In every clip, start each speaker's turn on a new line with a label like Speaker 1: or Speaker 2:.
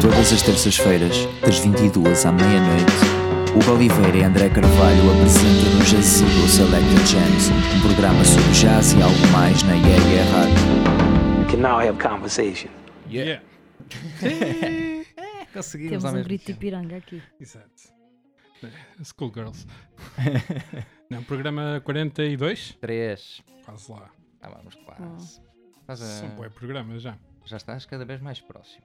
Speaker 1: Todas as terças-feiras, das 22 à meia-noite, Hugo Oliveira e André Carvalho apresentam no Jazigo Selected Jams, um programa sobre jazz e algo mais na Yeah Yeah Rádio.
Speaker 2: Can now have conversation.
Speaker 3: Yeah.
Speaker 4: Conseguimos
Speaker 5: Temos
Speaker 4: ao
Speaker 5: um
Speaker 4: mesmo
Speaker 5: grito de
Speaker 4: tempo.
Speaker 5: piranga aqui.
Speaker 3: Exato. Schoolgirls. Não, programa 42?
Speaker 4: Três. É.
Speaker 3: Quase lá.
Speaker 4: Ah, vamos quase.
Speaker 5: Hum.
Speaker 4: Estás a-
Speaker 3: São bons programas já.
Speaker 4: Já estás cada vez mais próximo.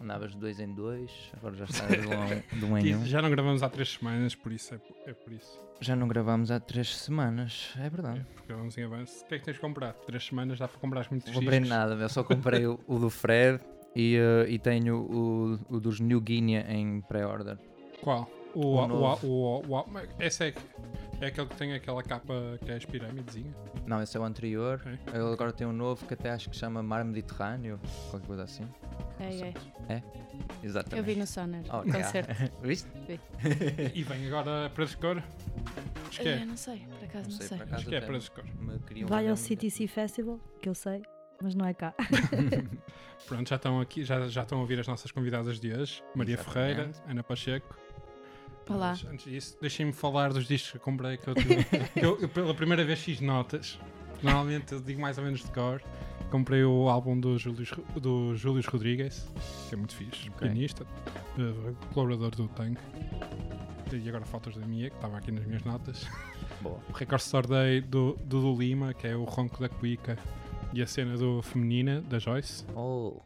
Speaker 4: Andavas de dois em dois, agora já estás de um, de um em um.
Speaker 3: Já não gravamos há três semanas, por isso é, é por isso.
Speaker 4: Já não gravámos há três semanas, é verdade.
Speaker 3: Porque gravamos em avanço. O que é que tens de comprar? Três semanas dá para comprar muitos
Speaker 4: Não comprei
Speaker 3: discos.
Speaker 4: nada, eu só comprei o, o do Fred e, eh, e tenho o, o dos New Guinea em pré-order.
Speaker 3: Qual? O,
Speaker 4: O
Speaker 3: o,
Speaker 4: novo.
Speaker 3: o, o, o- mas Esse é, é aquele que tem aquela capa que é as pirâmidezinha.
Speaker 4: Não, esse é o anterior.
Speaker 3: Ok.
Speaker 4: Ele agora tem um novo que até acho que chama Mar Mediterrâneo, qualquer coisa assim. É?
Speaker 5: É, é.
Speaker 4: Exatamente.
Speaker 5: Eu vi no Sonar,
Speaker 4: Oh,
Speaker 5: no
Speaker 4: cá.
Speaker 5: concerto.
Speaker 4: Viste?
Speaker 3: E vem agora para cor. Acho que
Speaker 5: Eu
Speaker 3: é.
Speaker 5: não sei, por acaso não
Speaker 4: Não sei,
Speaker 5: sei.
Speaker 4: por acaso
Speaker 3: Acho que é
Speaker 4: até
Speaker 3: para
Speaker 4: me-
Speaker 3: cor.
Speaker 4: me queriam
Speaker 5: Vai ao
Speaker 4: vender muito.
Speaker 5: CTC Festival, que eu sei, mas não é cá.
Speaker 3: Pronto, já estão aqui, já, já estão a ouvir as nossas convidadas de hoje. Maria
Speaker 4: Exatamente.
Speaker 3: Ferreira, Ana Pacheco.
Speaker 5: Olá.
Speaker 3: Mas antes disso, deixem-me falar dos discos que comprei que eu, tive- que eu- eu pela primeira vez fiz notas. Normalmente eu digo mais ou menos de cor. Comprei o álbum do Júlio do Július Rodrigues, que é muito fixe,
Speaker 4: Ok.
Speaker 3: pianista, eh, colaborador do Tank. E agora fotos da minha, que estava aqui nas minhas notas.
Speaker 4: Boa.
Speaker 3: O Record Store Day do Dudu Lima, que é o ronco da cuica. E a cena do Feminina, da Joyce.
Speaker 4: Oh.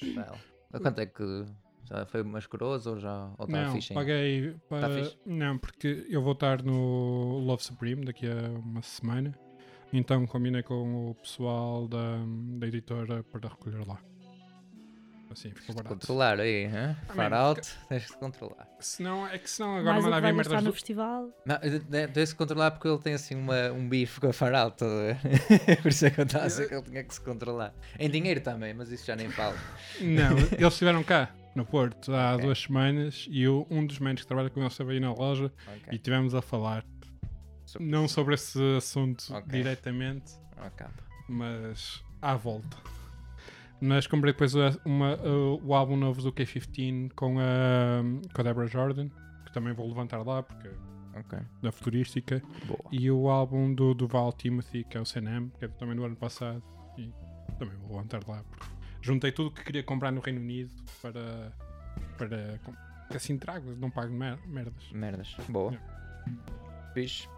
Speaker 4: Well. A Quanto é que. Já foi mascaroso ou já. Ou está
Speaker 3: não,
Speaker 4: fixe ainda?
Speaker 3: paguei para.
Speaker 4: fixe?
Speaker 3: não, porque eu vou estar no Love Supreme daqui a uma semana. Então combinei com o pessoal da, da editora para recolher lá. Assim, ficou barato.
Speaker 4: Controlar aí, hã? Far
Speaker 3: mesmo,
Speaker 4: out, tens de controlar.
Speaker 3: Se não, é que se não agora
Speaker 5: Mas o
Speaker 3: mandar
Speaker 5: que
Speaker 3: vir
Speaker 5: vai estar
Speaker 3: merdas
Speaker 5: no
Speaker 3: do...
Speaker 5: festival,
Speaker 4: Não, de- de- tens de controlar porque ele tem assim uma, um bife com a Far out, estás a ver? Por isso é que eu estava a dizer que ele tinha que se controlar. Em dinheiro também, mas isso já nem falo.
Speaker 3: Não, eles estiveram cá, no Porto, há
Speaker 4: Ok.
Speaker 3: duas semanas. E eu, um dos manos que trabalha com eles esteve aí na loja
Speaker 4: Ok.
Speaker 3: e tivemos a falar.
Speaker 4: Sobre
Speaker 3: Não
Speaker 4: isso.
Speaker 3: sobre esse assunto
Speaker 4: Ok.
Speaker 3: diretamente,
Speaker 4: Ah, capa.
Speaker 3: mas à volta. Mas comprei depois a- uma- a- o álbum novo do K15 com a, com a Deborah Jordan, que também vou levantar lá, porque
Speaker 4: Ok.
Speaker 3: da futurística.
Speaker 4: Boa.
Speaker 3: E o álbum do, do Val Timothy, que é o CNM, que é também do ano passado, e também vou levantar lá. Porque juntei tudo o que queria comprar no Reino Unido para. para com- que assim trago, não pago mer- merdas.
Speaker 4: Merdas. Boa. Fixe.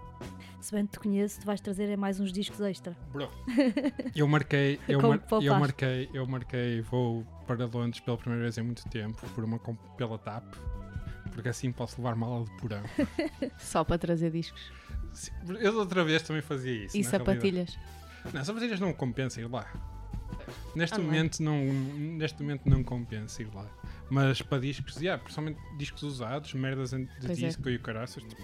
Speaker 5: se bem te conheço, tu vais trazer é mais uns discos extra.
Speaker 3: Bro, eu marquei, eu,
Speaker 5: Como
Speaker 3: mar-
Speaker 5: poupaste?
Speaker 3: eu marquei, eu marquei vou para Londres pela primeira vez em muito tempo por uma comp- pela TAP, porque assim posso levar mala de porão.
Speaker 6: Só para trazer discos.
Speaker 3: Sim, eu da outra vez também fazia
Speaker 4: é
Speaker 3: isso.
Speaker 6: E
Speaker 3: na
Speaker 6: sapatilhas.
Speaker 3: realidade. Não, sapatilhas não compensa ir lá. Neste
Speaker 6: Ah, não é?
Speaker 3: momento não, neste momento não compensa ir lá. Mas para discos, yeah, principalmente discos usados, merdas de
Speaker 6: Pois é.
Speaker 3: disco e o caraças. tipo,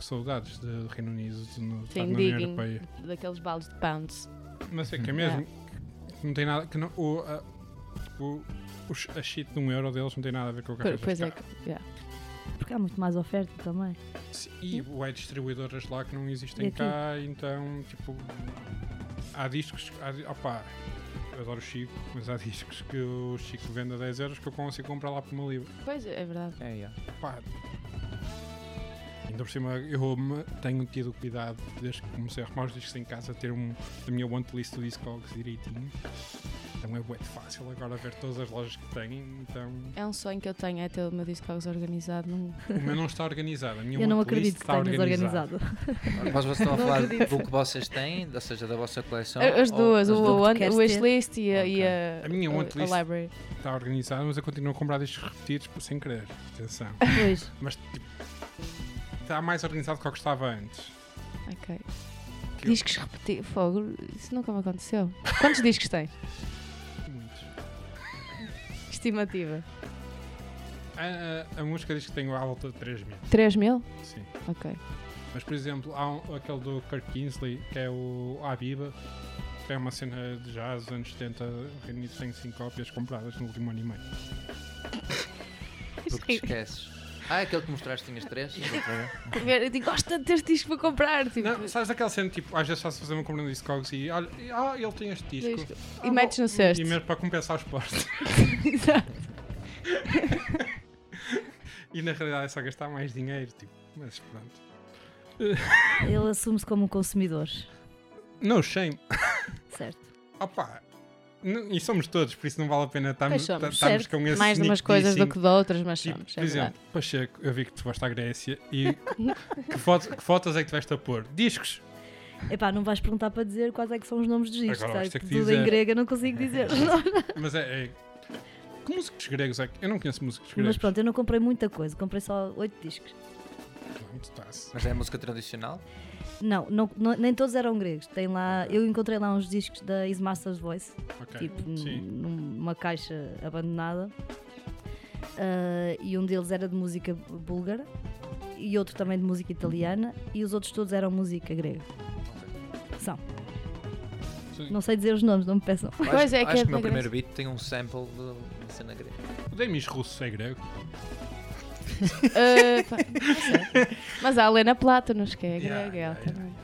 Speaker 3: Saudades do Reino Unido, de no, estar
Speaker 6: Tem
Speaker 3: na União
Speaker 6: digging Uhum.
Speaker 3: Europeia.
Speaker 6: daqueles baldes de pounds.
Speaker 3: Mas é que é mesmo. que Não tem nada. Que não, o, a, o, os- a shit de um euro deles não tem nada a ver com o que
Speaker 6: Pois-
Speaker 3: arranjas
Speaker 6: Pois é,
Speaker 3: cá.
Speaker 4: Tá.
Speaker 6: que- yeah.
Speaker 5: Porque há muito mais oferta também.
Speaker 3: Se- E
Speaker 6: Hum.
Speaker 3: há distribuidoras lá que não existem
Speaker 5: E aqui?
Speaker 3: cá, então, tipo. Há discos. Há, di- opá, eu adoro o Chico, mas há discos que o Chico vende a 10 euros que eu consigo comprar lá por uma livre.
Speaker 6: pois é, é verdade.
Speaker 4: É, yeah.
Speaker 3: Pá. Ainda por cima, eu me- tenho tido cuidado desde que comecei a arrumar os discos em casa, ter um, a minha want list do Discogs direitinho. Então é muito fácil agora ver todas as lojas que tenho. Então
Speaker 6: É um sonho que eu tenho, é ter o meu Discogs organizado num.
Speaker 3: o meu não está organizado. A minha
Speaker 5: eu não
Speaker 3: want um list
Speaker 5: acredito que
Speaker 3: está
Speaker 5: tenhas
Speaker 3: organizada.
Speaker 5: organizado.
Speaker 4: Mas vocês estão a falar do que vocês têm, ou seja, da vossa coleção?
Speaker 6: As
Speaker 4: ou-
Speaker 6: duas,
Speaker 4: Oh, as
Speaker 6: o,
Speaker 4: duas?
Speaker 5: que
Speaker 6: one-
Speaker 5: queres
Speaker 6: o wishlist e, a- e
Speaker 4: Ok.
Speaker 6: a,
Speaker 3: A minha
Speaker 6: a-
Speaker 3: want
Speaker 6: a
Speaker 3: list-
Speaker 6: library.
Speaker 3: Está organizado, mas eu continuo a comprar discos repetidos por sem querer. Atenção.
Speaker 5: Pois,
Speaker 3: Mas tipo, está mais organizado do que eu gostava antes.
Speaker 6: Ok.
Speaker 3: Que eu-
Speaker 6: discos repetir. Fogo, isso nunca me aconteceu. Quantos discos tens?
Speaker 3: Muitos.
Speaker 6: Estimativa.
Speaker 3: A, a- a música diz que tenho à volta de 3 mil.
Speaker 6: 3 mil?
Speaker 3: Sim.
Speaker 6: Ok.
Speaker 3: Mas, por exemplo, há um- aquele do Kirk Kingsley, que é o Abiba, que é uma cena de jazz dos anos 70, reunido tem 5 cópias compradas no último ano e meio.
Speaker 4: Porque te esqueces. Ah, aquele que mostraste tinhas três?
Speaker 6: Eu digo, gosto tanto deste disco para comprar. Tipo,
Speaker 3: Não, sabes aquela cena, tipo, às vezes estás a fazer uma compra no Discogs e olha, e, ah, ele tem este disco.
Speaker 6: Disco.
Speaker 3: Ah,
Speaker 6: e
Speaker 3: bom.
Speaker 6: metes no cesto.
Speaker 3: E mesmo para compensar os postos.
Speaker 6: Exato.
Speaker 3: E na realidade é só gastar mais dinheiro, tipo, mas pronto.
Speaker 5: Ele assume-se como um consumidor,
Speaker 3: No shame.
Speaker 5: certo?
Speaker 3: Opa, n- e somos todos, por isso não vale a pena estarmos
Speaker 6: Pois somos,
Speaker 3: ta- estarmos
Speaker 6: certo.
Speaker 3: com esse
Speaker 6: Mais de umas
Speaker 3: sneak
Speaker 6: coisas do
Speaker 3: dissing.
Speaker 6: que de outras, mas
Speaker 3: Tipo,
Speaker 6: somos.
Speaker 3: por
Speaker 6: É verdade.
Speaker 3: exemplo, Pacheco, eu vi que tu foste à Grécia e que, foto- que fotos é que tiveste a pôr? Discos.
Speaker 5: Epá, não vais perguntar para dizer quais é que são os nomes dos discos,
Speaker 3: Agora vais
Speaker 5: sabe?
Speaker 3: ter que
Speaker 5: Tudo
Speaker 3: dizer.
Speaker 5: em grega não consigo dizer.
Speaker 3: Mas é, é- Que músicos gregos é que. Eu não conheço músicos gregos.
Speaker 5: Mas pronto, eu não comprei muita coisa, comprei só oito discos.
Speaker 3: Pronto, tá-se.
Speaker 4: Mas é música tradicional?
Speaker 5: Não, não, não- nem todos eram gregos. Tem lá, eu encontrei lá uns discos da Is Master's Voice,
Speaker 3: Ok.
Speaker 5: tipo num-
Speaker 6: hum.
Speaker 3: Sim.
Speaker 5: numa caixa abandonada. Ah, e um deles era de música búlgara e outro também de música italiana e os outros todos eram música grega. São.
Speaker 3: Sim.
Speaker 5: Não sei dizer os nomes, não me peçam.
Speaker 4: Acho-
Speaker 6: Pois é, que
Speaker 4: acho que
Speaker 6: é
Speaker 4: o
Speaker 6: da
Speaker 4: meu
Speaker 6: Grécia.
Speaker 4: primeiro beat tem um sample de, de cena grega.
Speaker 3: O Demis Russo é grego.
Speaker 6: Ah, pá, não sei. Mas há a Helena Plátanos, que é
Speaker 3: Yeah,
Speaker 6: grega, ela
Speaker 3: yeah, yeah.
Speaker 6: também.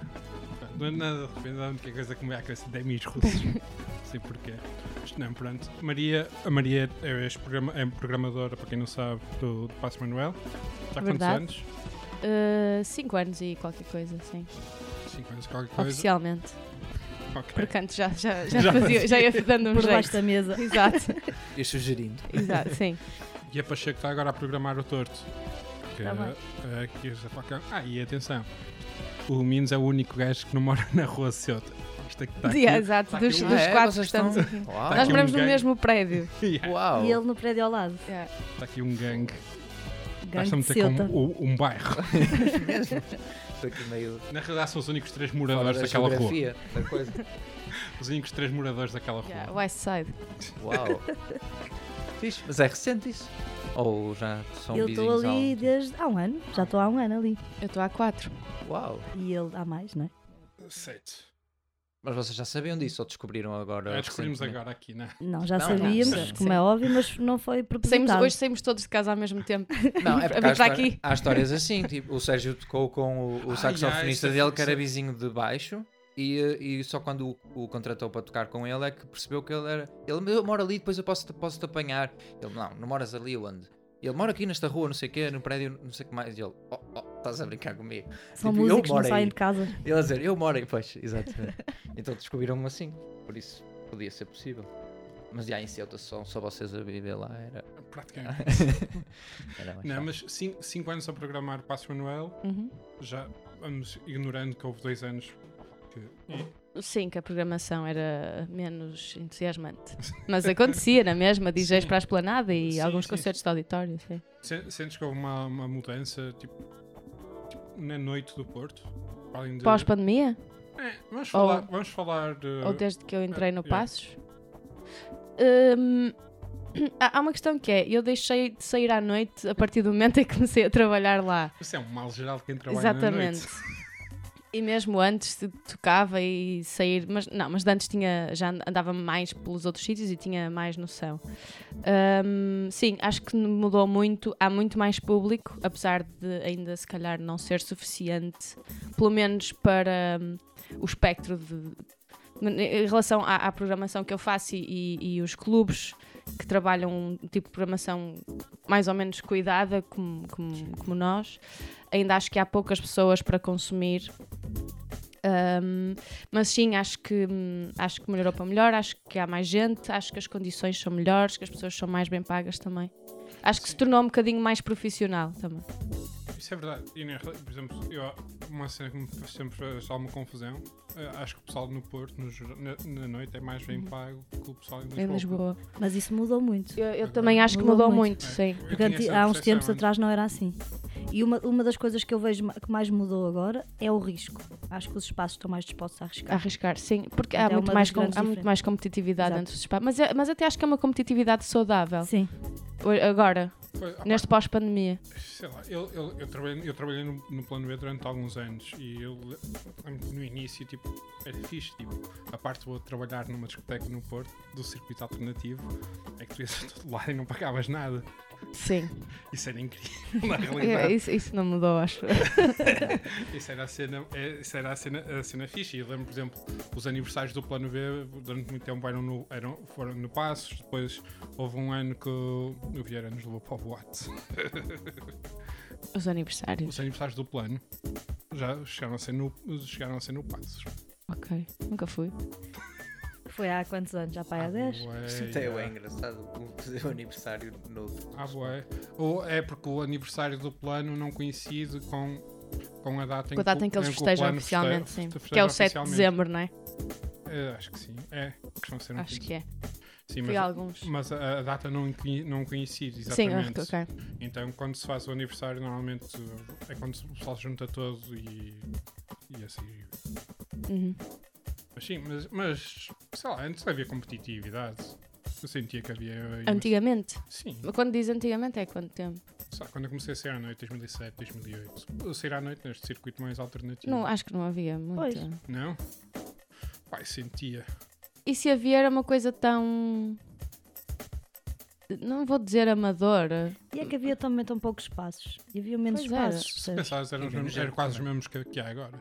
Speaker 3: Não é nada de repente, a única coisa que me vem à cabeça Demis Russos. não sei porquê. Mas não, pronto. Maria, a Maria é, ex-programa- é programadora, para quem não sabe, do, do Passo Manuel. Já há quantos
Speaker 6: Verdade.
Speaker 3: anos?
Speaker 6: Ah, cinco anos e qualquer coisa, sim.
Speaker 3: 5 anos, qualquer coisa.
Speaker 6: Oficialmente.
Speaker 3: Ok.
Speaker 6: Portanto, já, já, já,
Speaker 3: Já
Speaker 6: fazia, já ia dando um
Speaker 5: Por baixo
Speaker 6: jeito.
Speaker 5: da mesa.
Speaker 6: Exato,
Speaker 4: E sugerindo.
Speaker 6: exato, sim.
Speaker 3: E a Pacheco está agora a programar o torto. Que,
Speaker 5: Tá bem.
Speaker 3: eh, que usa qualquer- Ah, e atenção. O Minos é o único gajo que não mora na rua Ceuta. Isto é que está aqui.
Speaker 6: Yeah, exato,
Speaker 3: tá
Speaker 6: dos,
Speaker 3: aqui um-
Speaker 6: dos
Speaker 4: Ah, é?
Speaker 6: quatro que
Speaker 4: Vocês
Speaker 6: estamos
Speaker 4: estão-
Speaker 6: aqui.
Speaker 4: Uau!
Speaker 3: Tá
Speaker 6: Nós
Speaker 3: aqui um
Speaker 6: moramos no
Speaker 3: gangue.
Speaker 6: mesmo prédio.
Speaker 3: Yeah,
Speaker 4: Uau.
Speaker 5: E ele no prédio ao lado.
Speaker 6: Yeah.
Speaker 3: Está aqui um gangue. Tá, Nós
Speaker 5: Gangue
Speaker 3: estamos
Speaker 5: de
Speaker 3: a ter como
Speaker 5: Ceuta.
Speaker 3: o- um bairro.
Speaker 4: Estou aqui meio
Speaker 3: Na realidade são os únicos três
Speaker 4: fora
Speaker 3: moradores
Speaker 4: da
Speaker 3: daquela rua.
Speaker 4: geografia da coisa.
Speaker 3: Os únicos três moradores daquela rua.
Speaker 6: Yeah, West Side.
Speaker 4: Uau! Fixe, mas é recente isso? Ou já são
Speaker 5: Eu estou
Speaker 4: vizinhos
Speaker 5: ali
Speaker 4: ao...
Speaker 5: desde há um ano, já estou há um ano ali.
Speaker 6: Eu estou há quatro.
Speaker 4: Uau!
Speaker 5: E ele há mais, não é?
Speaker 3: Aceito.
Speaker 4: Mas vocês já sabiam disso ou descobriram agora?
Speaker 3: Já descobrimos
Speaker 4: recentemente?
Speaker 3: agora aqui, né?
Speaker 5: Não, já
Speaker 4: Não,
Speaker 5: sabíamos,
Speaker 6: não, sim.
Speaker 5: como é óbvio, mas não foi
Speaker 6: Saímos,
Speaker 5: propositado.
Speaker 6: hoje saímos todos de casa ao mesmo tempo.
Speaker 4: Não, é porque
Speaker 6: A vir
Speaker 4: há,
Speaker 6: para
Speaker 4: histó-
Speaker 6: aqui.
Speaker 4: há histórias assim, tipo, o Sérgio tocou com o, o
Speaker 3: Ah,
Speaker 4: saxofonista
Speaker 3: já, isso é-
Speaker 4: dele, que era
Speaker 3: isso é-
Speaker 4: vizinho de baixo, e, eh, e só quando o, o contratou para tocar com ele é que percebeu que ele era. Ele "Mas eu moro ali, depois eu posso te, posso te apanhar. Ele, não, não moras ali onde? Ele mora aqui nesta rua, não sei o quê, no prédio, não sei o que mais. E ele, oh, oh, estás a brincar comigo.
Speaker 5: São
Speaker 4: tipo, eu
Speaker 5: músicos, não
Speaker 4: moro aí.
Speaker 5: saem de casa.
Speaker 4: Ele a dizer, eu moro aí, pois, exatamente. então descobriram-me assim, por isso podia ser possível. Mas já em Ceuta, só, só vocês a viver lá era.
Speaker 3: Praticamente.
Speaker 4: era mais
Speaker 3: Não,
Speaker 4: fácil.
Speaker 3: mas 5 anos a programar Passo Manuel,
Speaker 6: Uhum.
Speaker 3: já vamos ignorando que houve dois anos que.
Speaker 6: Sim, que a programação era menos entusiasmante. Mas acontecia na mesma, DJs
Speaker 3: Sim.
Speaker 6: para a esplanada e
Speaker 3: Sim,
Speaker 6: alguns
Speaker 3: sim.
Speaker 6: concertos de auditório, sim.
Speaker 3: Se- Sentes que houve uma, uma mudança, tipo, tipo, na noite do Porto? Além de-
Speaker 6: Pós-pandemia?
Speaker 3: É, vamos falar,
Speaker 6: Ou-
Speaker 3: vamos falar de.
Speaker 6: Ou desde que eu entrei no
Speaker 3: Uhum. Ah, yeah.
Speaker 6: Passos? Hum, há há uma questão que é, eu deixei de sair à noite a partir do momento em que comecei a trabalhar lá.
Speaker 3: Isso é um mal geral de quem trabalha na
Speaker 6: Exatamente.
Speaker 3: noite.
Speaker 6: E mesmo antes se tocava e sair, mas não, mas de antes tinha, já and- andava mais pelos outros sítios e tinha mais noção. Hum, sim, acho que mudou muito, há muito mais público, apesar de ainda se calhar não ser suficiente, pelo menos para hum, o espectro de, em relação à, à programação que eu faço e, e- e os clubes que trabalham um tipo de programação mais ou menos cuidada como, como, como nós, ainda acho que há poucas pessoas para consumir. Ahm, mas sim, acho que, hum, acho que melhorou para melhor, acho que há mais gente, acho que as condições são melhores, que as pessoas são mais bem pagas também. Acho que se tornou um bocadinho mais profissional também.
Speaker 3: Isso é verdade. E, na real- por exemplo, eu, uma cena que me faz sempre faz alguma confusão. eh, acho que o pessoal no Porto, no geral- na, na noite, é mais bem pago que o pessoal em Lisboa.
Speaker 6: Em Lisboa.
Speaker 5: Mas isso mudou muito.
Speaker 6: Eu, eu também acho que mudou muito, sim.
Speaker 3: É. Eu
Speaker 5: Porque
Speaker 3: tinha
Speaker 5: anti-
Speaker 3: essa
Speaker 5: há uns
Speaker 3: percepção
Speaker 5: tempos
Speaker 3: antes.
Speaker 5: atrás não era assim. E uma, uma das coisas que eu vejo ma- que mais mudou agora é o risco. Acho que os espaços estão mais dispostos a
Speaker 6: a
Speaker 5: arriscar.
Speaker 6: arriscar, sim, porque
Speaker 5: É
Speaker 6: há,
Speaker 5: uma
Speaker 6: muito
Speaker 5: das
Speaker 6: mais, com-
Speaker 5: grandes
Speaker 6: há muito
Speaker 5: diferenças.
Speaker 6: mais competitividade
Speaker 5: Exato.
Speaker 6: entre os espaços. Mas, é- mas até acho que é uma competitividade saudável.
Speaker 5: Sim,
Speaker 6: O- Agora,
Speaker 3: Pois, opá,
Speaker 6: neste pós-pandemia.
Speaker 3: Sei lá, eu, eu, eu trabalhei, eu trabalhei no, no Plano B durante alguns anos e eu le- lembro que no início tipo, era fixe, tipo, a parte boa de trabalhar numa discoteca no Porto, do circuito alternativo, é que tu ias a todo lado e não pagavas nada.
Speaker 6: Sim.
Speaker 3: Isso era incrível, na
Speaker 6: É,
Speaker 3: realidade.
Speaker 6: isso, isso não mudou, acho.
Speaker 3: Isso era a cena, é, isso era a cena, a cena fixe. Eu lembro, por exemplo, os aniversários do Plano B durante muito tempo eram no, eram, foram no Passos. Depois houve um ano que o o Vieira nos levou para o Boate.
Speaker 6: Os aniversários.
Speaker 3: Os aniversários do Plano já chegaram a ser no, chegaram a ser no Passos.
Speaker 6: Ok. Nunca fui.
Speaker 5: Foi há quantos anos? Já
Speaker 3: Ah,
Speaker 5: para há 10?
Speaker 4: Até é engraçado o fazer o aniversário novo.
Speaker 3: Ah, bué. Ou é porque o aniversário do plano não coincide com, com a data em
Speaker 6: Com a data em
Speaker 3: o-
Speaker 6: que eles
Speaker 3: o
Speaker 6: festejam
Speaker 3: plano
Speaker 6: oficialmente,
Speaker 3: feste-
Speaker 6: sim.
Speaker 3: festeja
Speaker 6: Que é o 7 de
Speaker 3: oficialmente.
Speaker 6: dezembro, não é?
Speaker 3: É, acho que sim. É, que vão ser um
Speaker 6: Acho
Speaker 3: fim.
Speaker 6: que é.
Speaker 3: Sim,
Speaker 6: Fui
Speaker 3: mas,
Speaker 6: a alguns.
Speaker 3: mas a, a data não, coi- não coincide,
Speaker 6: Sim, acho
Speaker 3: exatamente.
Speaker 6: que ok.
Speaker 3: Então, quando se faz o aniversário, normalmente é quando o pessoal se junta todo e, e assim.
Speaker 6: Uhum.
Speaker 3: Mas sim, mas, mas sei lá, antes havia competitividade. Eu sentia que havia.
Speaker 6: Antigamente.
Speaker 3: Sim.
Speaker 6: Quando diz antigamente é quanto tempo?
Speaker 3: Sabe, quando eu comecei a sair à noite, 2007, 2008, eu sair à noite neste circuito mais alternativo.
Speaker 6: Não, acho que não havia muito.
Speaker 5: Pois.
Speaker 3: Não? Pai, sentia.
Speaker 6: E se havia era uma coisa tão. Não vou dizer eh, amadora.
Speaker 5: E é que havia também tão poucos espaços. E havia menos
Speaker 6: Pois era.
Speaker 5: espaços.
Speaker 3: Se
Speaker 5: percebes?
Speaker 3: pensares, eram, os
Speaker 4: E menos
Speaker 3: mesmos, eram
Speaker 4: gente
Speaker 3: quase os mesmos que, que há agora.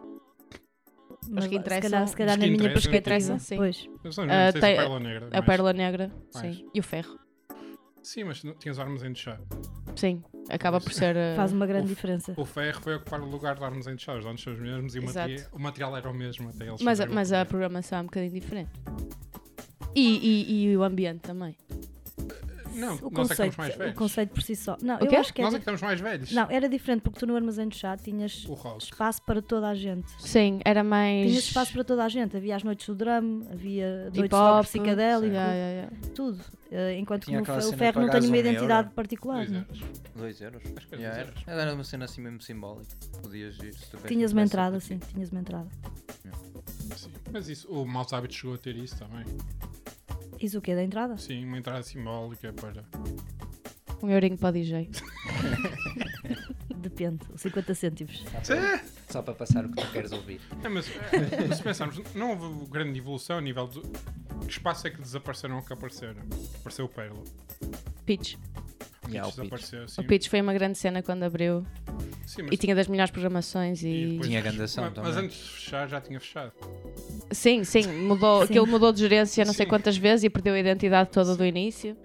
Speaker 5: Mas
Speaker 6: que
Speaker 5: se
Speaker 6: interessam-
Speaker 5: calhar, se calhar
Speaker 3: Os
Speaker 5: na
Speaker 3: que
Speaker 5: minha
Speaker 3: interessam,
Speaker 5: perspectiva.
Speaker 6: sim.
Speaker 5: Pois.
Speaker 3: Mas são
Speaker 6: Ah,
Speaker 3: mesmo, tens
Speaker 6: tem-
Speaker 3: é a Pérola Negra.
Speaker 6: A
Speaker 3: mas-
Speaker 6: Pérola Negra,
Speaker 3: Mais.
Speaker 6: sim. E o Ferro,
Speaker 3: Sim, mas não- tinhas armas em chá.
Speaker 6: sim. Acaba por ser. uh,
Speaker 5: Faz uma grande
Speaker 3: o-
Speaker 5: diferença.
Speaker 3: O ferro foi ocupar o lugar de armas em chá. Os donos são os mesmos e o,
Speaker 6: Exato.
Speaker 3: materi- o material era o mesmo até eles.
Speaker 6: Mas, a-
Speaker 3: fazerem o
Speaker 6: mas a
Speaker 3: primeiro.
Speaker 6: programação é um bocadinho diferente. E, e- e o ambiente também.
Speaker 3: Não,
Speaker 5: o
Speaker 3: nós é que
Speaker 5: conceito,
Speaker 3: estamos mais
Speaker 5: o
Speaker 3: velhos.
Speaker 5: conceito por si só. Não,
Speaker 6: O quê?
Speaker 5: eu acho que
Speaker 3: Nós é
Speaker 5: era,
Speaker 3: que estamos mais velhos.
Speaker 5: não, era diferente porque tu no armazém do chá tinhas
Speaker 3: O rock.
Speaker 5: espaço para toda a gente.
Speaker 6: Sim, era mais.
Speaker 5: Tinhas espaço para toda a gente. Havia as noites do drama, havia
Speaker 6: hip
Speaker 5: noites
Speaker 6: hop,
Speaker 5: de psicadélico,
Speaker 6: yeah, yeah, yeah.
Speaker 5: tudo. Eh, enquanto que
Speaker 4: Tinha
Speaker 5: no
Speaker 4: aquela
Speaker 5: fe- o
Speaker 4: cena de
Speaker 5: ferro não tem
Speaker 4: pagares
Speaker 5: uma
Speaker 4: um
Speaker 5: identidade
Speaker 4: euro.
Speaker 5: particular.
Speaker 3: Dois
Speaker 5: não é?
Speaker 3: euros.
Speaker 4: 2 euros?
Speaker 3: Acho que era
Speaker 4: Já
Speaker 3: dois
Speaker 4: era.
Speaker 3: euros.
Speaker 4: Era uma cena assim mesmo simbólica. Podias ir. se tu
Speaker 5: Tinhas uma
Speaker 4: tivesse-
Speaker 5: entrada, sim, tinhas uma entrada.
Speaker 3: Sim. Mas isso, o Maus Hábitos chegou a ter isso também.
Speaker 5: Isso o quê? Da entrada?
Speaker 3: Sim, uma entrada simbólica para.
Speaker 6: Um eurinho para o DJ.
Speaker 5: Depende, 50 cêntimos.
Speaker 4: Só para passar o que tu queres ouvir.
Speaker 3: É, mas é, se pensarmos, não houve grande evolução a nível de. Que espaço é que desapareceram ou que apareceram? Apareceu o Pérola.
Speaker 6: Pitch.
Speaker 4: E há o Pitch.
Speaker 3: desapareceu, sim.
Speaker 6: O Pitch foi uma grande cena quando abriu.
Speaker 3: Sim,
Speaker 6: E tinha das melhores programações
Speaker 3: e
Speaker 6: e.
Speaker 3: depois-
Speaker 4: Tinha grande ação
Speaker 3: mas,
Speaker 4: também.
Speaker 3: mas antes de fechar, já tinha fechado.
Speaker 6: Sim, sim, mudou,
Speaker 5: Sim.
Speaker 6: aquilo mudou de gerência não sei
Speaker 3: Sim.
Speaker 6: quantas vezes e perdeu a identidade toda do início.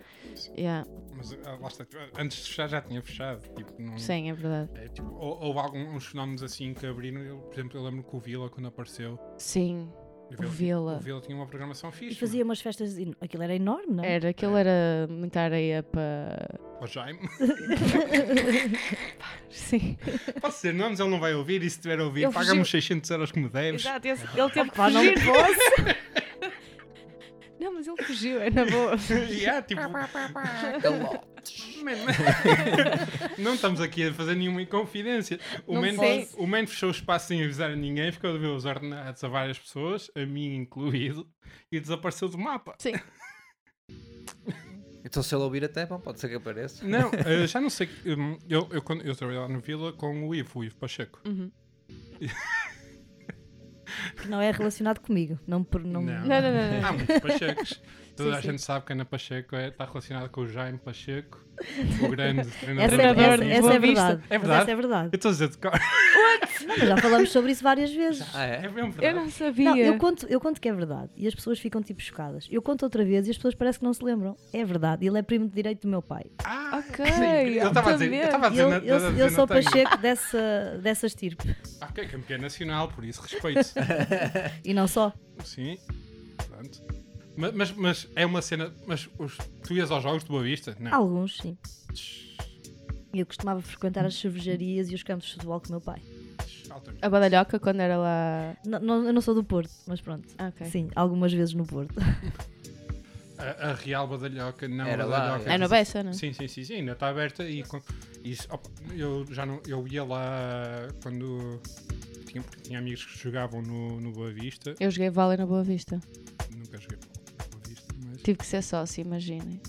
Speaker 6: Yeah,
Speaker 3: Mas ah, lá está, antes de fechar, já tinha fechado. Tipo, não,
Speaker 6: sim, é verdade.
Speaker 3: É, tipo, hou- houve alguns fenómenos assim que abriram. Eu, por exemplo, eu lembro que o Vila, quando apareceu,
Speaker 6: Sim,
Speaker 3: o Vila,
Speaker 6: o Vila.
Speaker 3: o Vila tinha uma programação
Speaker 5: E
Speaker 3: fixe.
Speaker 5: fazia umas festas, eno- aquilo era enorme, não é?
Speaker 6: Era, aquilo era muita areia para.
Speaker 3: mano. O Jaime.
Speaker 6: Sim.
Speaker 3: Pode ser nomes, ele não vai ouvir. E se tiver a ouvir,
Speaker 6: Ele
Speaker 3: paga-me
Speaker 6: fugiu.
Speaker 3: os 600 euros que me deves.
Speaker 6: esse- ele teve que
Speaker 5: Pá, não
Speaker 6: fugir.
Speaker 5: fosse.
Speaker 6: Não, mas ele fugiu, é na boa.
Speaker 3: E é, tipo,
Speaker 4: Então,
Speaker 3: Man, não estamos aqui a fazer nenhuma confidência. O
Speaker 6: Não
Speaker 3: man,
Speaker 6: sei.
Speaker 3: o man fechou o espaço sem avisar a ninguém, ficou a ver os ordenados a várias pessoas, a mim incluído, e desapareceu do mapa.
Speaker 6: Sim.
Speaker 4: Então se ele ouvir até, bom, pode ser que apareça.
Speaker 3: Não, eh, já não sei. hum, Eu, eu, quando- eu trabalhei lá no Vila com o Ivo, o Ivo Pacheco.
Speaker 6: Uhum.
Speaker 5: Que não é relacionado comigo. Não, por, não,
Speaker 3: Não.
Speaker 6: Não, não, não, não.
Speaker 3: Há muitos Pachecos. Toda
Speaker 6: Sim,
Speaker 3: a
Speaker 6: sim.
Speaker 3: gente sabe que Ana Pacheco é- está relacionada com o Jaime Pacheco, o grande
Speaker 5: Essa,
Speaker 3: treinador.
Speaker 5: é-
Speaker 6: Treinador
Speaker 5: essa,
Speaker 6: de
Speaker 5: essa
Speaker 6: Boa
Speaker 5: é verdade.
Speaker 3: É
Speaker 5: Mas
Speaker 3: verdade?
Speaker 5: Essa é verdade.
Speaker 3: Eu estou a dizer de cor.
Speaker 5: Não, mas já falámos sobre isso várias vezes.
Speaker 4: Ah,
Speaker 3: É
Speaker 4: é?
Speaker 3: mesmo
Speaker 6: Eu
Speaker 3: verdade.
Speaker 6: não sabia.
Speaker 5: Não, eu conto, eu conto que é verdade e as pessoas ficam tipo chocadas. Eu conto outra vez e as pessoas parece que não se lembram. É verdade, ele é primo de direito do meu pai.
Speaker 3: Ah,
Speaker 6: Ok,
Speaker 3: sim, eu estava a dizer. Eu estava a dizer.
Speaker 5: Eu,
Speaker 3: na-
Speaker 5: eu,
Speaker 3: estava a
Speaker 5: eu
Speaker 3: dizer
Speaker 5: sou
Speaker 3: Natália.
Speaker 5: Pacheco dessa, dessa estirpe
Speaker 3: Ah, Ok, campeã nacional, por isso respeito.
Speaker 5: e não só.
Speaker 3: Sim, pronto. Ma- Mas, mas é uma cena. Mas os, tu ias aos jogos de Boa Vista?
Speaker 6: É.
Speaker 3: Não.
Speaker 5: Alguns, sim. Eu costumava frequentar
Speaker 6: Hum.
Speaker 5: as cervejarias e os campos de futebol com o meu pai.
Speaker 3: Altamente.
Speaker 6: A Badalhoca, quando era lá.
Speaker 5: Não- não- eu não sou do Porto, mas pronto.
Speaker 6: Ah, Ok.
Speaker 5: Sim, algumas vezes no Porto.
Speaker 3: A, a Real Badalhoca, não
Speaker 4: Era
Speaker 3: a
Speaker 4: lá,
Speaker 3: Badalhoca.
Speaker 6: É na Bessa, não? é?
Speaker 3: Sim, sim, sim, sim, ainda está aberta e com- isso, opa, eu já não, eu ia lá quando tinha, porque tinha amigos que jogavam no, no Boa Vista,
Speaker 6: Eu joguei vôlei na Boa Vista.
Speaker 3: nunca joguei para o Boa Vista, mas
Speaker 6: Tive que ser sócio, imaginem.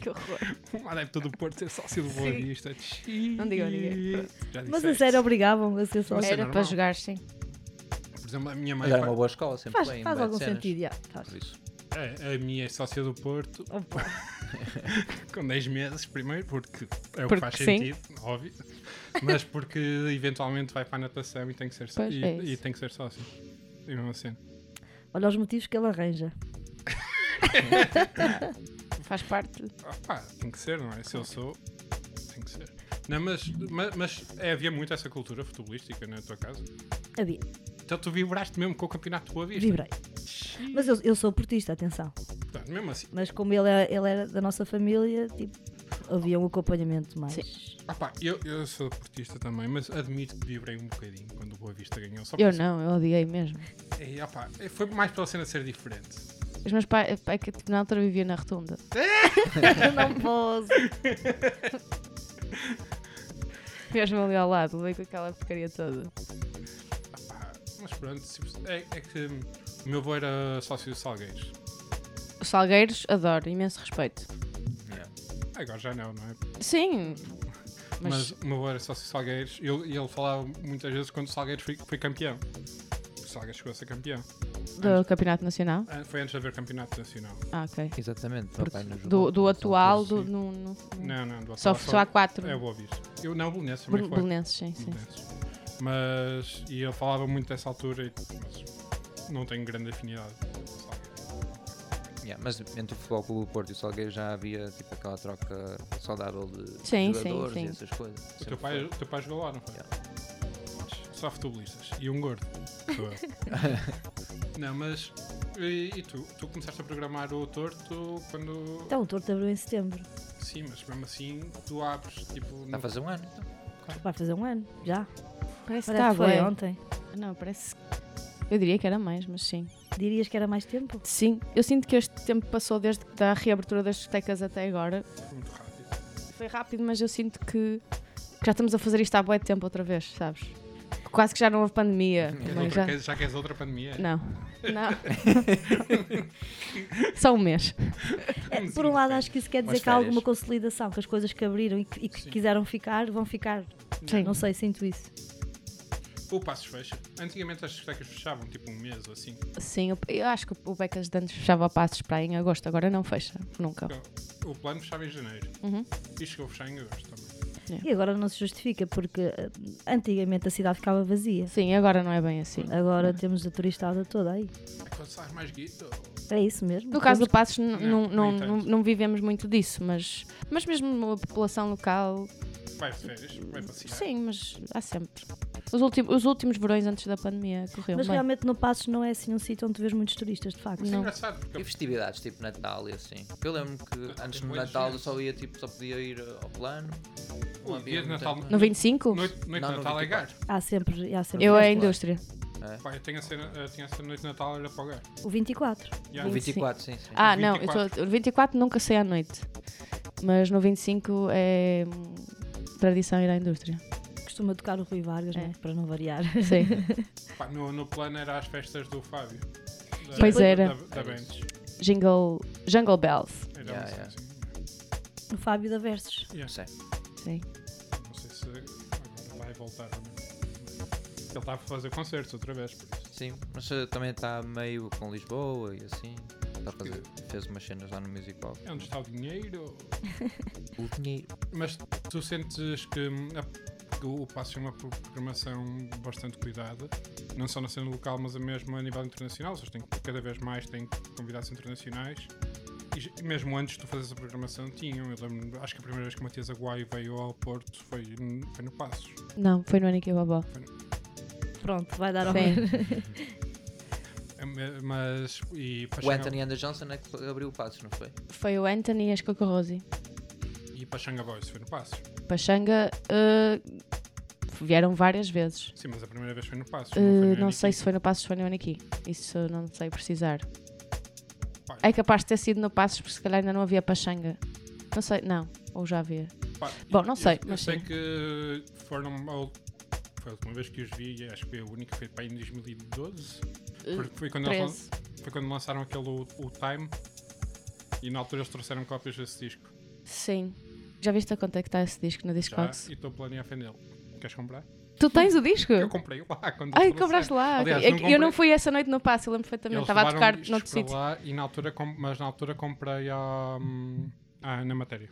Speaker 6: que horror.
Speaker 3: um adepto do Porto ser sócio do Boa
Speaker 6: Tipo, Sim.
Speaker 3: Vista.
Speaker 6: Não digo a ninguém, pronto.
Speaker 3: Já
Speaker 6: é
Speaker 5: Mas a
Speaker 3: disseste.
Speaker 5: sério, obrigavam a ser só.
Speaker 3: Mas é
Speaker 6: Era
Speaker 3: normal.
Speaker 6: para jogar, sim.
Speaker 3: Por exemplo, a minha mãe
Speaker 4: Mas era uma boa
Speaker 6: é
Speaker 4: escola, sempre
Speaker 5: Faz,
Speaker 4: bem.
Speaker 5: faz
Speaker 4: bué de
Speaker 5: algum
Speaker 4: cenas.
Speaker 5: sentido, já, faz.
Speaker 4: Por isso.
Speaker 3: a, a minha é sócia do Porto,
Speaker 5: Opa,
Speaker 3: com 10 meses, primeiro, porque é o
Speaker 6: Porque
Speaker 3: que faz
Speaker 6: sim.
Speaker 3: sentido, óbvio. Mas porque eventualmente vai para a natação e tem que ser, só,
Speaker 6: Pois,
Speaker 3: e,
Speaker 6: é isso.
Speaker 3: e tem que ser sócio. E mesmo assim.
Speaker 5: Olha os motivos que ele arranja.
Speaker 6: Faz parte.
Speaker 3: Ah, pá, tem que ser, não é? Se eu sou, tem que ser. Não, mas, mas, mas é, havia muito essa cultura futebolística na tua casa.
Speaker 5: Havia,
Speaker 3: Então tu vibraste mesmo com o campeonato de Boa
Speaker 6: é
Speaker 3: Vista.
Speaker 5: vibrei. Mas eu, eu sou portista, atenção.
Speaker 3: Tá, mesmo assim.
Speaker 5: Mas como ele, é- ele era da nossa família, tipo, havia um acompanhamento mais.
Speaker 3: Ah, pá, eu, eu sou portista também, mas admito que vibrei um bocadinho quando o Boa Vista ganhou. Só
Speaker 6: Eu
Speaker 3: por-
Speaker 6: não, eu odiei mesmo.
Speaker 3: E, ah, pá, foi mais pela cena ser diferente.
Speaker 6: Os meus pais, é que tipo, na altura vivia na rotunda.
Speaker 5: Não posso.
Speaker 6: Mesmo ali ao lado, levei com aquela porcaria toda.
Speaker 3: Pá, Mas pronto, se- é, é que hum, o meu avô era sócio do Salgueiros.
Speaker 6: Os salgueiros, adoro, imenso respeito.
Speaker 3: Agora já não, não é?
Speaker 6: Sim,
Speaker 3: Mas,
Speaker 6: mas,
Speaker 3: o meu avô era sócio do Salgueiros e ele, e ele falava muitas vezes quando o Salgueiros foi, foi campeão. O Salgueiros chegou a ser campeão.
Speaker 6: do campeonato nacional?
Speaker 3: Ah, Foi antes de haver campeonato nacional.
Speaker 6: Ah, ok.
Speaker 4: Exatamente.
Speaker 6: Porque
Speaker 4: papai nos
Speaker 6: do,
Speaker 4: levou
Speaker 6: do
Speaker 4: com
Speaker 6: atual, do,
Speaker 3: sim.
Speaker 6: no, no-
Speaker 3: Não, não, do atual
Speaker 6: só, só há quatro.
Speaker 3: É o Boa Vista. Eu, não, o Belenenses também
Speaker 6: Bel-
Speaker 3: foi.
Speaker 6: Belenenses, sim, sim.
Speaker 3: Belenenses. Mas, e ele falava muito dessa altura, e- mas não tenho grande afinidade com o Salgueiros.
Speaker 4: Yeah, mas entre o Futebol Clube do Porto e o Salgueiro já havia tipo aquela troca saudável de
Speaker 6: Sim, sim,
Speaker 4: jogadores
Speaker 6: sim.
Speaker 4: e essas coisas.
Speaker 3: O
Speaker 4: Sempre
Speaker 3: teu pai, é o teu pai jogou lá, não foi? Só futebolistas. E um gordo. Sou eu. não, mas. E, e tu? Tu começaste a programar o torto quando.
Speaker 6: Tá.
Speaker 5: Então, o torto abriu em setembro.
Speaker 3: Sim, mas mesmo assim tu abres tipo.
Speaker 4: Está
Speaker 3: No...
Speaker 4: a fazer um ano então.
Speaker 5: Vai fazer um ano, já.
Speaker 6: Parece
Speaker 5: Parece que
Speaker 6: que está
Speaker 5: foi
Speaker 6: bem.
Speaker 5: ontem.
Speaker 6: Não, parece. Eu diria que era mais, mas sim.
Speaker 5: Dirias que era mais tempo?
Speaker 6: Sim, eu sinto que este tempo passou desde da reabertura das discotecas até agora.
Speaker 3: Foi muito rápido.
Speaker 6: Foi rápido, mas eu sinto que que já estamos a fazer isto há bué tempo outra vez, sabes? Quase que já não houve pandemia.
Speaker 3: Queres
Speaker 6: mas
Speaker 3: outra-
Speaker 6: já...
Speaker 3: queres- já queres outra pandemia?
Speaker 6: Não, não. Só um mês.
Speaker 3: Vamos
Speaker 5: Por um
Speaker 3: ir.
Speaker 5: lado, acho que isso quer dizer
Speaker 4: Umas
Speaker 5: que há alguma
Speaker 4: férias.
Speaker 5: consolidação, que as coisas que abriram e que, e que
Speaker 3: Sim.
Speaker 5: quiseram ficar, vão ficar.
Speaker 6: Sim.
Speaker 5: Não sei, sinto isso.
Speaker 3: O Passos fecha. Antigamente as discotecas fechavam tipo um mês ou assim.
Speaker 6: Sim, eu, eu acho que o Becas de antes fechava passos para aí em agosto, agora não fecha, nunca.
Speaker 3: Então, O plano fechava em janeiro.
Speaker 6: Uhum.
Speaker 3: E chegou a fechar em agosto também.
Speaker 5: E agora não se justifica, porque eh, antigamente a cidade ficava vazia.
Speaker 6: Sim, agora não é bem assim.
Speaker 5: Agora temos a turistada toda aí.
Speaker 3: É quando sai mais guito.
Speaker 5: É isso mesmo.
Speaker 6: No caso do
Speaker 5: Temos-
Speaker 6: Passos, n-
Speaker 3: Não,
Speaker 6: não, não,
Speaker 3: nem
Speaker 6: não,
Speaker 3: tanto.
Speaker 6: não vivemos muito disso, mas, mas mesmo a população local,
Speaker 3: Vai de férias, vai passear. É
Speaker 6: sim, mas há sempre. Os, ulti- os últimos verões antes da pandemia correu
Speaker 5: Mas
Speaker 6: bem.
Speaker 5: realmente no Passos não é assim um sítio onde tu vês muitos turistas, de facto.
Speaker 3: Isso é
Speaker 6: Não.
Speaker 3: engraçado porque
Speaker 4: E festividades tipo Natal e assim. Eu lembro que antes do
Speaker 3: Boa
Speaker 4: Natal eu
Speaker 3: gente.
Speaker 4: só ia tipo, só podia ir eh, ao plano.
Speaker 3: o dia de Natal.
Speaker 6: No 25?
Speaker 3: Noite, noite
Speaker 4: Não,
Speaker 3: de
Speaker 4: no
Speaker 3: Natal é
Speaker 4: 24.
Speaker 3: gajo.
Speaker 5: Há sempre. Há sempre
Speaker 6: Eu é a
Speaker 5: festa.
Speaker 6: indústria.
Speaker 4: é.
Speaker 3: Pá, eu tenho a cena, eu tinha a cena de noite de Natal, era para o gajo.
Speaker 5: O 24.
Speaker 3: Yeah.
Speaker 4: O 24, sim, sim.
Speaker 6: Ah,
Speaker 3: No
Speaker 6: não, eu tô, o 24 nunca sei à noite, mas no 25 é hum, tradição ir à indústria.
Speaker 5: Costuma tocar o Rui Vargas,
Speaker 6: É.
Speaker 5: né? para não variar.
Speaker 6: Sim.
Speaker 3: Pá, no, no plano era as festas do Fábio. Da,
Speaker 6: Pois
Speaker 3: Da,
Speaker 6: era.
Speaker 3: da Benz.
Speaker 6: Jingle, Jungle Bells.
Speaker 3: Era
Speaker 4: Yeah,
Speaker 3: uma cena
Speaker 4: yeah.
Speaker 3: assim.
Speaker 5: No Fábio da Versos.
Speaker 3: Yeah.
Speaker 4: Sim.
Speaker 6: Sim.
Speaker 3: Não sei se agora vai voltar ou não. Ele está a fazer concertos outra vez, por isso.
Speaker 4: Sim, mas eh, também está meio com Lisboa e assim. Está a fazer- Fez umas cenas lá no Music Hall.
Speaker 3: É onde está o dinheiro.
Speaker 4: O dinheiro.
Speaker 3: Mas tu sentes que, hum, a- que o Passo é uma pro- programação bastante cuidada, não só na cena local, mas a mesmo a nível internacional. Ou seja, tem, cada vez mais tem convidados internacionais. E j- E mesmo antes de tu fazeres a programação, tinham. Eu lembro, acho que a primeira vez que o Matias Aguaio veio ao Porto foi, n- foi no Passos.
Speaker 6: Não, foi no Aniki Babó.
Speaker 5: Pronto, vai dar ao
Speaker 6: Sim.
Speaker 3: É, me- Mas. E para
Speaker 4: O
Speaker 3: chegar-
Speaker 4: Anthony Anderson Johnson é que abriu o Passos, não foi?
Speaker 6: Foi o Anthony e as Coco Rosie.
Speaker 3: E Pachanga Boys foi no Passos.
Speaker 6: Paxanga eh, vieram várias vezes.
Speaker 3: Sim, mas a primeira vez foi no Passos.
Speaker 6: Eh,
Speaker 3: foi no
Speaker 6: não sei
Speaker 3: Aniki.
Speaker 6: se foi no Passos ou foi no Aniki. Isso eu não sei precisar.
Speaker 3: Pá,
Speaker 6: É capaz de ter sido no Passos, porque se calhar ainda não havia Paxanga. Não sei, não. Ou já havia.
Speaker 3: pá,
Speaker 6: Bom,
Speaker 3: eu-
Speaker 6: não
Speaker 3: eu-
Speaker 6: sei,
Speaker 3: Eu,
Speaker 6: mas
Speaker 3: sei
Speaker 6: sim.
Speaker 3: que foram. Ao, foi a última vez que os vi e acho que foi a única, foi para em 2012. Porque foi quando, eles,
Speaker 6: Uh, Eh, Treze.
Speaker 3: lan- foi quando lançaram aquele o, o Time e na altura eles trouxeram cópias desse disco.
Speaker 6: Sim. Já viste a quanto é que está esse disco na
Speaker 3: Já,
Speaker 6: Discogs?
Speaker 3: e estou a planear vendê-lo. Queres comprar?
Speaker 6: Tu tens o disco?
Speaker 3: Eu comprei lá quando
Speaker 6: Ai,
Speaker 3: eles
Speaker 6: compraste
Speaker 3: trouxeram.
Speaker 6: lá.
Speaker 3: Aliás,
Speaker 6: ok. É
Speaker 3: não
Speaker 6: que eu não
Speaker 3: comprei.
Speaker 6: fui essa noite no Passo, eu lembro perfeitamente.
Speaker 3: Eles
Speaker 6: Estava a
Speaker 3: levaram
Speaker 6: tocar
Speaker 3: discos
Speaker 6: noutro
Speaker 3: para
Speaker 6: sítio.
Speaker 3: lá e na altura, com- mas na altura comprei a. hum, Ah, na matéria.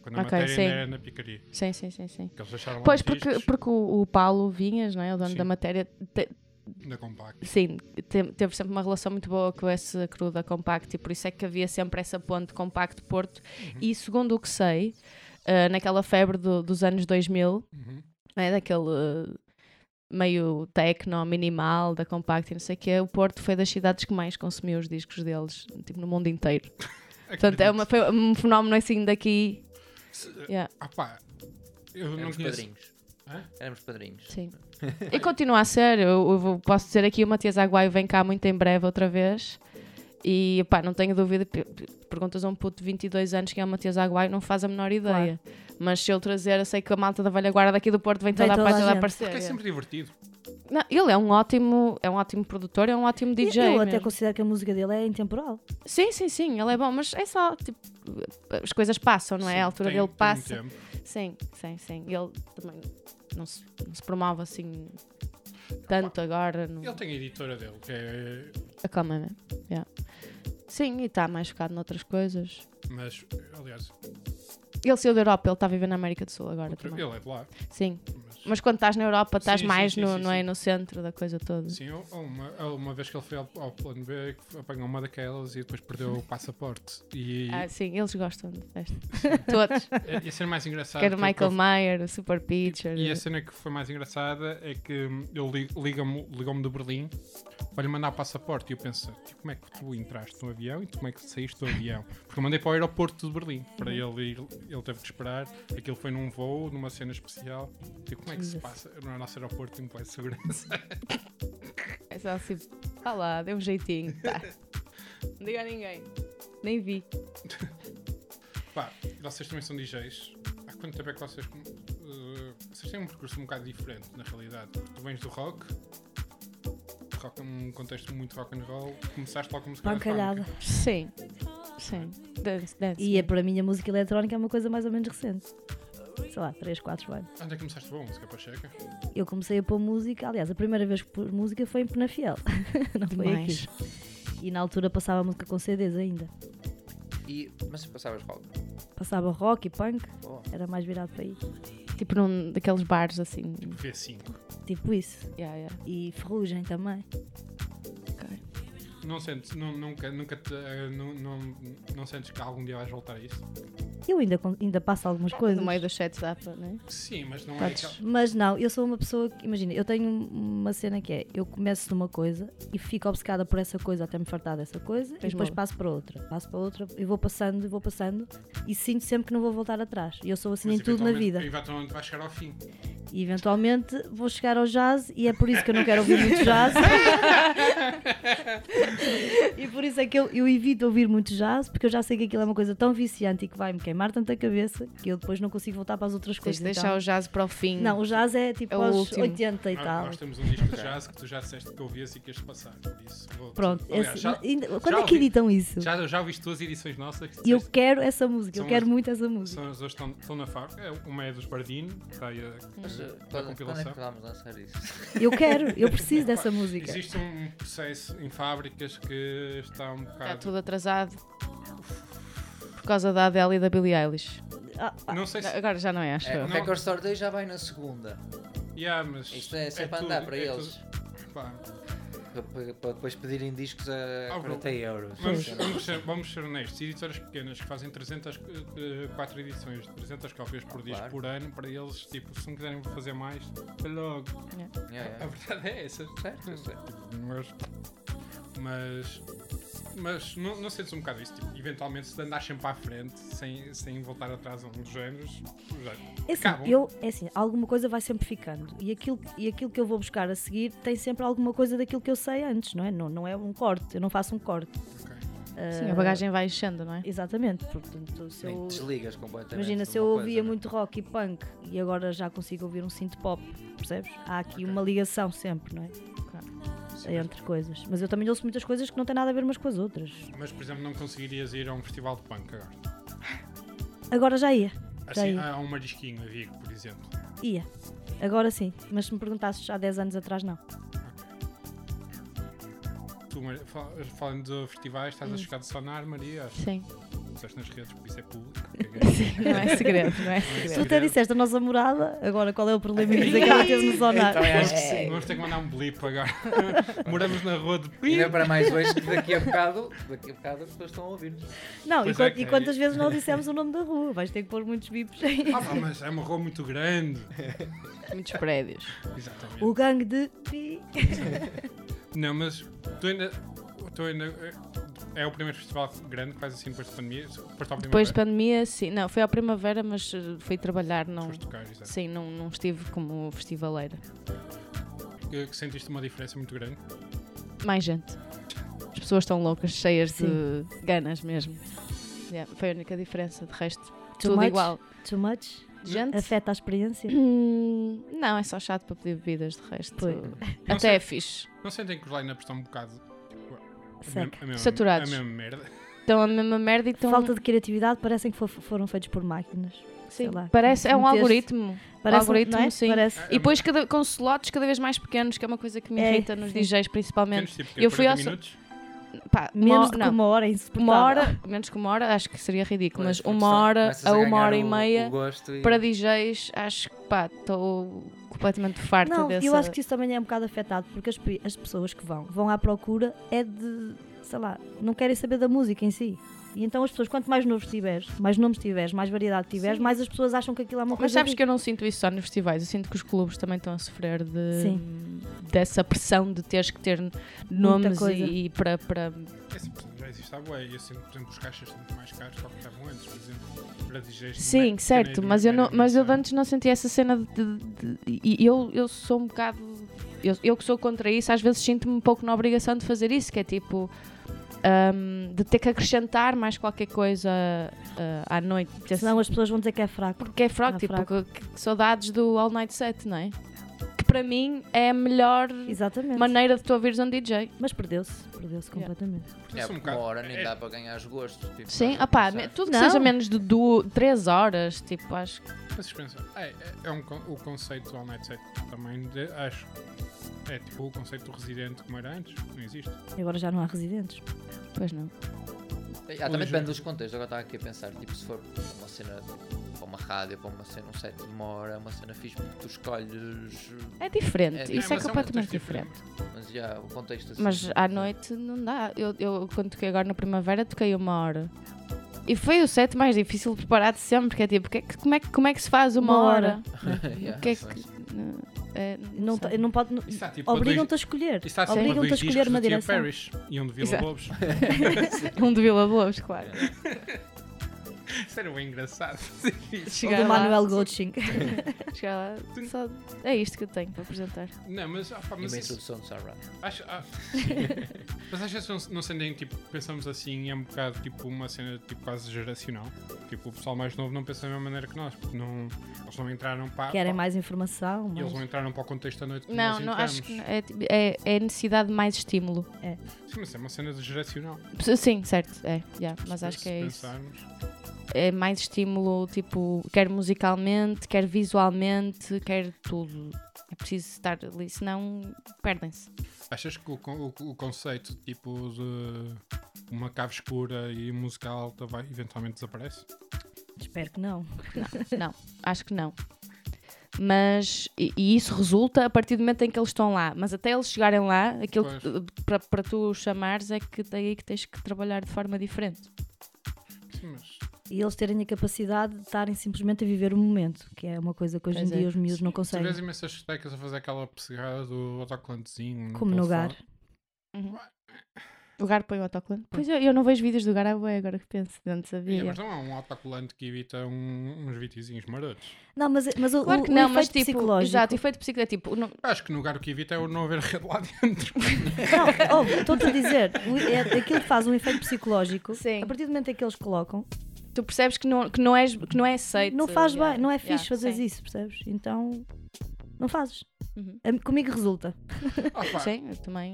Speaker 3: Quando a
Speaker 6: Ok,
Speaker 3: matéria
Speaker 6: sim.
Speaker 3: ainda era na picaria.
Speaker 6: Sim, sim, sim, sim.
Speaker 3: Que eles deixaram
Speaker 6: Pois,
Speaker 3: lá
Speaker 6: porque,
Speaker 3: registros
Speaker 6: porque o, o Paulo Vinhas, não é? o dono
Speaker 3: Sim.
Speaker 6: da matéria, te-
Speaker 3: da Compaq.
Speaker 6: Sim, te- teve sempre uma relação muito boa com essa crew da Compact e por isso é que havia sempre essa ponte Compact-Porto.
Speaker 3: Uhum.
Speaker 6: E segundo o que sei, eh, naquela febre do- dos anos 2000,
Speaker 3: Uhum.
Speaker 6: né, daquele eh, meio techno minimal da Compact e não sei o quê, o Porto foi das cidades que mais consumiu os discos deles, tipo no mundo inteiro. Portanto, é uma, foi um fenómeno assim daqui.
Speaker 3: Acredito.
Speaker 6: Yeah,
Speaker 3: Ah, pá, eu não
Speaker 4: Éramos
Speaker 3: conheço.
Speaker 4: padrinhos.
Speaker 3: Hã?
Speaker 4: Éramos padrinhos.
Speaker 6: sim. E continua a ser, eu, eu vou- posso dizer aqui, o Matias Aguaio vem cá muito em breve outra vez. E pá, não tenho dúvida, pe- pe- perguntas a um puto de 22 anos que é o Matias Aguaio, não faz a menor ideia. Mas se eu trazer, eu sei que a malta da velha guarda aqui do Porto vem toda,
Speaker 5: Vem
Speaker 6: a
Speaker 5: toda
Speaker 6: parte
Speaker 5: a
Speaker 6: toda a
Speaker 5: gente.
Speaker 6: aparecer.
Speaker 3: Porque é sempre divertido.
Speaker 6: Não, ele é um ótimo, é um ótimo produtor, é um ótimo DJ.
Speaker 5: eu até
Speaker 6: mesmo.
Speaker 5: considero que a música dele é intemporal.
Speaker 6: Sim, sim, sim, ele é bom, mas é só, tipo, as coisas passam, não é? a altura
Speaker 3: Tem-
Speaker 6: dele
Speaker 3: tem um
Speaker 6: passa.
Speaker 3: tempo.
Speaker 6: Sim, sim, sim. Ele também não se, não se promove assim tanto agora. não-
Speaker 3: Ele tem a editora dele, que é.
Speaker 6: Acalma-me. né? Yeah. Sim, e está mais focado noutras coisas.
Speaker 3: Mas, aliás,
Speaker 6: Ele saiu da Europa, ele está a viver na América do Sul agora
Speaker 3: outra-
Speaker 6: também.
Speaker 3: ele é de lá.
Speaker 6: Sim.
Speaker 3: Mas,
Speaker 6: Mas quando estás na Europa, estás
Speaker 3: Sim, sim,
Speaker 6: mais
Speaker 3: sim,
Speaker 6: no,
Speaker 3: sim,
Speaker 6: não é,
Speaker 3: sim.
Speaker 6: no centro da coisa toda.
Speaker 3: sim, eu- há uma, há uma vez que ele foi ao, ao plano B, que apanhou uma daquelas e depois perdeu o passaporte. E
Speaker 6: Ah, sim, eles gostam desta. Todos.
Speaker 3: é- ia ser mais engraçado.
Speaker 6: Quer o
Speaker 3: que-
Speaker 6: Michael Mayer, o Super Pitcher.
Speaker 3: E assim, a cena que foi mais engraçada é que hum, ele li- liga-me ligou-me de Berlim para lhe mandar o passaporte. E eu penso, "Tipo, como é que tu entraste no avião e tu como é que saíste do avião? Porque eu mandei para o aeroporto de Berlim, para ele ir, ele teve que esperar. Aquilo foi num voo, numa cena especial. Tipo, como é que se
Speaker 6: Jesus.
Speaker 3: passa? No nosso aeroporto tem um de segurança.
Speaker 6: É só assim, tá lá, deu um jeitinho. Tá. Não diga a ninguém. Nem vi.
Speaker 3: Pá, vocês também são DJs. Há quanto tempo é que vocês. com- eh, vocês têm um percurso um bocado diferente, na realidade. Porque tu vens do rock. Rock é um contexto muito rock and roll. Começaste logo como se
Speaker 5: Pancalhada.
Speaker 6: Sim. Sim. Dance, dance.
Speaker 5: E é, para mim a música eletrónica é uma coisa mais ou menos recente. Sei lá, 3, 4 anos.
Speaker 3: Onde é que começaste com a música Pacheca?
Speaker 5: Eu comecei a pôr música, aliás, a primeira vez que pus música foi em Penafiel. Não foi
Speaker 6: Demais.
Speaker 5: aqui. E na altura passava a música com CDs ainda.
Speaker 4: E, mas passavas rock.
Speaker 6: Hum.
Speaker 5: Passava rock e punk,
Speaker 4: Oh.
Speaker 5: era mais virado para aí.
Speaker 6: Tipo num daqueles bares assim.
Speaker 3: V5.
Speaker 5: Tipo isso.
Speaker 6: Yeah, yeah.
Speaker 5: E ferrugem também.
Speaker 3: Não sentes, não, nunca, nunca te, eh, não, não, não sentes que algum dia vais voltar a isso?
Speaker 5: Eu ainda, con- ainda passo algumas coisas.
Speaker 6: No meio dos sets dá para, não é?
Speaker 3: Sim, mas não
Speaker 6: Podes.
Speaker 3: é aquela.
Speaker 5: Mas não, eu sou uma pessoa que, imagina, eu tenho uma cena que é, eu começo numa coisa e fico obcecada por essa coisa até me fartar dessa coisa e
Speaker 6: Tens
Speaker 5: depois
Speaker 6: modo.
Speaker 5: passo para outra, passo para outra e vou passando e vou passando e sinto sempre que não vou voltar atrás. E eu sou assim
Speaker 3: mas
Speaker 5: em tudo na
Speaker 3: eventualmente-
Speaker 5: vida.
Speaker 3: Eventualmente vai chegar ao fim.
Speaker 5: E eventualmente vou chegar ao jazz e é por isso que eu não quero ouvir muito jazz. e por isso é que eu, eu evito ouvir muito jazz, porque eu já sei que aquilo é uma coisa tão viciante e que vai me queimar tanta cabeça que eu depois não consigo voltar para as outras
Speaker 6: Tens
Speaker 5: coisas.
Speaker 6: de deixar
Speaker 5: então.
Speaker 6: o jazz para o fim.
Speaker 5: Não, o jazz é tipo
Speaker 6: É o
Speaker 5: aos
Speaker 6: último.
Speaker 5: 80 e
Speaker 3: Nós-
Speaker 5: tal.
Speaker 3: Nós temos um disco de jazz que tu já disseste que ouvias e que ias passar. Por isso, vou-
Speaker 5: Pronto,
Speaker 3: Aliás,
Speaker 5: esse-
Speaker 3: já,
Speaker 5: ainda-
Speaker 3: já
Speaker 5: quando é que
Speaker 3: ouvi-
Speaker 5: editam isso?
Speaker 3: Já, já ouviste duas edições nossas que
Speaker 5: E eu
Speaker 3: disseste-
Speaker 5: quero essa música, eu
Speaker 3: São
Speaker 5: quero
Speaker 3: as-
Speaker 5: muito essa música.
Speaker 3: São as duas que estão, estão na faca. É, Uma é dos Bardini, que está aí a,
Speaker 4: Mas eh,
Speaker 3: a,
Speaker 4: quando, quando é
Speaker 3: compilação.
Speaker 4: que vamos lançar isso?
Speaker 5: Eu quero, eu preciso dessa música.
Speaker 3: Existe um processo em fábricas que está
Speaker 4: Tá
Speaker 3: um
Speaker 6: Está
Speaker 3: bocado.
Speaker 6: tá tudo atrasado. Por causa da Adele e da Billie Eilish.
Speaker 5: Ah, ah,
Speaker 3: Não sei se.
Speaker 6: Agora já não é, acho
Speaker 4: É,
Speaker 6: eu.
Speaker 4: o Record Store Day já vai na segunda.
Speaker 3: Yeah, mas
Speaker 4: Isto é sempre a
Speaker 3: tudo-
Speaker 4: andar para
Speaker 3: é
Speaker 4: eles.
Speaker 3: tudo- pá,
Speaker 4: Para- Para para depois pedirem discos a
Speaker 3: Ah, bro.
Speaker 4: 40 euros.
Speaker 3: Vamos, vamos, ser, vamos ser honestos, editoras pequenas que fazem 300, 4 edições, 300 cópias por disco
Speaker 4: Claro.
Speaker 3: por ano, para eles, tipo, se não quiserem fazer mais, é logo.
Speaker 4: Yeah,
Speaker 3: A
Speaker 4: yeah.
Speaker 3: verdade é essa.
Speaker 4: Certo, eu sei.
Speaker 3: Mas. Mas. Mas não, não sentes um bocado isso? Tipo, eventualmente, se andares sempre à frente, sem, sem voltar atrás a uns géneros, já
Speaker 5: É assim,
Speaker 3: acabam.
Speaker 5: eu, é assim, alguma coisa vai sempre ficando. E aquilo, e aquilo que eu vou buscar a seguir tem sempre alguma coisa daquilo que eu sei antes, não é? Não, não é um corte, eu não faço um corte. Ah,
Speaker 3: Ok.
Speaker 6: Sim, a bagagem vai enchendo, não é?
Speaker 5: Exatamente, portanto, se
Speaker 4: Nem
Speaker 5: eu,
Speaker 4: desligas completamente.
Speaker 5: imagina
Speaker 4: de
Speaker 5: se eu
Speaker 4: uma coisa,
Speaker 5: ouvia
Speaker 4: não é?
Speaker 5: muito rock e punk e agora já consigo ouvir um synth pop, percebes? Há aqui uma ligação sempre, não é? Entre coisas. Mas eu também ouço muitas coisas que não têm nada a ver umas com as outras.
Speaker 3: Mas, por exemplo, não conseguirias ir a um festival de punk agora.
Speaker 5: Agora já ia. Já
Speaker 3: Assim,
Speaker 5: ia.
Speaker 3: a um marisquinho a Vigo, por exemplo.
Speaker 5: Ia. Agora sim. Mas se me perguntasses há 10 anos atrás, não.
Speaker 3: Tu, Mar- fal- falando de festivais, estás a chegar de sonar, Maria?
Speaker 6: Sim.
Speaker 3: disseste nas redes, porque isso é público. caguei.
Speaker 6: Não é segredo, não é
Speaker 5: Tu
Speaker 6: segredo.
Speaker 5: até disseste a nossa morada, agora qual é o problema em dizer que ela teve no sonar?
Speaker 4: Então é
Speaker 3: Vamos,
Speaker 4: acho que sim.
Speaker 3: vamos ter que mandar um blip agora. Moramos na rua de
Speaker 4: Ainda é para mais hoje que daqui a bocado, daqui a bocado as pessoas estão a ouvir-nos.
Speaker 5: Não, e,
Speaker 3: Pois é
Speaker 5: quan-
Speaker 3: que
Speaker 5: e
Speaker 3: é
Speaker 5: quantas
Speaker 3: isso.
Speaker 5: vezes não dissemos o nome da rua? Vais ter que pôr muitos bips aí.
Speaker 3: Ah, pá, mas é uma rua muito grande.
Speaker 6: Muitos prédios.
Speaker 3: Exatamente.
Speaker 5: O gangue de pi.
Speaker 3: Não, mas tu ainda. Tu ainda é- é o primeiro festival grande que faz assim depois da pandemia? Depois da
Speaker 6: Depois
Speaker 3: pandemia.
Speaker 6: de pandemia, sim. Não, foi à primavera, mas eh, fui trabalhar, não.
Speaker 3: Depois tocar, exato.
Speaker 6: Sim, não, não estive como festivaleira.
Speaker 3: Eh, Que, que sentiste uma diferença muito grande.
Speaker 6: Mais gente. As pessoas estão loucas, cheias de ganas mesmo. Yeah, foi a única diferença, de resto,
Speaker 5: Too
Speaker 6: tudo
Speaker 5: much?
Speaker 6: igual.
Speaker 5: Too much?
Speaker 6: Gente.
Speaker 5: Afeta a experiência?
Speaker 6: Hum, não, é só chato para pedir bebidas, de resto.
Speaker 5: Pois.
Speaker 3: Não
Speaker 6: Até
Speaker 3: sei-
Speaker 6: é fixe.
Speaker 3: Não sentem que os lineups estão um bocado. a
Speaker 5: Seca.
Speaker 3: mesma- a mesma-
Speaker 6: Saturados.
Speaker 3: A mesma merda.
Speaker 6: Então a mesma merda e estão.
Speaker 5: Falta de criatividade, parecem que fo- foram feitos por máquinas. sei
Speaker 6: Sim,
Speaker 5: lá,
Speaker 6: parece, é um
Speaker 5: meteste-
Speaker 6: algoritmo.
Speaker 5: Parece,
Speaker 6: algoritmo,
Speaker 5: não é?
Speaker 6: sim.
Speaker 5: Parece.
Speaker 6: E depois cada, com slots cada vez mais pequenos, que é uma coisa que me
Speaker 5: É,
Speaker 6: irrita nos
Speaker 5: sim.
Speaker 6: DJs
Speaker 3: Menos
Speaker 6: principalmente.
Speaker 3: tipo
Speaker 6: Eu
Speaker 3: que
Speaker 6: fui
Speaker 3: 40
Speaker 6: ao so-
Speaker 3: minutos.
Speaker 6: Pá, uma
Speaker 5: Menos
Speaker 6: ho-
Speaker 5: de que
Speaker 6: não,
Speaker 5: uma hora é insuportável.
Speaker 6: uma hora, menos que uma hora, acho que seria ridículo, mas uma hora
Speaker 4: Começas
Speaker 6: a uma
Speaker 4: ganhar
Speaker 6: hora e
Speaker 4: o-
Speaker 6: meia
Speaker 4: o gosto e-
Speaker 6: para DJs, acho que pá, estou completamente farta
Speaker 5: Não,
Speaker 6: dessa.
Speaker 5: eu acho que isso também é um bocado afetado, porque as, pe- as pessoas que vão, vão à procura é de, sei lá, não querem saber da música em si. E então as pessoas, quanto mais novos tiveres, mais nomes tiveres, mais variedade tiveres, mais as pessoas acham que aquilo é uma
Speaker 6: Mas
Speaker 5: coisa.
Speaker 6: sabes que
Speaker 5: rica.
Speaker 6: eu não sinto isso só nos festivais, eu sinto que os clubes também estão a sofrer de,
Speaker 5: Sim.
Speaker 6: dessa pressão de teres que ter nomes
Speaker 5: coisa.
Speaker 6: e, e para, para.
Speaker 3: Esse É assim, exemplo já existe há bué. E assim, por exemplo, os caixas são muito mais caros do que estavam antes, por exemplo. Para DJs.
Speaker 6: Sim, certo, mas eu, não, mas eu de antes não sentia essa cena de. de- de- e eu, eu sou um bocado. Eu, eu que sou contra isso, às vezes sinto-me um pouco na obrigação de fazer isso, que é tipo. hum, de ter que acrescentar mais qualquer coisa ah, à noite. Porque
Speaker 5: Senão as pessoas vão dizer que é fraco.
Speaker 6: Porque é fraco,
Speaker 5: Ah,
Speaker 6: tipo,
Speaker 5: fraco.
Speaker 6: que- que saudades do All Night Set, não é? Que para mim é a melhor
Speaker 5: Exatamente.
Speaker 6: maneira de tu ouvires um DJ.
Speaker 5: Mas perdeu-se, perdeu-se
Speaker 6: Yeah.
Speaker 5: completamente.
Speaker 4: É,
Speaker 3: um
Speaker 4: porque
Speaker 3: bocado.
Speaker 4: uma hora nem
Speaker 3: é-
Speaker 4: dá para ganhar os gostos. tipo,
Speaker 6: Sim,
Speaker 4: estás a
Speaker 6: opá,
Speaker 4: pensar.
Speaker 6: ne- tudo que
Speaker 5: Não.
Speaker 6: seja menos de 3 horas, tipo, acho que.
Speaker 3: Mas vocês pensam, é, é- é um, con- o conceito do All Night Set também, de- acho. É tipo o conceito do residente como era antes, não existe.
Speaker 5: E Agora já não há residentes.
Speaker 6: Pois não.
Speaker 4: Ah, também
Speaker 3: Ligeiro.
Speaker 4: depende dos contextos. Agora estava aqui a pensar, tipo, se for uma cena para uma rádio, para uma cena, um set de uma hora, uma cena fixe, porque tu escolhes.
Speaker 6: É diferente,
Speaker 4: É,
Speaker 6: isso é,
Speaker 3: mas é um
Speaker 6: completamente
Speaker 3: contexto
Speaker 6: diferente.
Speaker 3: diferente.
Speaker 4: Mas já, o contexto assim.
Speaker 6: Mas à noite não dá. Eu, eu quando toquei agora na primavera, toquei uma hora. E foi o set mais difícil de preparar de sempre, porque é tipo, que é que- como, é, que- como é que se faz uma,
Speaker 5: Uma
Speaker 6: hora?
Speaker 4: Yeah,
Speaker 6: O que é que.
Speaker 4: pois.
Speaker 6: é,
Speaker 5: Não,
Speaker 6: sei.
Speaker 5: te- não pode. não-
Speaker 3: Isso há tipo
Speaker 5: Obrigam-te a escolher.
Speaker 3: Isso há tipo
Speaker 5: Obrigam-te a
Speaker 3: dois
Speaker 5: escolher
Speaker 3: discos
Speaker 5: uma
Speaker 3: do Tia
Speaker 5: direção.
Speaker 3: Parrish e um de Vila
Speaker 6: Exato.
Speaker 3: Lobos.
Speaker 6: um de Vila Lobos, claro.
Speaker 3: Isso era bem engraçado.
Speaker 5: Ou
Speaker 6: Chegar
Speaker 5: do
Speaker 6: lá,
Speaker 5: Manuel Goldschink.
Speaker 6: chegar lá, só- é isto que eu tenho para apresentar.
Speaker 3: não, mas, ah, pá,
Speaker 4: E
Speaker 3: mas
Speaker 4: uma
Speaker 3: isso,
Speaker 4: introdução de Sarah.
Speaker 3: acho, ah, mas às vezes não, não sentem, tipo, pensamos assim, é um bocado tipo uma cena tipo, quase geracional. Tipo, o pessoal mais novo não pensa da mesma maneira que nós, porque não, eles não entraram para.
Speaker 5: Querem
Speaker 3: para-
Speaker 5: mais informação.
Speaker 3: Ah, E
Speaker 5: Mais...
Speaker 3: eles não entraram para o contexto da noite como
Speaker 6: Não,
Speaker 3: nós
Speaker 6: não
Speaker 3: entramos.
Speaker 6: acho que é, tipo- é, é necessidade de mais estímulo.
Speaker 3: Sim, mas é uma cena geracional.
Speaker 6: Sim, certo, é, yeah, mas
Speaker 3: Se-
Speaker 6: acho
Speaker 3: se
Speaker 6: que é isso.
Speaker 3: pensarmos.
Speaker 6: é mais estímulo, tipo, quer musicalmente, quer visualmente, quer tudo. É preciso estar ali, senão perdem-se.
Speaker 3: Achas que o, con- o- o conceito tipo de uma cave escura e música alta vai eventualmente desaparece?
Speaker 5: Espero que não.
Speaker 6: Acho que não. Mas, e, e isso resulta a partir do momento em que eles estão lá. Mas até eles chegarem lá, aquilo que- para- para tu os chamares é que daí que tens que trabalhar de forma diferente.
Speaker 3: Sim, mas
Speaker 5: E eles terem a capacidade de estarem simplesmente a viver o momento, que é uma coisa que hoje em
Speaker 6: Pois é.
Speaker 5: dia os miúdos não
Speaker 3: tu vês
Speaker 5: conseguem.
Speaker 3: imensas discotecas a fazer aquela pessegada do autoclantezinho.
Speaker 5: Como no
Speaker 3: um telefone.
Speaker 5: Gar.
Speaker 6: Uhum. O Gar põe o autocolante. Pois eu, eu não vejo vídeos do Gar há bué, agora que penso, antes
Speaker 3: É,
Speaker 6: sabia.
Speaker 3: mas não há um autocolante que evita um- uns vitizinhos marotos.
Speaker 5: Não, mas, mas o,
Speaker 6: Claro
Speaker 5: o-
Speaker 6: que
Speaker 5: o
Speaker 6: não, mas
Speaker 5: efeito
Speaker 6: tipo,
Speaker 5: psicológico.
Speaker 6: exato, efeito psicológico, tipo, não-
Speaker 3: Eu acho que no Gar o que evita é o não haver rede lá dentro.
Speaker 5: Não, ouve, estou-te a dizer, o- é, aquilo que faz um efeito psicológico,
Speaker 6: Sim.
Speaker 5: a partir do momento em que eles colocam,
Speaker 6: tu percebes que não, que não, és, que não é aceito.
Speaker 5: não faz
Speaker 6: yeah,
Speaker 5: bem, não é
Speaker 6: yeah,
Speaker 5: fixe fazeres
Speaker 6: sim.
Speaker 5: isso, percebes? Então, não fazes.
Speaker 6: Uhum.
Speaker 5: A- Comigo resulta.
Speaker 3: Ah, pá,
Speaker 6: Sim, eu também.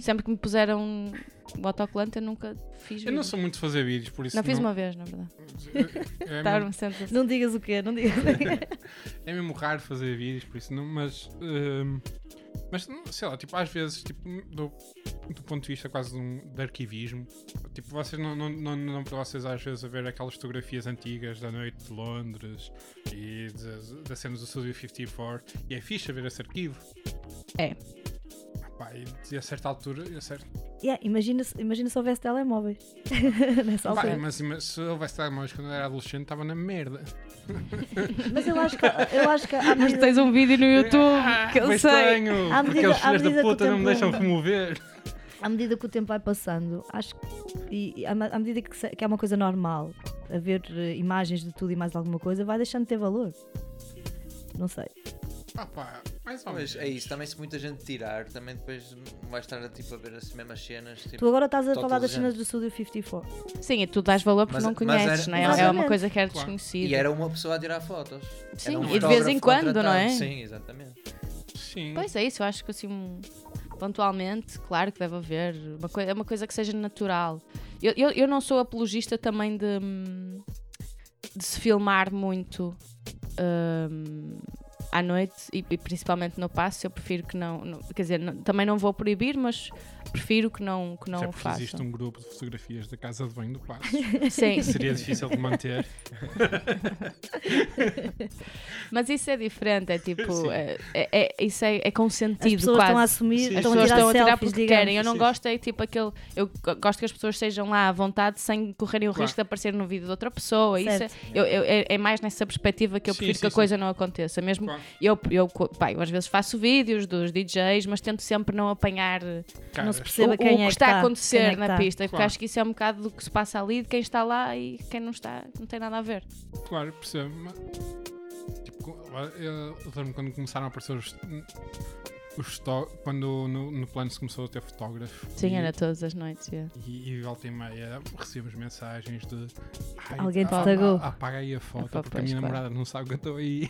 Speaker 6: Sempre que me puseram o autocolante, eu nunca fiz.
Speaker 3: eu não
Speaker 6: vídeos.
Speaker 3: sou muito de fazer vídeos, por isso.
Speaker 6: Não fiz uma vez, na verdade.
Speaker 3: É, mesmo,
Speaker 6: Estava-me sempre assim.
Speaker 5: Não digas o quê, não digas.
Speaker 3: é mesmo raro fazer vídeos, por isso não. Mas. hum, Mas não- sei lá, tipo, às vezes, tipo, do, do ponto de vista quase de, um, de arquivismo, tipo, vocês não, não, não, não vocês às vezes a ver aquelas fotografias antigas da noite de Londres e de- da cena do Studio 54 e é fixe ver esse arquivo.
Speaker 6: É.
Speaker 3: Ah, pá, e a certa altura, e a certa
Speaker 5: Yeah, imagina, se- imagina se houvesse telemóveis nessa
Speaker 3: Pá,
Speaker 5: altura.
Speaker 3: mas, mas se houvesse telemóveis quando eu era adolescente, estava na merda.
Speaker 5: Mas eu acho que, eu acho que à
Speaker 6: Mas
Speaker 5: medida-
Speaker 6: tens um vídeo no YouTube que eu
Speaker 3: mas
Speaker 6: sei.
Speaker 3: tenho,
Speaker 5: À
Speaker 3: porque
Speaker 5: medida-
Speaker 3: aqueles
Speaker 5: à
Speaker 3: filhos
Speaker 5: medida
Speaker 3: da
Speaker 5: que o
Speaker 3: puta não me
Speaker 5: tempo
Speaker 3: deixam
Speaker 5: anda.
Speaker 3: remover.
Speaker 5: à medida que o tempo vai passando, acho que e, e à, ma- à medida que, se- que é uma coisa normal haver eh, imagens de tudo e mais alguma coisa, vai deixando de ter valor. Não sei.
Speaker 3: Ah, pá, mais ou menos.
Speaker 4: Mas é isso, também se muita gente tirar, também depois vai estar tipo, a ver as mesmas cenas. Tipo,
Speaker 5: Tu agora estás a
Speaker 4: Tô
Speaker 5: falar das cenas
Speaker 4: inteligente.
Speaker 5: do Studio 54.
Speaker 6: Sim, e tu dás valor porque
Speaker 4: Mas-
Speaker 6: não
Speaker 4: mas
Speaker 6: conheces,
Speaker 4: era-
Speaker 6: não é?
Speaker 5: mas
Speaker 6: é
Speaker 5: era-
Speaker 6: uma coisa que era
Speaker 3: Claro.
Speaker 6: desconhecida.
Speaker 4: E era uma pessoa a tirar fotos. Era
Speaker 6: Sim,
Speaker 4: um
Speaker 6: e de vez
Speaker 4: fotógrafo
Speaker 6: em quando, não
Speaker 4: contratado.
Speaker 6: é?
Speaker 4: Sim, exatamente.
Speaker 3: Sim.
Speaker 6: Pois é isso, eu acho que assim um- pontualmente, claro que deve haver uma coi- é uma coisa que seja natural. Eu, eu, eu não sou apologista também de, hum, de se filmar muito hum, à noite e, e principalmente no passo. Eu prefiro que não, não- quer dizer, não- também não vou proibir, mas prefiro que não que não
Speaker 3: Até
Speaker 6: o
Speaker 3: porque existe
Speaker 6: façam.
Speaker 3: um grupo de fotografias da casa de banho do Passo.
Speaker 6: Sim.
Speaker 3: Seria difícil de manter.
Speaker 6: Mas isso é diferente, é
Speaker 3: Sim.
Speaker 6: tipo, é, é- é- isso é, é consentido
Speaker 5: As pessoas
Speaker 6: quase.
Speaker 5: estão a assumir,
Speaker 3: Sim.
Speaker 6: As
Speaker 5: estão
Speaker 6: pessoas
Speaker 5: a tirar
Speaker 6: estão a
Speaker 5: selfies,
Speaker 6: tirar porque
Speaker 5: digamos. assim.
Speaker 6: querem. Eu não
Speaker 3: Sim.
Speaker 6: gosto é tipo aquele. Eu go- gosto que as pessoas sejam lá à vontade sem correrem o
Speaker 3: Claro.
Speaker 6: risco de aparecer no vídeo de outra pessoa. Isso é,
Speaker 5: Certo.
Speaker 6: eu- eu- é, é mais nessa perspectiva que eu
Speaker 3: Sim,
Speaker 6: prefiro
Speaker 3: sim,
Speaker 6: que a
Speaker 3: sim.
Speaker 6: coisa não aconteça. Mesmo
Speaker 3: Claro.
Speaker 6: eu, eu, co- pá, eu às vezes faço vídeos dos DJs, mas tento sempre não apanhar eh,
Speaker 5: Não
Speaker 3: Caras.
Speaker 5: se
Speaker 6: o,
Speaker 5: percebe
Speaker 6: o
Speaker 5: quem é
Speaker 6: que
Speaker 5: que
Speaker 6: está a
Speaker 5: tá,
Speaker 6: acontecer
Speaker 5: quem é que
Speaker 6: na
Speaker 5: tá.
Speaker 6: pista, porque
Speaker 3: Claro.
Speaker 6: acho que isso é um bocado do que se passa ali, de quem está lá e quem não está, não tem nada a ver.
Speaker 3: Claro, percebo. mas- Tipo, eu lembro quando começaram a aparecer os. os fotó- quando no, no plano se começou a ter fotógrafo.
Speaker 6: Sim,
Speaker 3: e,
Speaker 6: era todas as noites. é.
Speaker 3: E, e volta e meia recebemos mensagens de. "Ai,
Speaker 5: Alguém te
Speaker 3: a-
Speaker 5: tagau."
Speaker 3: a- Apaga aí a foto,
Speaker 6: foto,
Speaker 3: porque a minha
Speaker 6: pois, claro.
Speaker 3: namorada não sabe que eu estou aí.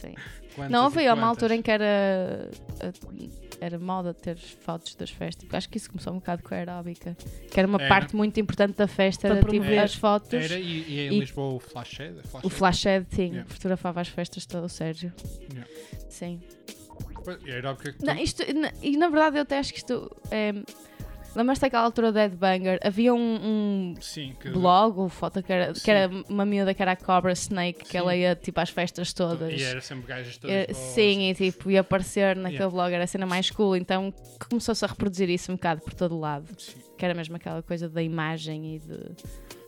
Speaker 6: Sim.
Speaker 3: Quantas
Speaker 6: Não,
Speaker 3: e
Speaker 6: houve uma
Speaker 3: quantas?
Speaker 6: altura em que era, eh, era moda ter fotos das festas. Acho que isso começou um bocado com a aeróbica, que era uma
Speaker 3: Era.
Speaker 6: parte muito importante da festa,
Speaker 5: Para
Speaker 6: era tipo
Speaker 5: promover.
Speaker 6: as fotos.
Speaker 3: Era, e, e em
Speaker 6: E-
Speaker 3: Lisboa o Flashhead? é
Speaker 6: O
Speaker 3: Flashhead?
Speaker 6: flashhead, sim,
Speaker 3: Yeah.
Speaker 6: fotografava as festas todo o Sérgio.
Speaker 3: Yeah. Então
Speaker 6: Sim.
Speaker 3: Pois, E era porque
Speaker 6: Não, isto, na, e na verdade eu até acho que isto é. Lembras-te daquela altura do Dead Banger? Havia um, um
Speaker 3: Sim, que
Speaker 6: blog ou foto que era, que
Speaker 3: Sim.
Speaker 6: era uma miúda que era a Cobra Snake, que
Speaker 3: Sim. Então,
Speaker 6: ela ia tipo às festas todas.
Speaker 3: E era sempre gajas todas.
Speaker 6: Eh,
Speaker 3: boas.
Speaker 6: Sim, e tipo, ia aparecer naquele
Speaker 3: Yeah.
Speaker 6: blog, era a cena mais cool, então que começou-se a reproduzir isso um bocado por todo o lado,
Speaker 3: Sim.
Speaker 6: que era mesmo aquela coisa da imagem e de, de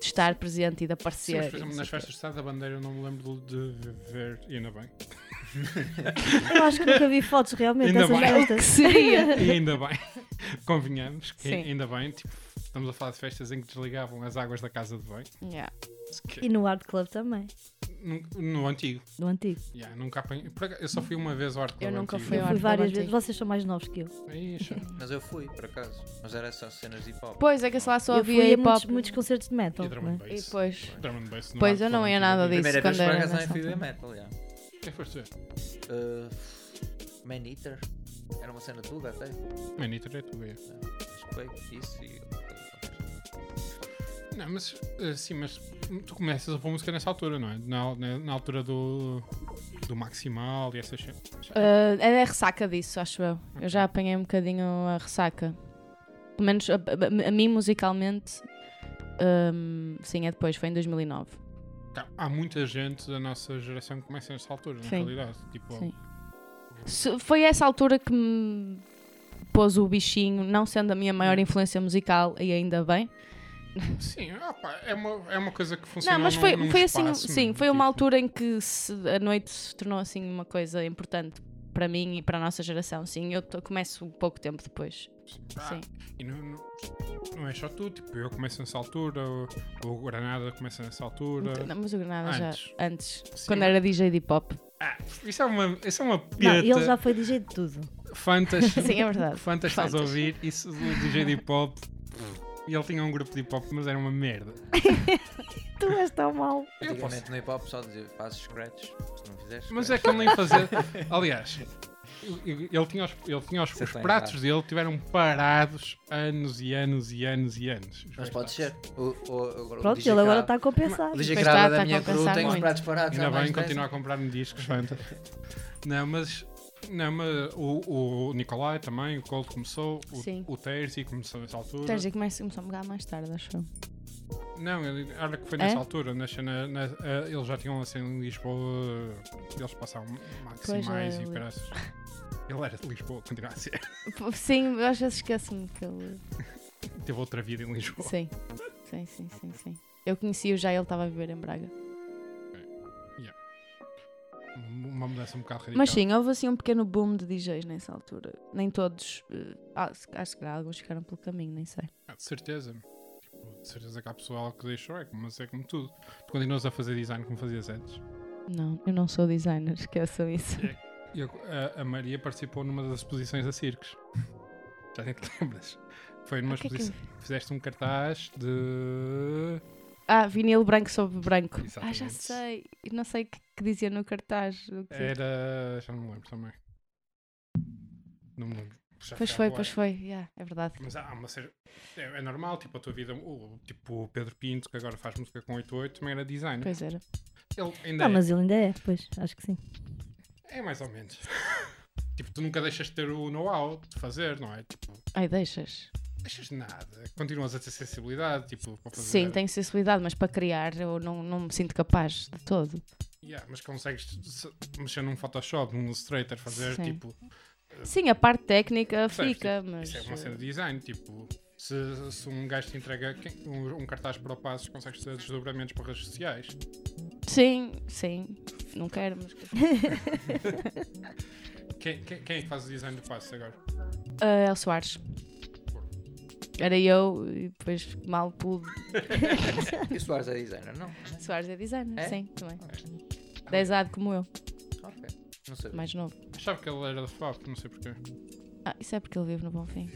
Speaker 6: estar presente e de
Speaker 3: Sim, mas, por
Speaker 6: aparecer. e não
Speaker 3: exemplo,
Speaker 6: sei
Speaker 3: nas
Speaker 6: o quê.
Speaker 3: festas de Estado da Bandeira eu não me lembro de de ver. E ainda bem.
Speaker 5: Eu acho que nunca vi fotos realmente
Speaker 3: Ainda
Speaker 5: dessas
Speaker 3: bem.
Speaker 6: Que
Speaker 5: festas.
Speaker 6: seria?
Speaker 3: E ainda bem. Convenhamos que
Speaker 6: Sim.
Speaker 3: ainda bem. Tipo, estamos a falar de festas em que desligavam as águas da casa de banho.
Speaker 6: Yeah.
Speaker 5: E no Art Club também,
Speaker 3: Nunca- No antigo.
Speaker 5: no antigo.
Speaker 3: Yeah, nunca apanhei. por acaso, Eu só fui uma vez ao Arte
Speaker 6: Eu
Speaker 3: Club
Speaker 6: nunca
Speaker 3: antigo.
Speaker 6: fui
Speaker 5: Eu
Speaker 6: ao
Speaker 5: fui
Speaker 6: Art Club
Speaker 5: várias
Speaker 6: antigo.
Speaker 5: vezes, vocês são mais novos que eu.
Speaker 3: Ixi,
Speaker 4: Mas eu fui, por acaso. Mas era só cenas de hip hop.
Speaker 6: Pois é que lá só
Speaker 5: eu fui
Speaker 6: havia
Speaker 5: a
Speaker 6: hip
Speaker 5: muitos,
Speaker 6: hop.
Speaker 5: muitos concertos de metal.
Speaker 3: E
Speaker 5: não
Speaker 3: drum
Speaker 5: é?
Speaker 3: and
Speaker 6: né? E
Speaker 3: bass.
Speaker 6: depois.
Speaker 3: Drum and bass no Art
Speaker 6: Pois, eu
Speaker 3: Club
Speaker 6: não
Speaker 3: antigo.
Speaker 6: ia
Speaker 3: É,
Speaker 6: nada disso.
Speaker 4: Primeira
Speaker 6: quando
Speaker 4: vez por
Speaker 6: era
Speaker 4: acaso
Speaker 6: nessa
Speaker 4: também fui ver
Speaker 6: altura.
Speaker 4: metal, já.
Speaker 3: Quem foste ver?
Speaker 4: Uh, Man Eater. Era uma cena tuga até.
Speaker 3: Manita, já tu vê.
Speaker 4: Acho que foi isso e.
Speaker 3: Não, mas eh, sim, mas tu começas a pôr música nessa altura, não é? Na, na- na altura do, do Maximal e essas cenas.
Speaker 6: Ah, era a ressaca disso, acho eu. Eu já apanhei um bocadinho a ressaca. Pelo menos a, a- a mim, musicalmente. hum, sim, é depois, foi em 2009.
Speaker 3: Cá, Há muita gente da nossa geração que começa nessa altura, na
Speaker 6: Sim.
Speaker 3: realidade. Tipo,
Speaker 6: Sim. Se- foi essa altura que me pôs o bichinho, não sendo a minha
Speaker 3: Hum.
Speaker 6: maior influência musical, e ainda bem.
Speaker 3: sim, ah, pá, é, uma, é uma coisa que funciona.
Speaker 6: Não, mas foi,
Speaker 3: num, num
Speaker 6: foi assim,
Speaker 3: espaço,
Speaker 6: sim,
Speaker 3: não é?
Speaker 6: foi uma
Speaker 3: Tipo,
Speaker 6: altura em que se- a noite se tornou assim uma coisa importante para mim e para a nossa geração. Sim, eu to- começo pouco tempo depois.
Speaker 3: ah,
Speaker 6: Sim.
Speaker 3: E não, não, não é só tu, tipo, eu começo nessa altura, o, o Granada começa nessa altura.
Speaker 6: Não, mas o Granada
Speaker 3: Antes.
Speaker 6: já antes,
Speaker 3: Sim.
Speaker 6: quando era DJ de hip hop.
Speaker 3: Ah, isso é uma, isso é uma
Speaker 5: Não,
Speaker 3: pirata.
Speaker 5: ele já foi DJ de tudo.
Speaker 3: Fantas,
Speaker 6: Sim, é verdade.
Speaker 3: Fantas estás a
Speaker 6: Fantas.
Speaker 3: ouvir, isso do DJ de hip hop. E ele tinha um grupo de hip hop, mas era uma merda.
Speaker 5: Tu és tão mau.
Speaker 3: Eu posso
Speaker 4: Antigamente no hip hop só dizia fazes scratch. Se não fizeres.
Speaker 3: Mas é
Speaker 4: scratch,
Speaker 3: que ele nem fazia. Aliás, ele ele tinha os, ele tinha os,
Speaker 4: Você tá
Speaker 3: os
Speaker 4: tem
Speaker 3: pratos dele tiveram parados anos e anos e anos e anos. Os
Speaker 4: Mas
Speaker 3: meus pratos.
Speaker 4: pode ser. O, o, agora o
Speaker 5: Pronto,
Speaker 4: DJ
Speaker 5: ele agora
Speaker 4: Crowd-
Speaker 6: tá
Speaker 5: está a compensar.
Speaker 4: O DJ
Speaker 6: Pois
Speaker 4: Crowd é da
Speaker 6: está, está a
Speaker 4: minha crew
Speaker 6: compensar
Speaker 4: tem os
Speaker 6: tá, muito.
Speaker 4: pratos parados. há
Speaker 3: Ainda
Speaker 4: mais
Speaker 3: bem
Speaker 4: de dez
Speaker 3: continuar a comprar-me discos, Fanta. Não, mas Não, mas o, o Nicolai também, o Cold começou, o,
Speaker 6: Sim.
Speaker 3: o Terzi começou nessa altura.
Speaker 6: Estás a dizer que mais- começou um bocado mais tarde, acho eu.
Speaker 3: Não, era que foi nessa
Speaker 6: É?
Speaker 3: altura, nas, na, na- eh, eles já tinham assim em Lisboa, eles passavam
Speaker 6: Pois,
Speaker 3: maximais
Speaker 6: é,
Speaker 3: e
Speaker 6: Li-
Speaker 3: parece. Ele era de Lisboa, continua a ser.
Speaker 6: P- Sim, eu às vezes esqueço-me que ele.
Speaker 3: Teve outra vida em Lisboa.
Speaker 6: Sim. Sim, sim, sim, sim. Eu conheci-o já, ele estava a viver em Braga.
Speaker 3: Um- Uma mudança um bocado radical.
Speaker 6: Mas sim, houve assim um pequeno boom de DJs nessa altura. Nem todos. eh, ah, se- acho que alguns ficaram pelo caminho, nem sei.
Speaker 3: Ah, de certeza. Tipo, de certeza que há pessoal que deixou, é como, mas é como tudo. Tu continuas a fazer design como fazias antes.
Speaker 6: Não, eu não sou designer, esqueçam isso.
Speaker 3: E eu- a, a Maria participou numa das exposições da Cirques. Já nem te lembras. Foi numa
Speaker 6: O que é que eu
Speaker 3: exposição. Fizeste um cartaz de.
Speaker 6: Ah, vinil branco sobre branco. Ah, já
Speaker 3: Exatamente.
Speaker 6: sei. Eu Não sei o que, que dizia no cartaz. o que-
Speaker 3: Era. Já não me lembro também. Não me lembro. Já
Speaker 6: Pois
Speaker 3: ficava
Speaker 6: foi,
Speaker 3: bué.
Speaker 6: pois foi. Yeah, é verdade.
Speaker 3: Mas há uma série. É, é normal, tipo, a tua vida. o- tipo, o Pedro Pinto, que agora faz música com 88, também era designer.
Speaker 6: Pois era.
Speaker 3: Ele ainda
Speaker 5: Não,
Speaker 3: é.
Speaker 5: mas ele ainda é, pois, acho que sim.
Speaker 3: É mais ou menos. tipo, tu nunca deixas de ter o know-how de fazer, não é? Tipo,
Speaker 6: Ai, deixas.
Speaker 3: deixas de nada. Continuas a ter sensibilidade, tipo, para fazer.
Speaker 6: Sim, tenho sensibilidade, mas para criar eu não, não me sinto capaz de todo.
Speaker 3: Yeah, mas consegues se- mexer num Photoshop, num Illustrator, fazer
Speaker 6: Sim.
Speaker 3: tipo.
Speaker 6: Sim, a parte técnica
Speaker 3: percebes?
Speaker 6: fica,
Speaker 3: Tipo,
Speaker 6: mas. eh,
Speaker 3: Isso é uma cena de design, tipo. Se, se um gajo te entrega quem- um, um cartaz para o Passos, consegues ter desdobramentos para redes sociais.
Speaker 6: Sim, sim. Não quero, mas.
Speaker 3: Quem, quem, quem é que faz o design do Passos agora?
Speaker 6: Ah, El Soares. Era eu e depois mal pude.
Speaker 4: E o Soares é designer, não?
Speaker 6: Soares é designer,
Speaker 4: É?
Speaker 6: sim, também. 10 ad como eu,
Speaker 4: Ok. Não sei.
Speaker 6: mais novo.
Speaker 3: Achava que ele era da FAP, não sei porquê.
Speaker 6: Ah, isso é porque ele vive no Bonfim.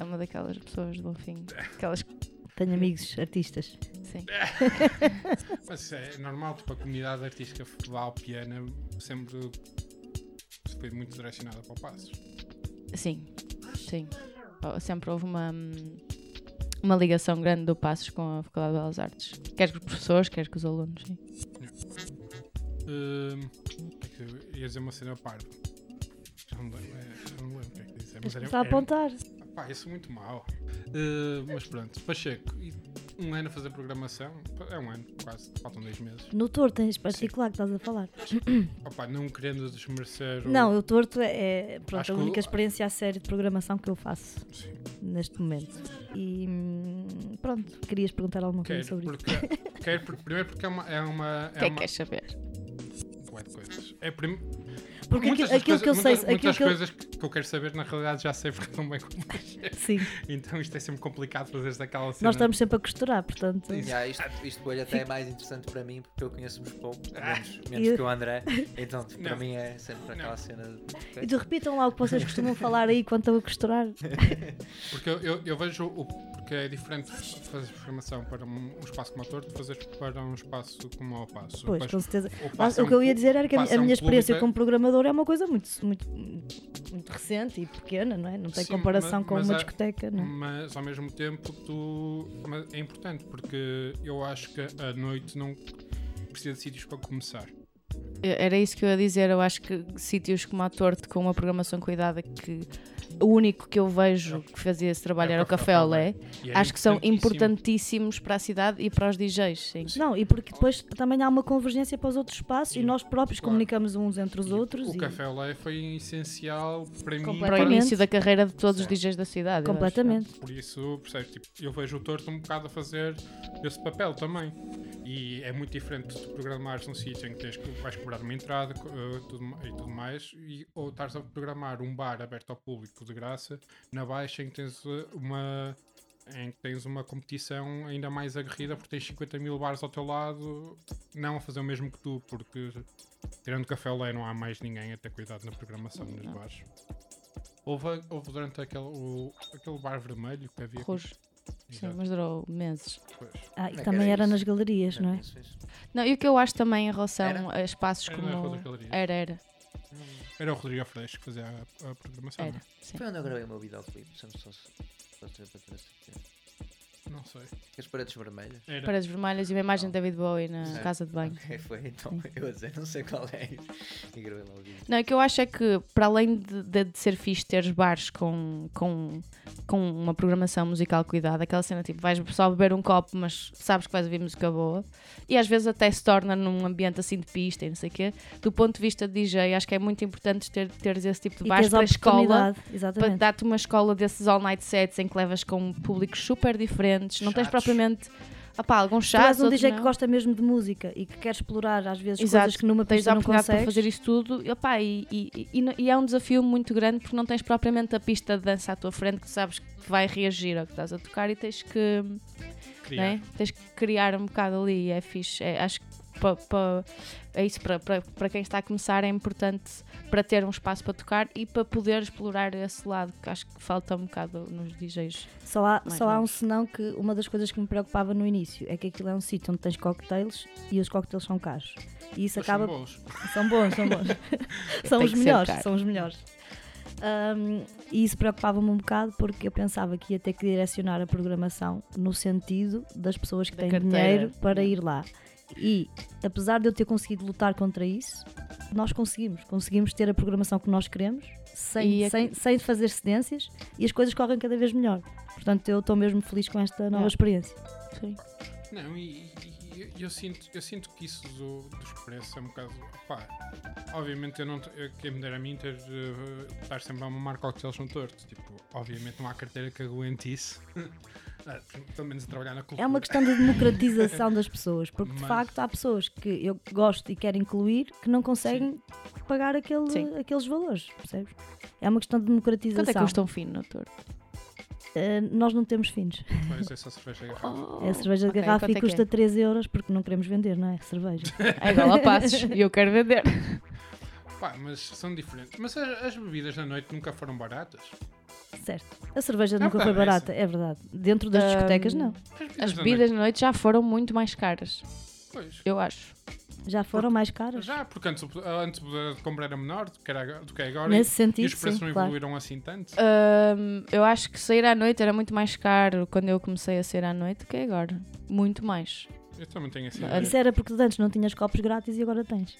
Speaker 6: É uma daquelas pessoas do Bonfim. Aquelas que.
Speaker 5: Tenho amigos artistas.
Speaker 6: Sim.
Speaker 3: Mas isso é normal, tipo, a comunidade artística valpiana sempre foi muito direcionada para o Passos.
Speaker 6: Sim, sim. Oh, Sempre houve uma, hum, uma ligação grande do Passos com a Faculdade de Belas Artes. Quer com os professores, quer com os alunos. Sim.
Speaker 3: Hum, o que é que eu ia dizer uma cena parva. Já não me lembro, é, já não me lembro o que é que disse. Mas
Speaker 5: Mas
Speaker 3: era-
Speaker 5: está a
Speaker 3: era-
Speaker 5: apontar.
Speaker 3: Pá, isso é muito mau. Hum, mas pronto, Pacheco, e um ano a fazer programação, é um ano quase, faltam dois meses.
Speaker 5: No torto em particular que estás a falar.
Speaker 3: Opa, não querendo desmerecer o...
Speaker 5: Não, o torto é é, pronto,
Speaker 3: Acho
Speaker 5: a
Speaker 3: que o-
Speaker 5: única experiência a sério de programação que eu faço
Speaker 3: Sim.
Speaker 5: neste momento. E hum, pronto, querias perguntar alguma coisa
Speaker 3: Quero,
Speaker 5: sobre isso.
Speaker 3: porque, quero porque- primeiro porque é uma. É uma, é
Speaker 6: O que é que
Speaker 3: uma
Speaker 6: queres saber?
Speaker 3: bué de coisas. É prim...
Speaker 5: Porque
Speaker 3: muitas das
Speaker 5: aquilo, aquilo que eu
Speaker 3: coisas- muitas,
Speaker 5: sei, aquilo
Speaker 3: muitas
Speaker 5: que eu.
Speaker 3: coisas que- que eu quero saber, na realidade já sei porque estão bem com
Speaker 5: Sim,
Speaker 3: Então isto é sempre complicado fazeres daquela cena.
Speaker 5: nós estamos sempre a costurar, portanto.
Speaker 4: Yeah, isto, isto depois até é mais interessante para mim porque eu conheço-vos pouco, menos,
Speaker 5: Eu-
Speaker 4: menos que o André, então tipo, para
Speaker 3: Não.
Speaker 4: mim é sempre
Speaker 3: Não.
Speaker 4: aquela cena de.
Speaker 5: E tu repitam lá o que vocês costumam falar aí quando estão a costurar.
Speaker 3: Porque eu, eu, eu vejo o. Porque é diferente fa- fazer formação para um, um espaço como ator de fazer para um espaço como ao passo.
Speaker 5: Pois,
Speaker 3: Mas
Speaker 5: com certeza.
Speaker 3: o
Speaker 5: Ah,
Speaker 3: Passo é
Speaker 5: o que eu
Speaker 3: um
Speaker 5: ia
Speaker 3: cu-
Speaker 5: dizer era que a, mi-
Speaker 3: passa
Speaker 5: a
Speaker 3: um público
Speaker 5: minha experiência
Speaker 3: é-
Speaker 5: como programador é uma coisa muito, muito, muito recente e pequena, não é? Não tem
Speaker 3: Sim,
Speaker 5: comparação
Speaker 3: mas-
Speaker 5: com
Speaker 3: mas
Speaker 5: uma
Speaker 3: há-
Speaker 5: discoteca, não é?
Speaker 3: Mas ao mesmo tempo tu. mas é importante porque eu acho que a noite não precisa de sítios para começar.
Speaker 6: Eu- Era isso que eu ia dizer. Eu acho que sítios como a Torte, com uma programação cuidada, que o único que eu vejo que fazia esse trabalho
Speaker 3: É
Speaker 6: era o
Speaker 3: o Café
Speaker 6: Café
Speaker 3: ao
Speaker 6: Olé.
Speaker 3: E é
Speaker 6: Acho que são
Speaker 3: importantíssimo.
Speaker 6: importantíssimos para a cidade e para os DJs, sim.
Speaker 5: Não, e porque depois também há uma convergência para os outros espaços e nós próprios
Speaker 3: Claro.
Speaker 5: comunicamos uns entre os
Speaker 3: E
Speaker 5: outros.
Speaker 3: O
Speaker 5: e...
Speaker 3: café ao leite foi essencial para mim.
Speaker 6: Para o
Speaker 5: Completamente.
Speaker 6: início da carreira de todos os DJs da cidade. eu acho.
Speaker 5: Completamente.
Speaker 3: Por isso, percebes? Tipo, eu vejo o torto um bocado a fazer esse papel também. E é muito diferente de tu programares num sítio em que tens que vais cobrar uma entrada co- eh, tudo ma- e tudo mais, e, ou estás a programar um bar aberto ao público de graça na baixa em que tens eh, uma em que tens uma competição ainda mais aguerrida porque tens 50 mil bares ao teu lado não a fazer o mesmo que tu porque tirando café ao leite não há mais ninguém a ter cuidado na programação dos bares houve, houve durante aquele, o- aquele bar vermelho que havia
Speaker 6: Rojo. é? Sim,
Speaker 3: Exato,
Speaker 6: mas durou meses.
Speaker 3: pois.
Speaker 5: Ah, e
Speaker 4: Como é que
Speaker 5: também
Speaker 4: era
Speaker 5: era
Speaker 4: isso?
Speaker 5: nas galerias, não é?
Speaker 4: Isso, isso.
Speaker 6: Não, e o que eu acho também em relação a espaços
Speaker 3: Era na Rua
Speaker 6: como.
Speaker 3: das Galerias.
Speaker 6: Era, era.
Speaker 3: Era o Rodrigo Freixo que fazia a, a programação.
Speaker 6: Era.
Speaker 3: não
Speaker 6: Sim.
Speaker 4: Foi onde eu gravei o meu videoclipe, se não sou- só se- para ter essa ideia.
Speaker 3: é? Não sei.
Speaker 4: E As paredes vermelhas.
Speaker 3: Era.
Speaker 6: Paredes vermelhas e uma imagem de David Bowie na
Speaker 4: Certo.
Speaker 6: casa de banho.
Speaker 4: Ok, foi então. Eu a dizer, não sei qual é isso. E gravei logo isso.
Speaker 6: Não, o que eu acho é que, para além de, de- de ser fixe teres bares com, com, com uma programação musical cuidada, aquela cena tipo, vais só beber um copo, mas sabes que vais ouvir música boa, e às vezes até se torna num ambiente assim de pista e não sei o quê, do ponto de vista de DJ, acho que é muito importante ter, teres esse tipo de
Speaker 5: E
Speaker 6: bares
Speaker 5: tens a
Speaker 6: para a escola.
Speaker 5: oportunidade,
Speaker 6: Para
Speaker 5: exatamente.
Speaker 6: dar-te uma escola desses all night sets em que levas com públicos super diferentes, não tens
Speaker 4: Chatos.
Speaker 6: propriamente opá, alguns
Speaker 5: Tu és
Speaker 6: chatos,
Speaker 5: um
Speaker 6: outros
Speaker 5: DJ que
Speaker 6: não.
Speaker 5: gosta mesmo de música e que quer explorar às vezes
Speaker 6: Exato,
Speaker 5: coisas que numa
Speaker 6: tens
Speaker 5: pista
Speaker 6: a
Speaker 5: não
Speaker 6: oportunidade para
Speaker 5: consegues.
Speaker 6: fazer isso tudo e, opá, e, e- e n- e é um desafio muito grande porque não tens propriamente a pista de dança à tua frente que sabes que vai reagir ao que estás a tocar e tens que,
Speaker 3: criar.
Speaker 6: né, tens que criar um bocado ali e é fixe. É, acho que pa- pa- é isso, para, para, para quem está a começar é importante para ter um espaço para tocar e para poder explorar esse lado que acho que falta um bocado nos DJs.
Speaker 5: Só há,
Speaker 6: Mais
Speaker 5: só há um
Speaker 6: novos.
Speaker 5: senão que uma das coisas que me preocupava no início é que aquilo é um sítio onde tens cocktails e os cocktails são caros. E isso
Speaker 3: Mas
Speaker 5: acaba.
Speaker 3: são bons.
Speaker 5: São bons, são bons. são
Speaker 6: Tem
Speaker 5: os
Speaker 6: que ser
Speaker 5: melhores,
Speaker 6: caro.
Speaker 5: são os melhores. Ahm, e isso preocupava-me um bocado porque eu pensava que ia ter que direcionar a programação no sentido das pessoas que
Speaker 6: Da
Speaker 5: têm
Speaker 6: carteira.
Speaker 5: dinheiro para
Speaker 6: Yeah.
Speaker 5: ir lá. E apesar de eu ter conseguido lutar contra isso, nós conseguimos. Conseguimos ter a programação que nós queremos sem,
Speaker 6: E a-
Speaker 5: sem, sem fazer cedências e as coisas correm cada vez melhor. Portanto, eu estou mesmo feliz com esta nova
Speaker 6: Yeah.
Speaker 5: experiência.
Speaker 6: Sim.
Speaker 3: Não, e, e- e eu- eu, sinto, eu sinto que isso do, dos preços é um bocado. Pá, obviamente, eu não, te- eu, quem me dera a mim ter, eh, estar sempre a mamar coquetéis no torto. Tipo, obviamente, não há carteira que aguente isso. Ah, Pelo menos a trabalhar na cultura.
Speaker 5: É uma questão de democratização das pessoas, porque de
Speaker 3: Mas-
Speaker 5: facto há pessoas que eu gosto e quero incluir que não conseguem pagar aquele-
Speaker 6: Sim.
Speaker 5: aqueles valores, percebes? É uma questão de democratização.
Speaker 6: Quanto é que custa um fino no tour?
Speaker 5: Eh, nós não temos fins.
Speaker 3: Pois, é só cerveja e
Speaker 6: Oh,
Speaker 3: garrafa.
Speaker 5: é a cerveja de
Speaker 6: ok,
Speaker 5: garrafa
Speaker 6: quanto
Speaker 5: e
Speaker 6: é que
Speaker 5: custa
Speaker 6: é?
Speaker 5: 13 euros porque não queremos vender, não é? Cerveja.
Speaker 6: É igual a passos e eu quero vender.
Speaker 3: Pá, mas são diferentes. Mas a- as bebidas da noite nunca foram baratas.
Speaker 5: certo. A cerveja
Speaker 3: Não
Speaker 5: nunca foi
Speaker 3: parece.
Speaker 5: barata, é verdade. Dentro das discotecas,
Speaker 6: Ahm,
Speaker 5: não.
Speaker 6: As
Speaker 3: da
Speaker 6: bebidas de noite já foram muito mais caras,
Speaker 3: noite, pois.
Speaker 6: eu acho.
Speaker 5: Já foram mais caras.
Speaker 3: Já, porque antes, o- antes de comprar era menor do que, era, agora- do que é agora.
Speaker 5: Nesse
Speaker 3: e, e
Speaker 5: sentido,
Speaker 3: os preços
Speaker 5: sim,
Speaker 3: não
Speaker 5: claro.
Speaker 3: evoluíram assim tanto.
Speaker 6: Ahm, eu acho que sair à noite era muito mais caro quando eu comecei a sair à noite do que é agora. Muito mais.
Speaker 3: Eu também tenho assim.
Speaker 6: Ah,
Speaker 5: Isso era porque de antes não tinhas copos grátis e agora tens.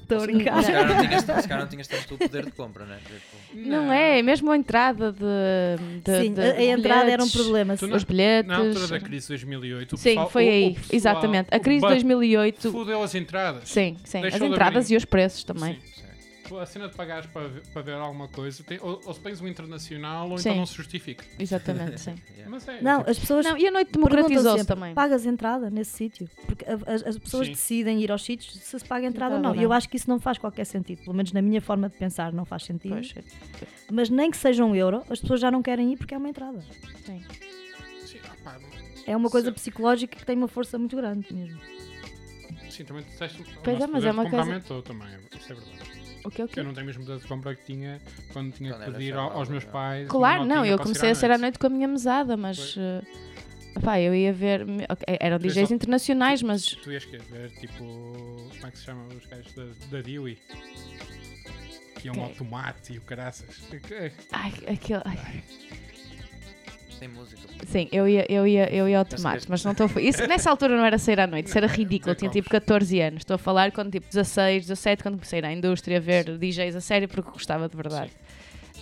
Speaker 5: Estou a brincar.
Speaker 4: Se calhar não tinhas, se calhar não tinhas tanto o poder de compra, né? Tipo,
Speaker 6: Não, é, mesmo a entrada de. de
Speaker 5: Sim,
Speaker 6: de-
Speaker 5: a, a
Speaker 6: de
Speaker 5: entrada era um
Speaker 6: bilhetes,
Speaker 5: problema.
Speaker 3: Tu
Speaker 5: sim.
Speaker 3: não-
Speaker 6: Os bilhetes.
Speaker 3: Na altura da crise de 2008, o
Speaker 6: Sim,
Speaker 3: pessoal-
Speaker 6: foi
Speaker 3: o- o
Speaker 6: aí,
Speaker 3: pessoal-
Speaker 6: exatamente. A
Speaker 3: o
Speaker 6: crise de
Speaker 3: ba-
Speaker 6: 2008.
Speaker 3: Fudeu as entradas.
Speaker 6: Sim, sim.
Speaker 3: Deixou
Speaker 6: As
Speaker 3: de abrir.
Speaker 6: entradas e os preços também.
Speaker 3: Sim. A cena de pagares para ver, para ver alguma coisa, tem- ou, ou se tens um internacional, ou
Speaker 6: Sim.
Speaker 3: então não se justifica.
Speaker 6: Exatamente, sim.
Speaker 4: yeah.
Speaker 3: Mas é.
Speaker 5: Não,
Speaker 3: tipo,
Speaker 5: as pessoas
Speaker 6: Não, e a noite
Speaker 5: Perguntam
Speaker 6: democratizou-se
Speaker 5: sempre,
Speaker 6: também.
Speaker 5: Pagas entrada nesse sítio? Porque a- as, as pessoas
Speaker 3: Sim.
Speaker 5: decidem ir aos sítios se se paga entrada ou
Speaker 6: Entrada
Speaker 5: não.
Speaker 6: ou
Speaker 5: E eu
Speaker 6: não. é?
Speaker 5: acho que isso não faz qualquer sentido. Pelo menos na minha forma de pensar, não faz sentido.
Speaker 6: Pois, é,
Speaker 5: Mas nem que seja um euro, as pessoas já não querem ir porque é uma entrada.
Speaker 6: sim.
Speaker 3: sim, ah, pá, não-
Speaker 5: É uma coisa
Speaker 3: Certo.
Speaker 5: psicológica que tem uma força muito grande mesmo.
Speaker 3: sim, também disseste.
Speaker 6: Pois é, mas é uma
Speaker 3: compra
Speaker 6: coisa-
Speaker 3: aumentou também, é- isso é verdade.
Speaker 6: O que é
Speaker 3: Eu
Speaker 6: o que?
Speaker 3: não tenho mesmo poder de compra que tinha quando tinha
Speaker 4: Quando
Speaker 3: que
Speaker 4: era
Speaker 3: pedir ao-
Speaker 4: chaval,
Speaker 3: aos meus
Speaker 4: não.
Speaker 3: pais. uma
Speaker 6: Claro, não,
Speaker 3: notinha
Speaker 6: eu
Speaker 3: para
Speaker 6: comecei a ser à noite com a minha mesada, mas.
Speaker 3: Foi.
Speaker 6: eh, pá, eu ia ver. ok, eram
Speaker 3: Mas
Speaker 6: DJs
Speaker 3: só-
Speaker 6: internacionais, mas.
Speaker 3: Tu ias querer ver, tipo, como é que se chama os gajos da, da Dewey? Que é um
Speaker 6: Quem?
Speaker 3: ao tomate e o caraças.
Speaker 6: Ai, aquilo. ai.
Speaker 4: Sem música.
Speaker 6: Sim, eu ia, eu ia, eu ia ao
Speaker 4: Já
Speaker 6: tomate,
Speaker 4: sabeste.
Speaker 6: mas não estou a fa- isso Nessa altura não era sair à noite, isso era ridículo. Eu tinha tipo 14 anos. Estou a falar quando tipo 16, 17, quando comecei a ir à indústria, a ver DJs a sério, porque gostava de verdade.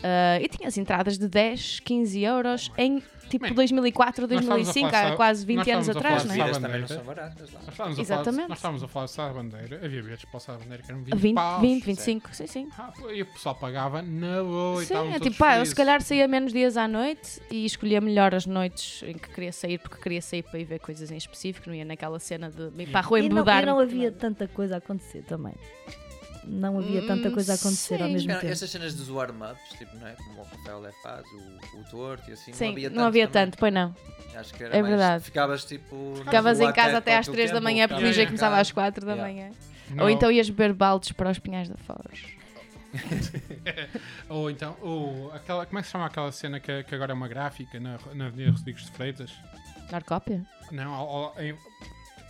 Speaker 6: Ah, e tinha as entradas de 10, 15 euros em tipo
Speaker 3: Man,
Speaker 6: 2004,
Speaker 3: nós estávamos a
Speaker 6: 2005,
Speaker 3: falar
Speaker 6: há
Speaker 3: só-
Speaker 6: quase 20
Speaker 3: nós
Speaker 6: anos
Speaker 3: estávamos a
Speaker 6: atrás,
Speaker 4: As
Speaker 3: falar
Speaker 6: não é?
Speaker 3: só-
Speaker 4: bebidas
Speaker 3: Sá bandeira.
Speaker 4: também não são baratas lá.
Speaker 3: Nós estávamos, a falar,
Speaker 6: Exatamente.
Speaker 3: nós estávamos a falar de Sá Bandeira, havia bilhetes para o Sá Bandeira que eram 20,
Speaker 6: 20,
Speaker 3: paus.
Speaker 6: 20 25, sim, sim.
Speaker 3: Ah, pô, e o pessoal pagava na boa e
Speaker 6: Sim,
Speaker 3: estavam
Speaker 6: é
Speaker 3: todos
Speaker 6: tipo, pá, eu
Speaker 3: felizes.
Speaker 6: se calhar saía menos dias à noite e escolhia melhor as noites em que queria sair, porque queria sair para ir ver coisas em específico, não ia naquela cena de ir para a rua e,
Speaker 5: e, não,
Speaker 6: mudar.
Speaker 5: e não havia tanta coisa a acontecer também. Não havia tanta
Speaker 6: Hum,
Speaker 5: coisa a acontecer ao
Speaker 6: sim.
Speaker 5: mesmo
Speaker 4: Era-
Speaker 5: tempo.
Speaker 4: Essas cenas dos warm-ups, tipo, não é? Como o Rafael Lé faz, o, o Torto e assim.
Speaker 6: Sim,
Speaker 4: não havia tanto. também.
Speaker 6: tanto, pois não.
Speaker 4: Acho que era
Speaker 6: É
Speaker 4: mais-
Speaker 6: verdade.
Speaker 4: Ficavas tipo.
Speaker 6: Ficavas
Speaker 4: na
Speaker 6: em
Speaker 4: rua
Speaker 6: casa até
Speaker 4: ao
Speaker 6: às
Speaker 4: teu
Speaker 6: 3 da
Speaker 4: tempo,
Speaker 6: manhã, porque o
Speaker 4: ficavas
Speaker 6: DJ
Speaker 4: em
Speaker 6: começava
Speaker 4: casa.
Speaker 6: às 4 da
Speaker 4: Yeah.
Speaker 6: manhã.
Speaker 3: Não,
Speaker 6: Ou então ias beber baldes para os Pinhais da Foz.
Speaker 3: ou então, ou aquela, como é que se chama aquela cena que, que agora é uma gráfica na, na Avenida Rodrigues de Freitas?
Speaker 6: Narcópia?
Speaker 3: Não, ao, ao- em-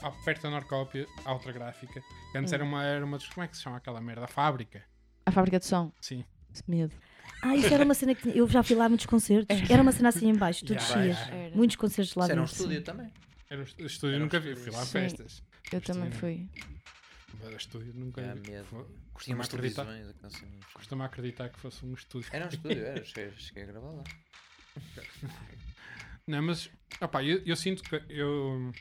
Speaker 3: ao- perto da Norcópia, há outra gráfica.
Speaker 4: Hum.
Speaker 3: Antes era uma, era uma, dos- como é que se chama aquela merda? A fábrica.
Speaker 6: A fábrica de som.
Speaker 3: Sim.
Speaker 6: Esse Medo.
Speaker 5: Ah, isso era uma cena que tinha- eu já fui lá a muitos concertos. Era uma cena assim em baixo, tu
Speaker 3: Yeah.
Speaker 5: descias.
Speaker 6: Era.
Speaker 5: Muitos concertos lá
Speaker 4: Isso era um
Speaker 5: dentro.
Speaker 4: estúdio também.
Speaker 3: Era um estu- estúdio,
Speaker 4: Era um
Speaker 3: nunca vi,
Speaker 4: estúdio.
Speaker 3: fui lá a
Speaker 6: Sim.
Speaker 3: festas.
Speaker 6: Eu também
Speaker 4: né?
Speaker 3: Sim.
Speaker 6: fui.
Speaker 3: Mas estúdio nunca
Speaker 4: É
Speaker 3: vi.
Speaker 4: mesmo.
Speaker 3: Fo-
Speaker 4: Curtia umas
Speaker 3: acreditar.
Speaker 4: televisões. aquelas cenas.
Speaker 3: Costumo acreditar que fosse um estúdio.
Speaker 4: Era um estúdio, era. Cheguei, cheguei a gravar lá.
Speaker 3: Não, mas opá, eu, eu sinto que eu,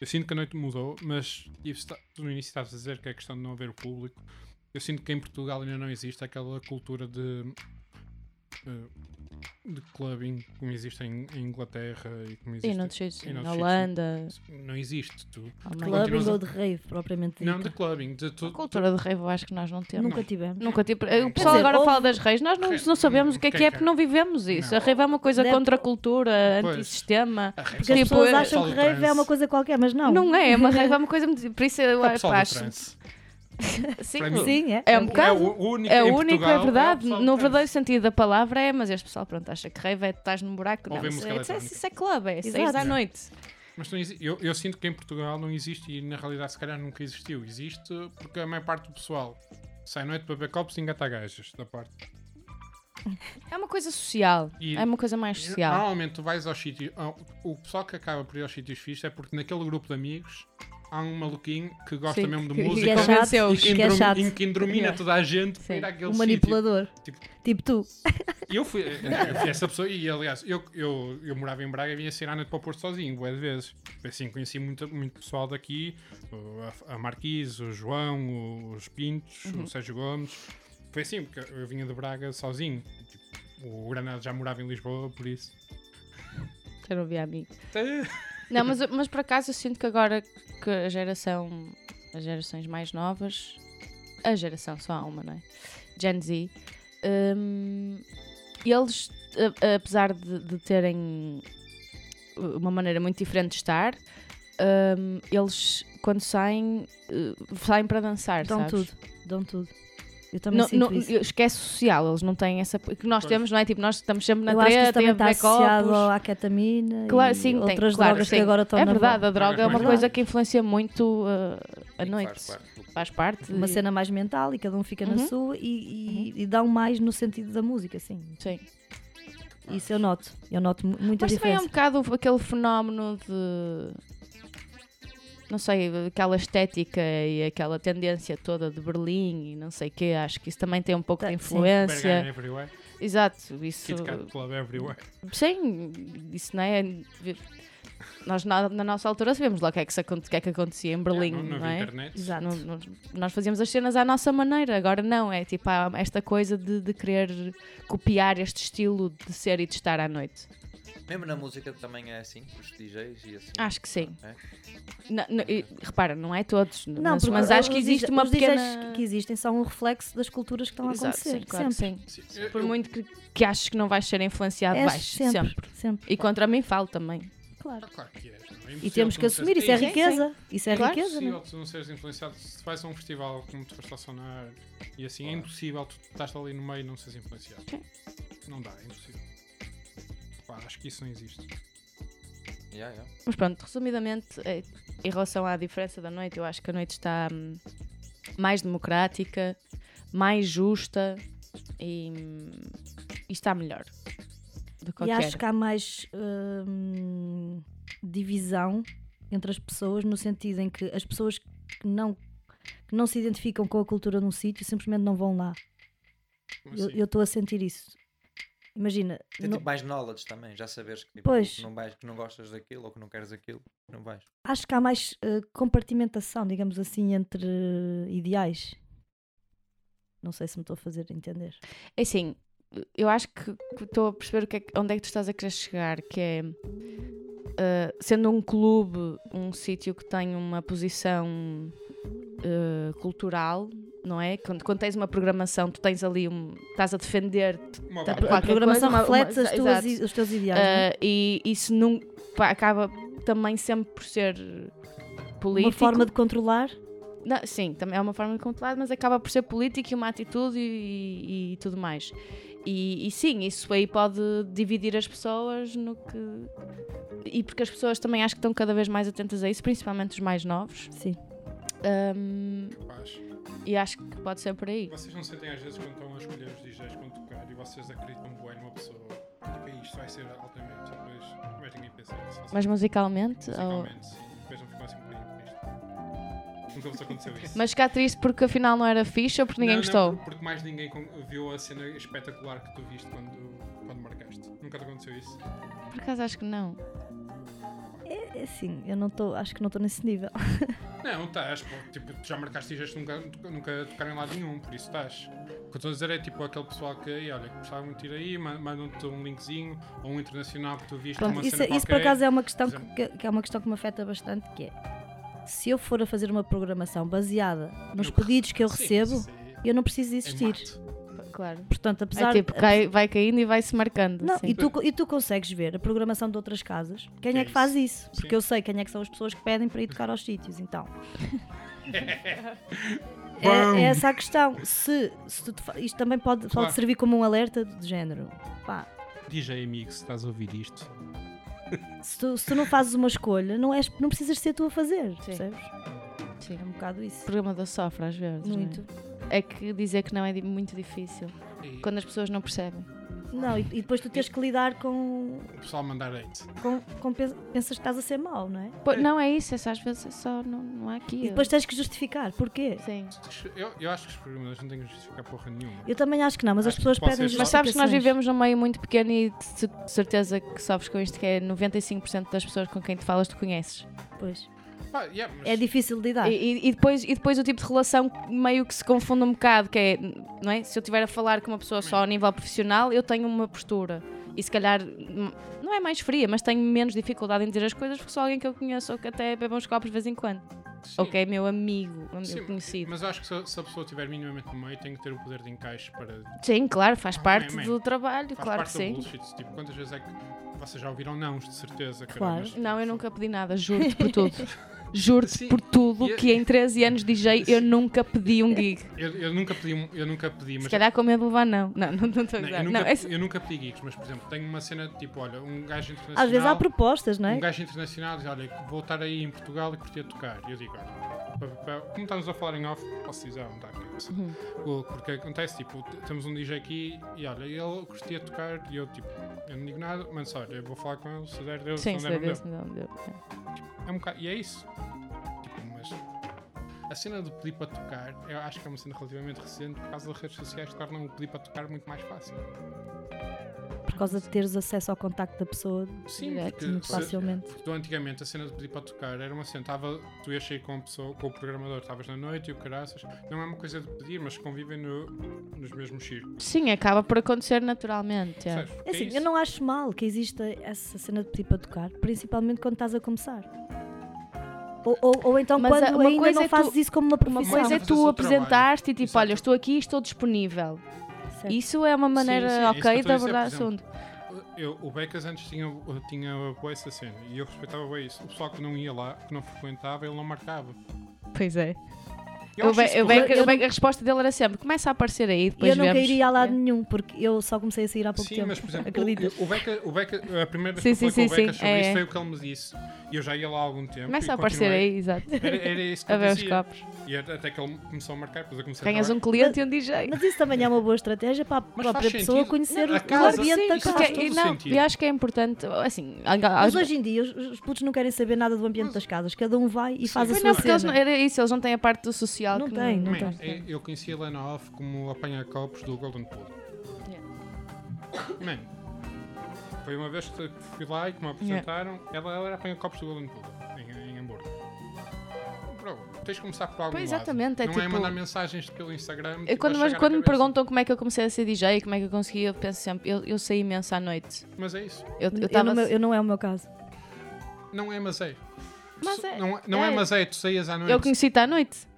Speaker 3: eu sinto que a noite mudou, mas tive- esta- tu no início estavas a dizer que é questão de não haver o público. Eu sinto que em Portugal ainda não existe aquela cultura de eh, de clubbing como existe em, em Inglaterra e como existe
Speaker 6: Sim,
Speaker 4: é-
Speaker 6: noutros sítios.
Speaker 3: em
Speaker 6: Na
Speaker 3: outros
Speaker 6: Holanda,
Speaker 3: não existe tu
Speaker 6: Alemanha.
Speaker 5: Clubbing
Speaker 3: Continuas a-
Speaker 5: ou de rave, propriamente
Speaker 3: não
Speaker 5: dito.
Speaker 3: de clubbing de tu,
Speaker 6: Cultura de rave eu acho que nós não temos.
Speaker 5: Nunca tivemos.
Speaker 6: Nunca tive.
Speaker 5: é?
Speaker 6: O pessoal
Speaker 5: dizer,
Speaker 6: agora
Speaker 5: houve-
Speaker 6: fala das reis, nós não,
Speaker 3: Rave-
Speaker 6: não sabemos o que é que é porque não vivemos isso.
Speaker 3: Não.
Speaker 6: A rave é uma coisa
Speaker 5: Deve-
Speaker 6: contra a cultura,
Speaker 3: Pois.
Speaker 6: antissistema.
Speaker 3: Ah, é
Speaker 5: Porque as
Speaker 6: Tipo,
Speaker 5: pessoas
Speaker 6: eu-
Speaker 5: acham
Speaker 3: só
Speaker 5: que
Speaker 3: do
Speaker 5: rave é
Speaker 3: trance.
Speaker 5: uma coisa qualquer, mas não.
Speaker 6: Não. é, uma rave é uma coisa. muito- Por isso eu
Speaker 3: só- é o pessoal do
Speaker 6: acho.
Speaker 3: trance.
Speaker 6: Sim,
Speaker 3: Para mim-
Speaker 5: Sim, é.
Speaker 6: É um
Speaker 3: é
Speaker 6: bocado.
Speaker 3: o único
Speaker 6: É
Speaker 3: em
Speaker 6: o único, é
Speaker 3: Portugal,
Speaker 6: verdade.
Speaker 3: o pessoal do
Speaker 6: no
Speaker 3: trance.
Speaker 6: verdadeiro sentido da palavra é, mas este pessoal, pronto, acha que rave é estás num buraco.
Speaker 3: Ou
Speaker 6: Não,
Speaker 3: ver
Speaker 6: isso,
Speaker 3: música
Speaker 6: é- isso, é-
Speaker 3: eletrónica.
Speaker 6: isso é club, é
Speaker 5: Exato.
Speaker 6: seis à
Speaker 5: É.
Speaker 6: noite.
Speaker 3: Mas não exi- eu, eu sinto que em Portugal não existe e na realidade se calhar nunca existiu. Existe porque a maior parte do pessoal sai à noite para beber copos e engata gajas da parte.
Speaker 6: É uma coisa social.
Speaker 3: E-
Speaker 6: É uma coisa mais social.
Speaker 3: Normalmente tu vais aos sítios. ao- O pessoal que acaba por ir aos sítios fixos é porque naquele grupo de amigos há um maluquinho que gosta
Speaker 6: Sim,
Speaker 3: mesmo de
Speaker 6: que-
Speaker 3: música
Speaker 5: que é chato,
Speaker 6: convenceu-os.
Speaker 3: e que,
Speaker 5: que é
Speaker 3: endrom-
Speaker 5: chato.
Speaker 3: e que endromina toda a gente para
Speaker 6: Sim.
Speaker 3: ir àquele
Speaker 5: O
Speaker 3: sítio.
Speaker 5: manipulador.
Speaker 3: Tipo-
Speaker 5: Tipo tu.
Speaker 3: E Eu fui, eu fui essa pessoa e aliás, eu, eu, eu morava em Braga e vinha sair à noite para o Porto sozinho, boé de vezes. Assim, conheci muito, muito pessoal daqui, o- a, a Marquise, o João, o- os Pintos, o Sérgio Gomes. Foi assim, porque eu vinha de Braga sozinho. Tipo, o Granado já morava em Lisboa, por isso.
Speaker 6: Já não vi amigo.
Speaker 3: Tá.
Speaker 6: Não, mas, mas por acaso eu sinto que agora que a geração, as gerações mais novas, a geração só há uma, não é? Gen Z, hum, eles, a- apesar de, de terem uma maneira muito diferente de estar, hum, eles quando saem, eh, saem para dançar,
Speaker 5: Dão
Speaker 6: sabes?
Speaker 5: tudo. Dão tudo. Eu também
Speaker 6: Não,
Speaker 5: sinto
Speaker 6: não-
Speaker 5: isso.
Speaker 6: esquece social, eles não têm essa. Que nós
Speaker 3: Pois.
Speaker 6: temos, não é? Tipo, nós estamos sempre na
Speaker 5: eu acho que isso
Speaker 6: treta, e
Speaker 5: também
Speaker 6: a
Speaker 5: está
Speaker 6: beber
Speaker 5: associado
Speaker 6: copos.
Speaker 5: ao- à ketamina
Speaker 6: Claro,
Speaker 5: e
Speaker 6: sim, tem,
Speaker 5: outras
Speaker 6: claro,
Speaker 5: drogas
Speaker 6: sim.
Speaker 5: que agora estão
Speaker 6: É
Speaker 5: na
Speaker 6: verdade,
Speaker 5: moda.
Speaker 6: a droga é
Speaker 3: Drogas
Speaker 6: uma
Speaker 3: mais
Speaker 6: coisa
Speaker 5: novas.
Speaker 6: que influencia muito uh, a noite.
Speaker 4: Faz parte do-
Speaker 6: Faz parte.
Speaker 5: Uma
Speaker 6: de-
Speaker 5: cena mais mental e cada um fica
Speaker 6: Uhum.
Speaker 5: na sua e, e, e dão mais no sentido da música, sim.
Speaker 6: Sim.
Speaker 5: Isso eu noto. Eu noto mu- muita
Speaker 6: Mas também é um
Speaker 5: diferença.
Speaker 6: bocado aquele fenómeno de. Não sei, aquela estética e aquela tendência toda de Berlim e não sei o quê. Acho que isso também tem um pouco de
Speaker 5: Tá, sim.
Speaker 3: Bergan
Speaker 6: influência.
Speaker 3: é everywhere,
Speaker 5: é
Speaker 6: Exato, isso.
Speaker 3: Kit Kat Club é everywhere.
Speaker 6: Sim, isso não é. Nós na, na nossa altura sabemos lá o que é que, se acon- o que, é que acontecia em Berlim,
Speaker 3: não, não,
Speaker 6: não
Speaker 3: havia
Speaker 6: é?
Speaker 3: internet.
Speaker 5: Exato.
Speaker 6: Não- nós- nós fazíamos as cenas à nossa maneira, agora não. É tipo há esta coisa de, de querer copiar este estilo de ser e de estar à noite.
Speaker 4: Mesmo na música também é assim, os DJs e assim.
Speaker 6: Acho que sim.
Speaker 4: É?
Speaker 6: Não- não- e- repara, não é todos,
Speaker 5: Não,
Speaker 6: mas,
Speaker 5: porque
Speaker 6: mas acho que
Speaker 5: os
Speaker 6: existe
Speaker 5: dija-
Speaker 6: uma
Speaker 5: os
Speaker 6: pequena.
Speaker 5: DJs que existem são um reflexo das culturas que estão a
Speaker 6: Exato,
Speaker 5: acontecer.
Speaker 6: sim, claro que
Speaker 5: sempre.
Speaker 6: sim.
Speaker 3: Sim, eu-
Speaker 6: Por
Speaker 3: eu-
Speaker 6: muito que, que aches que não vais ser influenciado,
Speaker 5: É
Speaker 6: vais, sempre.
Speaker 5: sempre. Sempre,
Speaker 6: E contra mim falo também.
Speaker 5: claro.
Speaker 3: Ah, claro que és, não é
Speaker 5: E
Speaker 3: impossível
Speaker 5: temos
Speaker 3: tu
Speaker 5: que
Speaker 3: não seres-
Speaker 5: assumir, isso é
Speaker 6: Sim, sim.
Speaker 5: riqueza. Isso é
Speaker 6: Claro que
Speaker 5: riqueza, não
Speaker 3: impossível tu não seres influenciado. Se vais a um festival como tu foste ao Sonar e assim, é impossível tu estás ali no meio e não seres influenciado.
Speaker 6: Sim.
Speaker 3: Não dá, é impossível. Pá, acho que isso não existe.
Speaker 4: Yeah, yeah.
Speaker 6: Mas pronto, resumidamente, eh, em relação à diferença da noite, eu acho que a noite está hum, mais democrática, mais justa e, hum, e está melhor do que
Speaker 5: E
Speaker 6: qualquer.
Speaker 5: acho que há mais hum, divisão entre as pessoas, no sentido em que as pessoas que não, que não se identificam com a cultura num sítio simplesmente não vão lá.
Speaker 3: Como
Speaker 5: Eu-
Speaker 3: assim?
Speaker 5: Eu estou a sentir isso. Imagina,
Speaker 4: Tem
Speaker 5: no-
Speaker 4: tipo mais knowledge também, já saberes que, tipo,
Speaker 5: Pois.
Speaker 4: que não vais, que não gostas daquilo ou que não queres aquilo, não vais.
Speaker 5: acho que há mais eh, compartimentação, digamos assim, entre ideais. Não sei se me estou a fazer entender.
Speaker 6: É assim, eu acho que que estou a perceber o que é que- onde é que tu estás a querer chegar, que é eh, sendo um clube, um sítio que tem uma posição eh, cultural, não é? Quando, quando tens uma programação, tu tens ali um. estás a defender
Speaker 3: Uma
Speaker 6: tá-
Speaker 3: barba.
Speaker 5: A
Speaker 6: Qualquer coisa,
Speaker 5: programação
Speaker 6: uma-
Speaker 5: reflete
Speaker 6: uma-
Speaker 5: as tuas
Speaker 6: exato.
Speaker 5: i- os teus ideais. não é?
Speaker 6: Ah, e isso não, pá, acaba também sempre por ser político.
Speaker 5: Uma forma de controlar.
Speaker 6: Não, sim, também é uma forma de controlar, mas acaba por ser político e uma atitude e, e tudo mais. E, e sim, isso aí pode dividir as pessoas no que. E porque as pessoas também acho que estão cada vez mais atentas a isso, principalmente os mais novos.
Speaker 5: Sim.
Speaker 6: Ahm,
Speaker 3: Capaz.
Speaker 6: e acho que pode ser por aí.
Speaker 3: Vocês não sentem às vezes quando estão a escolher os DJs quando tocar e vocês acreditam bem numa pessoa. Tipo, "Ei, isto vai ser altamente, depois metem em pensar.
Speaker 6: Mas musicalmente. ou-
Speaker 3: Musicalmente, sim. Depois não ficam assim um bocadinho tristes. Nunca vos aconteceu isso.
Speaker 6: Mas ficar triste porque afinal não era fixe ou porque ninguém
Speaker 3: Não,
Speaker 6: gostou?
Speaker 3: Não, por- porque mais ninguém con- viu a cena espetacular que tu viste quando, quando marcaste. Nunca te aconteceu isso.
Speaker 6: Por acaso acho que não.
Speaker 5: É assim, eu não estou, acho que não estou nesse nível.
Speaker 3: Não, estás, pô, tipo, tu já marcaste DJs que nunca, nunca tocaram em lado nenhum, por isso estás. O que eu estou a dizer é tipo aquele pessoal que, "Ei, olha, que gostava muito de ir aí, ma- mandam-te um linkzinho ou um internacional que tu viste
Speaker 5: Pronto,
Speaker 3: uma
Speaker 5: isso,
Speaker 3: cena
Speaker 5: isso por
Speaker 3: qualquer.
Speaker 5: acaso é uma questão
Speaker 3: Por
Speaker 5: que, que é uma questão que me afeta bastante, que é se eu for a fazer uma programação baseada nos
Speaker 3: No que-
Speaker 5: pedidos que eu
Speaker 3: Sim,
Speaker 5: recebo,
Speaker 3: isso é-
Speaker 5: eu não preciso de
Speaker 3: é
Speaker 5: existir.
Speaker 3: mato.
Speaker 6: Claro.
Speaker 5: Portanto,
Speaker 6: É
Speaker 5: apesar
Speaker 6: tipo, cai- vai caindo e vai-se marcando. assim.
Speaker 5: Não,
Speaker 6: sim.
Speaker 5: e tu, e tu consegues ver a programação de outras casas, quem
Speaker 3: Que
Speaker 5: é
Speaker 3: é
Speaker 5: que faz
Speaker 3: isso.
Speaker 5: isso? Porque
Speaker 3: Sim.
Speaker 5: eu sei quem é que são as pessoas que pedem para ir tocar aos sítios, então. É,
Speaker 3: Bom.
Speaker 5: é essa a questão. Se, se tu te fa- isto também pode, pode
Speaker 3: Claro.
Speaker 5: servir como um alerta de género. Pá,
Speaker 3: DJ amigo, se estás a ouvir isto,
Speaker 5: se tu, se tu não fazes uma escolha, não, és, não precisas ser tu a fazer,
Speaker 6: Sim.
Speaker 5: percebes?
Speaker 6: Sim.
Speaker 5: É um bocado
Speaker 6: O
Speaker 5: isso.
Speaker 6: programador sofre às vezes. não é?
Speaker 5: Muito.
Speaker 6: É que dizer que não é di- muito difícil.
Speaker 3: e
Speaker 6: Quando as pessoas não percebem.
Speaker 5: Não, e, e depois tu tens que lidar com.
Speaker 3: o pessoal mandar hate.
Speaker 5: com, com pen- pensas que estás a ser mau, não é?
Speaker 6: Pô, não é isso, é só às vezes é só não, não há aqui.
Speaker 5: E depois tens que justificar. Porquê?
Speaker 6: Sim.
Speaker 3: Eu, eu acho que os programadores não têm que justificar porra nenhuma.
Speaker 5: Eu também acho que não, mas as
Speaker 3: Acho que
Speaker 5: pessoas
Speaker 3: pode
Speaker 5: pedem
Speaker 3: ser só-
Speaker 6: Mas sabes que nós
Speaker 5: justificações.
Speaker 6: vivemos num meio muito pequeno e de cer- de certeza que sabes com isto que é 95% das pessoas com quem tu falas tu conheces.
Speaker 5: Pois.
Speaker 3: Pá, Ah, yeah, mas
Speaker 5: É difícil de lidar.
Speaker 6: E, e- e depois, e depois o tipo de relação meio que se confunde um bocado, que é, não é? Se eu estiver a falar com uma pessoa só a nível profissional, eu tenho uma postura. E se calhar hum, não é mais fria, mas tenho menos dificuldade em dizer as coisas porque sou alguém que eu conheço ou que até bebe uns copos de vez em quando.
Speaker 3: sim,
Speaker 6: Ou que é meu amigo, ou meu
Speaker 3: sim,
Speaker 6: conhecido.
Speaker 3: Mas eu acho que se, a- se a pessoa estiver minimamente no meio, tem que ter o poder de encaixe para
Speaker 6: Sim, claro, faz
Speaker 3: Ah,
Speaker 6: parte
Speaker 3: man, man.
Speaker 6: do trabalho,
Speaker 3: Faz
Speaker 6: claro que
Speaker 3: parte do
Speaker 6: sim.
Speaker 3: bullshit. Tipo, quantas vezes é que vocês já ouviram não, de certeza? cara,
Speaker 5: Claro.
Speaker 3: mas-
Speaker 6: Não, eu nunca pedi nada, juro-te por tudo. Juro-te
Speaker 3: Sim,
Speaker 6: por tudo
Speaker 3: e- é-
Speaker 6: que em 13 anos de DJ eu nunca pedi um gig.
Speaker 3: Eu, eu nunca pedi, um- eu nunca pedi, mas.
Speaker 6: Se calhar com medo de levar, não. Não, não não estou a
Speaker 3: Não,
Speaker 6: gozar.
Speaker 3: eu,
Speaker 6: Não,
Speaker 3: nunca,
Speaker 6: é só-
Speaker 3: eu nunca pedi gigs, mas por exemplo, tenho uma cena de tipo, olha, um gajo internacional.
Speaker 5: Às vezes há propostas, não é?
Speaker 3: Um gajo internacional diz, olha, vou estar aí em Portugal e curtir a tocar. E eu digo, olha, pá, pá, pá, como estamos a falar em off, posso dizer, ah, não está aqui.
Speaker 6: Uhum.
Speaker 3: O- Porque acontece, tipo, t- temos um DJ aqui e olha, ele curtia a tocar e eu, tipo, eu não digo nada, mas olha, eu vou falar com ele, se der, deu, se
Speaker 6: Sim,
Speaker 3: não der, não deu.
Speaker 6: se não deu. É.
Speaker 3: É um bocado, e é isso. Tipo, mas a cena de pedir para tocar, eu acho que é uma cena relativamente recente, por causa das redes sociais tornam o pedir para tocar muito mais fácil.
Speaker 5: Por causa de teres acesso ao contacto da pessoa
Speaker 3: Sim,
Speaker 6: Direto,
Speaker 3: porque
Speaker 5: muito
Speaker 3: se-
Speaker 5: facilmente.
Speaker 3: porque tu Então, antigamente a cena de pedir para tocar era uma cena, tava, tu ias sair com, a pessoa, com o programador, estavas na noite e o caraças, não é uma coisa de pedir, mas convivem no, nos mesmos círculos.
Speaker 6: Sim, acaba por acontecer naturalmente. é.
Speaker 3: percebes?
Speaker 5: É assim,
Speaker 3: isso.
Speaker 5: eu não acho mal que exista essa cena de pedir para tocar, principalmente quando estás a começar. Ou, ou- ou então
Speaker 6: Mas a-
Speaker 5: quando
Speaker 6: uma
Speaker 5: ainda
Speaker 6: coisa
Speaker 5: não
Speaker 6: é tu-
Speaker 5: fazes isso como uma
Speaker 6: Uma
Speaker 5: profissão.
Speaker 6: coisa é
Speaker 3: Fazes o
Speaker 6: tu
Speaker 3: seu
Speaker 6: apresentaste e tipo,
Speaker 3: Exato.
Speaker 6: olha, estou aqui e estou disponível.
Speaker 5: Certo.
Speaker 6: Isso é uma maneira
Speaker 3: sim, é isso que eu
Speaker 6: ok de
Speaker 3: estou a dizer,
Speaker 6: abordar o
Speaker 3: por exemplo.
Speaker 6: assunto.
Speaker 3: Eu, o Becas antes tinha, tinha boa essa cena e eu respeitava bem isso. O pessoal que não ia lá, que não frequentava, ele não marcava.
Speaker 6: Pois é.
Speaker 3: Eu
Speaker 6: Eu
Speaker 3: acho
Speaker 6: ve-
Speaker 3: isso
Speaker 6: eu vejo
Speaker 5: correto.
Speaker 6: que- eu vejo que a resposta dele era sempre: começa a aparecer aí, depois
Speaker 5: eu não
Speaker 6: vemos.
Speaker 5: cairia a lado
Speaker 6: É.
Speaker 5: nenhum, porque eu só comecei a sair há pouco
Speaker 3: Sim,
Speaker 5: tempo.
Speaker 3: mas por exemplo,
Speaker 5: Acreditas?
Speaker 3: o, o Beca, o Beca, a primeira vez
Speaker 6: Sim,
Speaker 3: que eu
Speaker 6: sim,
Speaker 3: falei com o Beca
Speaker 6: sim, sim,
Speaker 3: sobre
Speaker 6: é,
Speaker 3: isso
Speaker 6: é.
Speaker 3: foi o que ele me disse. E eu já ia lá há algum tempo.
Speaker 6: Começa
Speaker 3: e
Speaker 6: a aparecer
Speaker 3: continuei.
Speaker 6: aí, exato.
Speaker 3: Era, era isso que
Speaker 6: A
Speaker 3: eu
Speaker 6: ver os
Speaker 3: fazia.
Speaker 6: copos.
Speaker 3: E era- até que ele começou a marcar, depois eu comecei
Speaker 6: Ganhas
Speaker 3: a
Speaker 6: um
Speaker 3: trabalhar.
Speaker 6: cliente e um DJ.
Speaker 5: Mas isso também é uma boa estratégia para a própria
Speaker 3: faz
Speaker 5: pessoa
Speaker 3: sentido.
Speaker 5: conhecer
Speaker 3: Não,
Speaker 5: o
Speaker 3: a casa,
Speaker 5: ambiente
Speaker 3: sim,
Speaker 5: da
Speaker 3: isso
Speaker 5: casa.
Speaker 3: faz todo
Speaker 6: e
Speaker 3: o
Speaker 6: não,
Speaker 3: sentido.
Speaker 6: eu acho que é importante, assim, alguém-
Speaker 5: Mas
Speaker 6: alguém-
Speaker 5: hoje em dia os, os putos não querem saber nada do ambiente das casas, cada um vai e faz a
Speaker 6: Pois
Speaker 5: sua
Speaker 6: não, porque eles não,
Speaker 5: cena.
Speaker 6: era isso, eles não têm a parte do social
Speaker 5: Não
Speaker 6: que
Speaker 5: têm, não
Speaker 3: Man,
Speaker 6: então.
Speaker 5: têm.
Speaker 3: É, eu- eu conheci a Lena Off como apanha-copos do Golden Pool.
Speaker 6: Yeah.
Speaker 3: Man, foi uma vez que fui lá e que me apresentaram, ela, ela era apanha-copos do Golden Pool, em, em Hamburgo. Bro, tens de começar por algum
Speaker 6: Pois,
Speaker 3: lado.
Speaker 6: exatamente, é
Speaker 3: Não é
Speaker 6: tipo-
Speaker 3: mandar mensagens pelo Instagram.
Speaker 6: Eu,
Speaker 3: tipo,
Speaker 6: quando
Speaker 3: a
Speaker 6: mas
Speaker 3: chegar à
Speaker 6: quando me
Speaker 3: cabeça.
Speaker 6: perguntam como é que eu comecei a ser DJ e como é que eu consegui, eu penso sempre, eu, eu saí imenso à noite.
Speaker 3: Mas é isso.
Speaker 6: Eu, eu
Speaker 5: Eu
Speaker 6: tava-
Speaker 5: não- eu não é o meu caso.
Speaker 3: Não é mas é.
Speaker 6: Mas
Speaker 3: Tu-
Speaker 6: é-
Speaker 3: Não, não é,
Speaker 6: é.
Speaker 3: mas é, tu saías à noite.
Speaker 6: eu conheci-te à noite.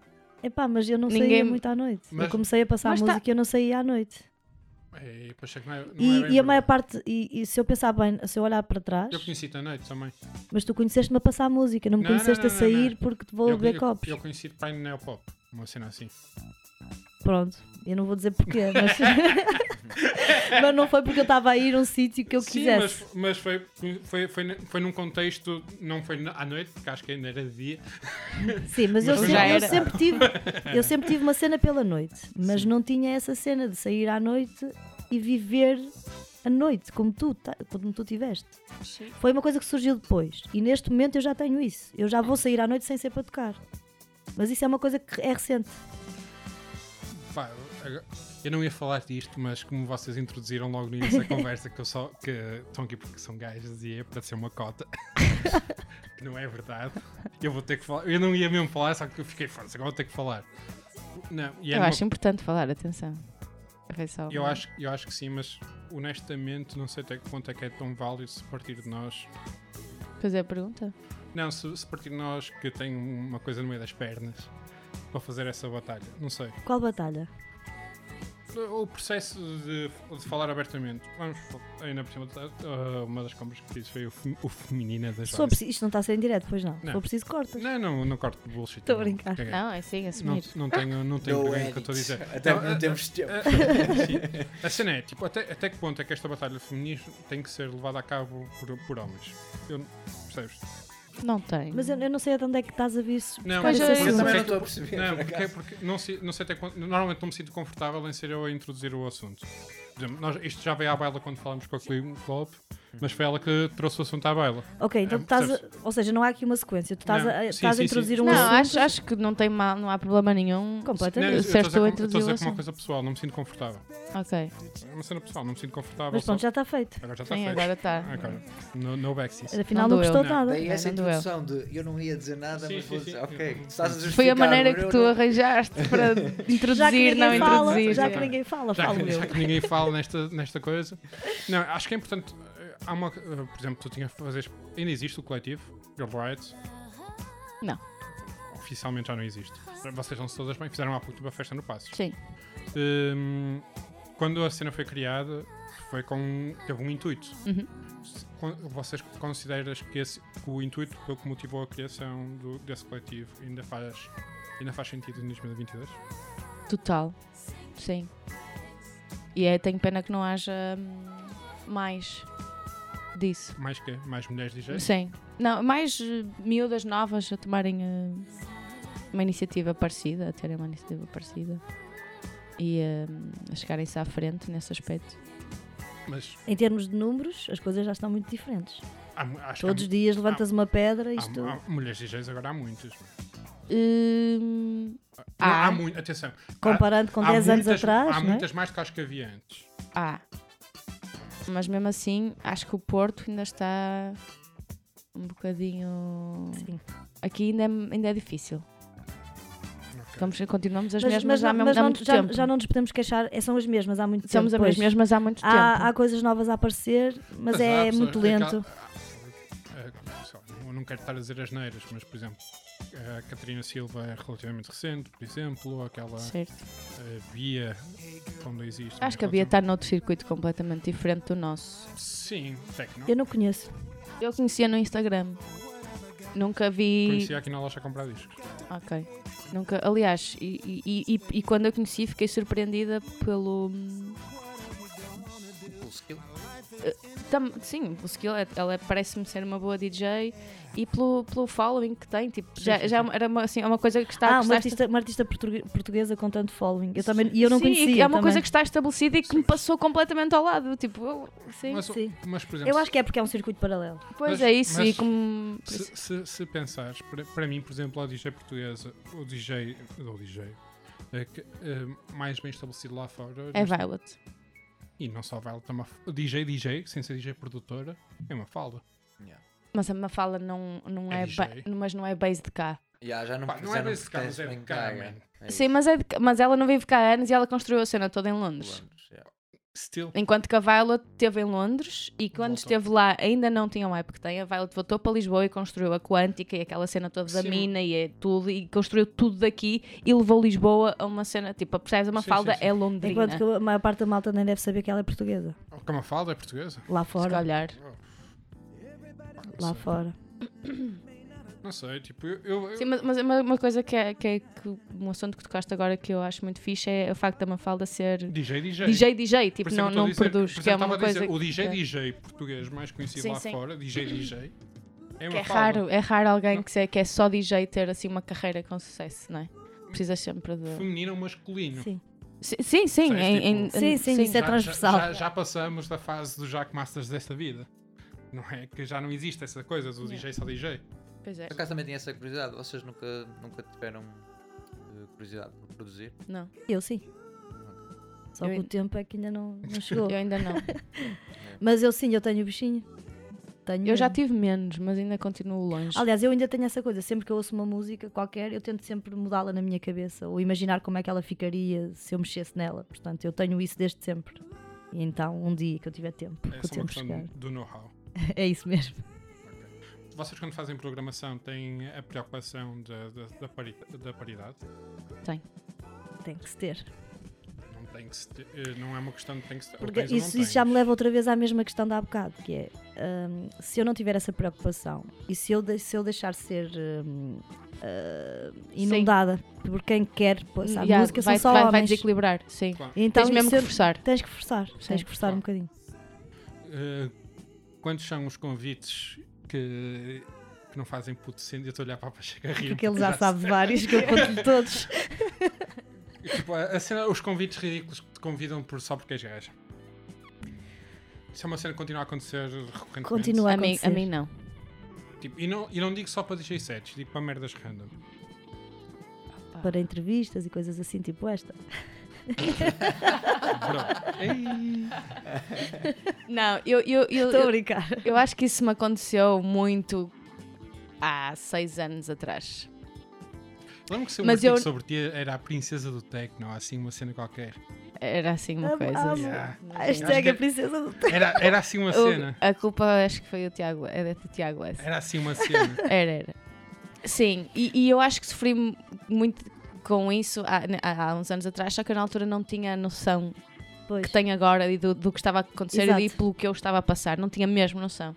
Speaker 5: Epá, mas eu não
Speaker 6: Ninguém-
Speaker 5: saía muito à noite. Eu
Speaker 3: Mas-
Speaker 5: comecei a passar
Speaker 6: Mas tá-
Speaker 5: música e eu não saía à noite.
Speaker 3: É, pois é que não é- não é
Speaker 5: E,
Speaker 3: bem
Speaker 5: e a
Speaker 3: verdade.
Speaker 5: maior parte, e, e se eu pensar bem, se eu olhar para trás,
Speaker 3: Eu conheci-te à noite também.
Speaker 5: mas tu conheceste-me a passar música, não me
Speaker 3: Não,
Speaker 5: conheceste
Speaker 3: não, não,
Speaker 5: a
Speaker 3: não,
Speaker 5: sair
Speaker 3: não.
Speaker 5: porque te vou
Speaker 3: eu,
Speaker 5: beber
Speaker 3: eu,
Speaker 5: copos.
Speaker 3: eu conheci-te para a Neopop, uma cena assim.
Speaker 5: Pronto, eu não vou dizer porquê, mas, mas não foi porque eu estava a ir a um sítio que eu
Speaker 3: Sim,
Speaker 5: quisesse.
Speaker 3: mas, mas foi, foi, foi, foi num contexto, não foi na- à noite, porque acho que ainda era de dia.
Speaker 5: Sim, mas, eu,
Speaker 3: mas
Speaker 5: sempre,
Speaker 6: já
Speaker 5: eu
Speaker 6: era.
Speaker 5: sempre tive, eu sempre tive uma cena pela noite, mas não tinha essa cena de sair à noite e viver a noite, como tu, ta- como tu tiveste. Foi uma coisa que surgiu depois. E neste momento eu já tenho isso. Eu já vou sair à noite sem ser para tocar. Mas isso é uma coisa que é recente.
Speaker 3: Pá, agora- eu não ia falar disto, mas como vocês introduziram logo no início da conversa que eu só que estão aqui porque são gajas e é para ser uma cota, que não é verdade. Eu vou ter que falar. Eu não ia mesmo falar, só que eu fiquei forte, agora vou ter que falar. Não, e era
Speaker 6: Eu
Speaker 3: uma-
Speaker 6: acho importante falar, atenção. A ver só-
Speaker 3: eu acho, eu acho que sim, mas honestamente não sei até que ponto é que é tão válido se partir de nós.
Speaker 6: Fazer a pergunta?
Speaker 3: Não, se, se partir de nós que eu tenho uma coisa no meio das pernas para fazer essa batalha, não sei.
Speaker 5: Qual batalha?
Speaker 3: O processo de, de falar abertamente. Vamos, ainda por cima, ah, uma das compras que fiz foi o, fem- o feminina das
Speaker 5: Se for
Speaker 3: Joyce.
Speaker 5: preciso, isto não está a ser em direto, pois não.
Speaker 3: Não.
Speaker 5: Se for preciso, cortas.
Speaker 3: Não, não, não corto bullshit.
Speaker 5: Estou a
Speaker 3: não,
Speaker 5: brincar.
Speaker 3: caguei.
Speaker 6: Não, é sim,
Speaker 3: Não,
Speaker 6: assumir.
Speaker 3: não tenho, não tenho
Speaker 2: No
Speaker 3: vergonha do que
Speaker 2: edit.
Speaker 3: eu estou a dizer.
Speaker 2: Até porque não temos tempo.
Speaker 3: Ah, sim. A cena é, tipo, até, até que ponto é que esta batalha feminista tem que ser levada a cabo por, por homens? Eu, percebes?
Speaker 6: Não tem.
Speaker 5: Mas eu, eu não sei até onde é que estás a vir isso.
Speaker 3: Não,
Speaker 6: é, Mas
Speaker 5: esse
Speaker 6: eu-
Speaker 2: Eu
Speaker 5: assunto.
Speaker 2: também não
Speaker 3: Porque- é
Speaker 2: estou a perceber.
Speaker 3: Não,
Speaker 2: por
Speaker 3: porque,
Speaker 2: acaso.
Speaker 3: porque não, sei, não sei até quando. Normalmente não me sinto confortável em ser eu a introduzir o assunto. Por exemplo, nós, isto já veio à baila quando falámos com a Clean Club, mas foi ela que trouxe o assunto à baila.
Speaker 5: Ok, então
Speaker 3: Ah,
Speaker 5: estás a-
Speaker 3: percebes?
Speaker 5: Ou seja, não há aqui uma sequência. Tu estás,
Speaker 3: Não.
Speaker 5: a,
Speaker 3: Sim,
Speaker 5: estás
Speaker 3: sim,
Speaker 5: a
Speaker 3: sim.
Speaker 5: introduzir um
Speaker 6: não,
Speaker 5: assunto.
Speaker 6: acho, acho que não tem mal, não há problema nenhum.
Speaker 3: Não, eu- eu
Speaker 5: Completamente.
Speaker 6: Certo,
Speaker 3: estou a dizer
Speaker 6: eu
Speaker 3: como- estou a dizer
Speaker 6: introduzi o
Speaker 3: como uma
Speaker 6: assunto.
Speaker 3: coisa pessoal, não me sinto confortável.
Speaker 6: Ok.
Speaker 3: É uma cena pessoal, não me sinto confortável.
Speaker 5: Mas
Speaker 3: só-
Speaker 5: pronto, já está feito.
Speaker 3: Agora já está
Speaker 6: Sim,
Speaker 3: feito.
Speaker 6: agora tá. está.
Speaker 3: Agora, no, no backseat.
Speaker 5: Afinal,
Speaker 6: Não
Speaker 5: não, é?
Speaker 6: doeu.
Speaker 5: gostou de
Speaker 3: Não.
Speaker 5: nada.
Speaker 2: Daí essa
Speaker 6: Não doeu.
Speaker 2: introdução de eu não ia dizer nada,
Speaker 3: Sim,
Speaker 2: mas
Speaker 3: sim,
Speaker 2: vou
Speaker 3: sim.
Speaker 2: dizer, ok, estás a
Speaker 6: Foi
Speaker 2: justificar,
Speaker 6: a maneira
Speaker 2: mas
Speaker 6: que
Speaker 2: eu
Speaker 6: tu
Speaker 2: não-
Speaker 6: arranjaste para
Speaker 5: Já que
Speaker 6: introduzir, não
Speaker 5: ninguém fala,
Speaker 6: introduzir.
Speaker 5: já que
Speaker 3: Não.
Speaker 5: ninguém fala,
Speaker 3: Já
Speaker 5: falo
Speaker 3: que,
Speaker 5: eu.
Speaker 3: já que ninguém fala nesta, nesta coisa. Não, acho que é importante. eh, Há uma, eh, por exemplo, tu tinhas que fazer. Ainda existe o coletivo, Girl Rights?
Speaker 6: Não.
Speaker 3: Oficialmente já não existe. Vocês não se todas bem, fizeram há pouco tempo a festa no Passos.
Speaker 6: Sim.
Speaker 3: Hum, quando a cena foi criada, foi com, teve um intuito.
Speaker 6: Uhum.
Speaker 3: Se- con- Vocês consideras que, esse- que o intuito pelo que motivou a criação do- desse coletivo ainda faz, ainda faz sentido em 2022?
Speaker 6: Total. Sim. E é, tenho pena que não haja hum, mais disso.
Speaker 3: Mais que mais mulheres DJs?
Speaker 6: Sim. Não, mais eh, miúdas novas a tomarem eh, uma iniciativa parecida, a terem uma iniciativa parecida e eh, a chegarem-se à frente nesse aspecto.
Speaker 3: Mas
Speaker 5: Em termos de números, as coisas já estão muito diferentes.
Speaker 3: há, mu- acho
Speaker 5: Todos os
Speaker 3: que
Speaker 5: dias levantas uma pedra e
Speaker 3: há,
Speaker 5: isto.
Speaker 3: há- há mulheres DJs agora há muitas. não é?
Speaker 6: Hum,
Speaker 3: Não,
Speaker 6: Ah.
Speaker 3: há muito, atenção. há-
Speaker 5: Comparando com
Speaker 3: há
Speaker 5: 10 anos
Speaker 3: muitas-
Speaker 5: atrás,
Speaker 3: Há
Speaker 5: não é?
Speaker 3: muitas mais que acho que havia antes.
Speaker 6: há. ah, Mas mesmo assim, acho que o Porto ainda está um bocadinho.
Speaker 5: Sim.
Speaker 6: Aqui ainda é, ainda é difícil. Estamos, continuamos as
Speaker 5: Mas,
Speaker 6: mesmas
Speaker 5: mas não-
Speaker 6: há, mesmo-
Speaker 5: mas
Speaker 6: há
Speaker 5: não-
Speaker 6: muito
Speaker 5: já,
Speaker 6: tempo.
Speaker 5: já não nos podemos queixar, é- são as mesmas há muito
Speaker 6: Somos
Speaker 5: tempo.
Speaker 6: as
Speaker 5: pois. Ah,
Speaker 6: mesmas há muito tempo.
Speaker 5: há, há coisas novas a aparecer, mas,
Speaker 3: há
Speaker 5: é
Speaker 3: pessoas-
Speaker 5: muito lento.
Speaker 3: é que há- é, sei lá, eu não quero estar a dizer as neiras, mas por exemplo, a Catarina Silva é relativamente recente, por exemplo, aquela
Speaker 6: Certo.
Speaker 3: eh, Bia, quando existe. mas
Speaker 6: Acho que a Bia
Speaker 3: relativamente-
Speaker 6: tá- está noutro circuito completamente diferente do nosso.
Speaker 3: Sim, tecno.
Speaker 5: Eu não conheço.
Speaker 6: Eu conhecia no Instagram. Nunca vi.
Speaker 3: Conhecia aqui na loja a comprar discos.
Speaker 6: Ok. Nunca. Aliás, e, e- e, e, e quando a conheci, fiquei surpreendida pelo. Tam- sim, o skill, é- ela é- parece-me ser uma boa DJ e pelo, pelo following que tem, tipo, já, já era uma, assim, é uma coisa que está
Speaker 5: ah, uma
Speaker 6: que está-
Speaker 5: artista, uma artista portugue- portuguesa com tanto following. Eu também, e eu não
Speaker 6: Sim,
Speaker 5: conhecia.
Speaker 6: e é uma
Speaker 5: também.
Speaker 6: coisa que está estabelecida e que me passou completamente ao lado. Tipo, eu- sim,
Speaker 3: Mas,
Speaker 5: sim.
Speaker 3: mas, por exemplo,
Speaker 5: Eu acho que é porque é um circuito paralelo.
Speaker 6: pois
Speaker 3: mas-
Speaker 6: é isso.
Speaker 3: mas-
Speaker 6: e como.
Speaker 3: se, se, se pensares, para, para mim, por exemplo, a DJ portuguesa, o DJ, ou DJ, é que, eh, mais bem estabelecido lá fora,
Speaker 6: É Violet.
Speaker 3: e não só vai, tá uma, f- DJ, DJ, sem ser DJ produtora, é uma falda.
Speaker 6: Mas a Mafala não, não
Speaker 3: É
Speaker 6: é, ba-
Speaker 3: DJ.
Speaker 6: mas não é base de cá.
Speaker 2: Já, já não,
Speaker 3: Pá, não
Speaker 2: já
Speaker 3: é bem esse caso,
Speaker 2: pertence
Speaker 3: é
Speaker 2: bem
Speaker 3: de cá,
Speaker 2: cá,
Speaker 3: man.
Speaker 2: é.
Speaker 6: Sim, mas, é de cá- mas ela não vive cá há anos e ela construiu a cena toda em Londres.
Speaker 2: Londres, yeah.
Speaker 3: Still.
Speaker 6: Enquanto que a Violet esteve em Londres e quando
Speaker 3: Voltou.
Speaker 6: esteve lá ainda não tinha o hype que tem, a Violet voltou para Lisboa e construiu a Quântica e aquela cena toda da
Speaker 3: Sim.
Speaker 6: mina e é tudo e construiu tudo daqui e levou Lisboa a uma cena, tipo, percebes? Uma
Speaker 3: Sim,
Speaker 6: falda
Speaker 3: sim, sim.
Speaker 6: é londrina.
Speaker 5: Enquanto que a maior parte da malta nem deve saber que ela é portuguesa.
Speaker 3: Como a Mafalda é portuguesa?
Speaker 5: Lá
Speaker 6: Se
Speaker 5: fora.
Speaker 6: calhar.
Speaker 5: Lá fora.
Speaker 3: Não sei, tipo, eu. eu, eu-
Speaker 6: Sim, mas, mas uma, uma coisa que é, que é que um assunto que tocaste agora que eu acho muito fixe é o facto da Mafalda ser
Speaker 3: DJ, DJ.
Speaker 6: DJ, DJ,
Speaker 3: Por
Speaker 6: tipo,
Speaker 3: isso é
Speaker 6: não,
Speaker 3: que eu
Speaker 6: não
Speaker 3: estou a dizer-
Speaker 6: produz,
Speaker 3: por isso
Speaker 6: que é
Speaker 3: que eu
Speaker 6: uma
Speaker 3: estava a dizer,
Speaker 6: coisa
Speaker 3: O DJ,
Speaker 6: que,
Speaker 3: DJ português mais conhecido
Speaker 6: Sim,
Speaker 3: lá
Speaker 6: sim.
Speaker 3: fora, DJ, DJ. É,
Speaker 6: que é
Speaker 3: uma falda.
Speaker 6: raro, é raro alguém que, se- que é só DJ ter assim uma carreira com sucesso, não é? Precisas sempre de.
Speaker 3: Feminino ou masculino.
Speaker 5: Sim.
Speaker 6: Si- Sim, sim,
Speaker 3: Sim,
Speaker 6: em-
Speaker 3: tipo-
Speaker 6: em-
Speaker 5: Sim, sim, isso é
Speaker 3: Já-
Speaker 5: transversal.
Speaker 3: Já, já- já passamos da fase do Jack Masters desta vida. Não é? Que já não existe essa coisa do
Speaker 6: Yeah.
Speaker 3: DJ só DJ.
Speaker 6: Pois é,
Speaker 4: Por acaso também tinha essa curiosidade. Vocês nunca, nunca tiveram eh, curiosidade por produzir?
Speaker 6: não,
Speaker 5: Eu sim. Só que o
Speaker 6: Eu ainda-
Speaker 5: tempo é que ainda não, não chegou.
Speaker 6: eu ainda não.
Speaker 5: Mas eu sim, eu tenho o bichinho. Tenho
Speaker 6: Eu já
Speaker 5: mesmo.
Speaker 6: tive menos, mas ainda continuo longe.
Speaker 5: Aliás, eu ainda tenho essa coisa. Sempre que eu ouço uma música qualquer, eu tento sempre mudá-la na minha cabeça ou imaginar como é que ela ficaria se eu mexesse nela. Portanto, eu tenho isso desde sempre. E então, um dia que eu tiver tempo,
Speaker 3: É
Speaker 5: que o
Speaker 3: só uma
Speaker 5: tempo
Speaker 3: questão
Speaker 5: chegar.
Speaker 3: do know-how.
Speaker 5: É isso mesmo.
Speaker 3: Vocês, quando fazem programação, têm a preocupação da, da, da parita- da paridade?
Speaker 5: Tem que se ter.
Speaker 3: Não, tem que se ter- eh, não é uma questão de tem que se ter- ou
Speaker 5: Porque
Speaker 3: tens ou não
Speaker 5: isso, isso já me
Speaker 3: tens.
Speaker 5: leva outra vez à mesma questão da há bocado, que é hum, se eu não tiver essa preocupação e se eu, de- se eu deixar ser hum, ah, inundada por quem quer, pô, sabe,
Speaker 6: Yeah,
Speaker 5: música
Speaker 6: vai,
Speaker 5: são só
Speaker 6: vai, vai
Speaker 5: homens.
Speaker 6: desequilibrar, sim.
Speaker 5: então
Speaker 6: Tens mesmo
Speaker 5: isso
Speaker 6: que
Speaker 5: eu-
Speaker 6: forçar.
Speaker 5: tens que forçar, tens que forçar um bocadinho.
Speaker 3: Eh, quantos são os convites que, que não fazem puto sentido? Eu estou a olhar para a Pacheca a rir.
Speaker 5: Porque ele já
Speaker 3: se-
Speaker 5: sabe vários, que eu conto todos.
Speaker 3: Tipo, a- a cena- os convites ridículos que te convidam por, só porque és gaja. Isso é uma cena que continua a acontecer recorrentemente.
Speaker 5: Continua.
Speaker 6: A mim, a
Speaker 5: acontecer.
Speaker 6: mim não.
Speaker 3: Tipo, e, não, e não digo só para DJ sets, digo para merdas random.
Speaker 5: Para entrevistas e coisas assim, tipo esta.
Speaker 3: Pronto. Ei.
Speaker 6: Não, eu, eu, eu,
Speaker 5: Estou a
Speaker 6: eu,
Speaker 5: brincar.
Speaker 6: eu acho que isso me aconteceu muito há seis anos atrás.
Speaker 3: Lembro que se um
Speaker 6: Mas
Speaker 3: artigo
Speaker 6: eu-
Speaker 3: sobre ti era a princesa do techno, assim, uma cena qualquer.
Speaker 6: Era assim uma
Speaker 5: Ah,
Speaker 6: coisa.
Speaker 5: ah,
Speaker 6: assim.
Speaker 3: Yeah. Acho
Speaker 5: Hashtag
Speaker 3: que-
Speaker 5: a princesa do
Speaker 3: Era, era assim uma
Speaker 6: O-
Speaker 3: cena.
Speaker 6: a culpa acho que foi o Tiago, é do Tiago essa.
Speaker 3: Era assim uma cena.
Speaker 6: Era, era. Sim, e, e eu acho que sofri mu- muito com isso há, né, há- há uns anos atrás, só que eu na altura não tinha a noção
Speaker 5: Pois.
Speaker 6: que tenho agora e do, do que estava a acontecer
Speaker 5: Exato.
Speaker 6: e pelo que eu estava a passar. Não tinha mesmo noção.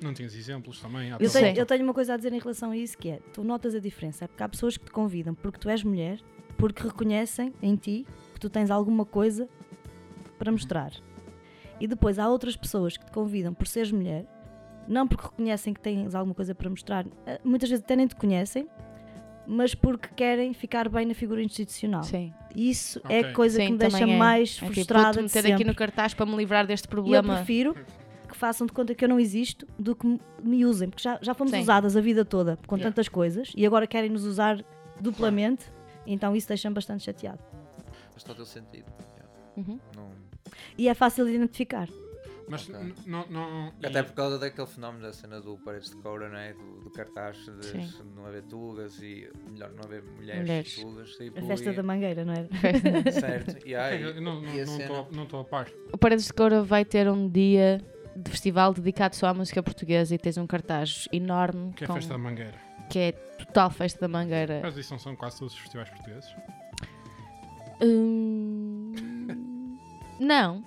Speaker 3: Não tinhas exemplos também?
Speaker 5: Eu
Speaker 6: Eu
Speaker 5: tenho,
Speaker 6: sei.
Speaker 5: eu tenho uma coisa a dizer em relação a isso que é, tu notas a diferença, porque há pessoas que te convidam porque tu és mulher, porque reconhecem em ti que tu tens alguma coisa para mostrar. E depois há outras pessoas que te convidam por seres mulher, não porque reconhecem que tens alguma coisa para mostrar, eh, muitas vezes até nem te conhecem, mas porque querem ficar bem na figura institucional.
Speaker 6: Sim.
Speaker 5: Isso é
Speaker 3: Ok.
Speaker 5: coisa que
Speaker 6: Sim,
Speaker 5: me deixa
Speaker 6: também é.
Speaker 5: mais
Speaker 6: É tipo,
Speaker 5: frustrada
Speaker 6: vou-te
Speaker 5: de
Speaker 6: meter
Speaker 5: sempre.
Speaker 6: aqui no cartaz para me livrar deste
Speaker 5: E eu
Speaker 6: problema.
Speaker 5: prefiro que façam de conta que eu não existo do que me- me usem, porque já, já fomos
Speaker 6: Sim.
Speaker 5: usadas a vida toda com
Speaker 3: Yeah.
Speaker 5: tantas coisas e agora querem nos usar duplamente, então isso deixa-me bastante chateado.
Speaker 4: Faz todo o sentido. yeah.
Speaker 6: Uhum.
Speaker 4: Não-
Speaker 5: E é fácil de identificar.
Speaker 3: Mas
Speaker 4: Ok.
Speaker 3: n- não. não e-
Speaker 4: Até por causa daquele fenómeno da cena do paredes de coura, não é? Do, do cartaz de
Speaker 6: Sim.
Speaker 4: não haver tugas e. Melhor, não haver mulheres,
Speaker 6: Mulheres.
Speaker 4: tugas. tipo,
Speaker 5: A festa da mangueira, não é?
Speaker 4: Certo, e aí.
Speaker 3: é Eu não não-
Speaker 4: e a
Speaker 3: não
Speaker 4: cena-
Speaker 3: estou- não estou a par.
Speaker 6: O Paredes de Coura vai ter um dia de festival dedicado só à música portuguesa e tens um cartaz enorme
Speaker 3: Que é a
Speaker 6: com-
Speaker 3: festa da mangueira.
Speaker 6: que é total festa da mangueira.
Speaker 3: Mas isso não são quase todos os festivais portugueses?
Speaker 6: Hum, Não.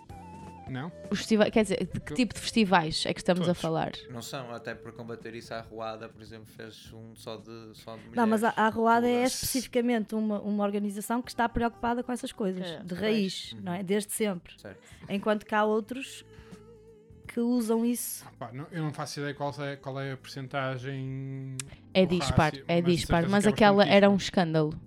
Speaker 3: Não?
Speaker 6: Os festivais, quer dizer, de que tipo de festivais é que estamos a
Speaker 3: Todos.
Speaker 6: falar?
Speaker 4: Não são, até para combater isso, a Arruada, por exemplo, fez um só de, só de mulheres.
Speaker 5: Não, mas a, a Arruada é
Speaker 4: tugas.
Speaker 5: especificamente uma, uma organização que está preocupada com essas coisas,
Speaker 6: É,
Speaker 5: de raiz,
Speaker 3: Uhum.
Speaker 5: não é? Desde sempre.
Speaker 4: Certo.
Speaker 5: Enquanto que há outros que usam isso.
Speaker 3: Pá, não- eu não faço ideia qual é, qual é a porcentagem.
Speaker 6: É
Speaker 3: O
Speaker 6: dispar,
Speaker 3: rácio,
Speaker 6: é
Speaker 3: mas de
Speaker 6: dispar,
Speaker 3: certeza
Speaker 6: mas
Speaker 3: que é
Speaker 6: aquela
Speaker 3: bastante
Speaker 6: era um
Speaker 3: dispar.
Speaker 6: escândalo.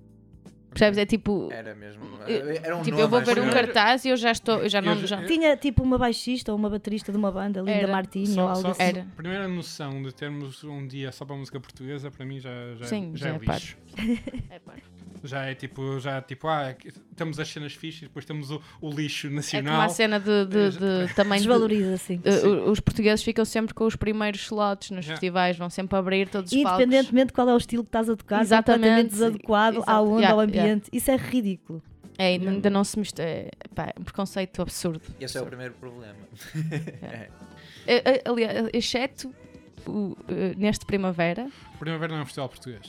Speaker 6: Percebes? É tipo,
Speaker 4: Era mesmo.
Speaker 6: Eu-
Speaker 4: Era um
Speaker 6: tipo
Speaker 4: nome,
Speaker 6: eu vou
Speaker 4: acho
Speaker 6: ver um
Speaker 4: eu.
Speaker 6: cartaz e eu já estou, eu já
Speaker 3: Eu
Speaker 6: não.
Speaker 3: já- é
Speaker 6: Já,
Speaker 3: eu-
Speaker 5: Tinha tipo uma baixista ou uma baterista de uma banda, Linda
Speaker 6: Era.
Speaker 5: Martini ou
Speaker 3: Só,
Speaker 5: algo
Speaker 3: só,
Speaker 5: assim.
Speaker 6: Era.
Speaker 3: Primeira noção de termos um dia só para música portuguesa, para mim já, já,
Speaker 6: Sim,
Speaker 3: já,
Speaker 6: já
Speaker 3: é
Speaker 6: é par.
Speaker 3: lixo. Já é tipo, já é tipo, ah, aqui- temos as cenas fixas e depois temos o, o lixo
Speaker 6: É como a
Speaker 3: nacional.
Speaker 6: cena de, de, de, também. de-
Speaker 5: Desvaloriza, sim.
Speaker 6: eh, o- os portugueses ficam sempre com os primeiros slots nos
Speaker 3: Já.
Speaker 6: festivais, vão sempre abrir todos os palcos.
Speaker 5: Independentemente de qual é o estilo que estás a tocar,
Speaker 6: Exatamente,
Speaker 5: completamente
Speaker 6: sim.
Speaker 5: desadequado à
Speaker 6: Exato.
Speaker 5: onda,
Speaker 6: Yeah,
Speaker 5: ao ambiente. Isso é ridículo.
Speaker 6: É, ainda, ainda não se mistura. É, pá, é um preconceito absurdo.
Speaker 4: Esse é o primeiro problema.
Speaker 6: É, é, Aliás, exceto o, eh, neste primavera,
Speaker 3: Primavera não é um festival português.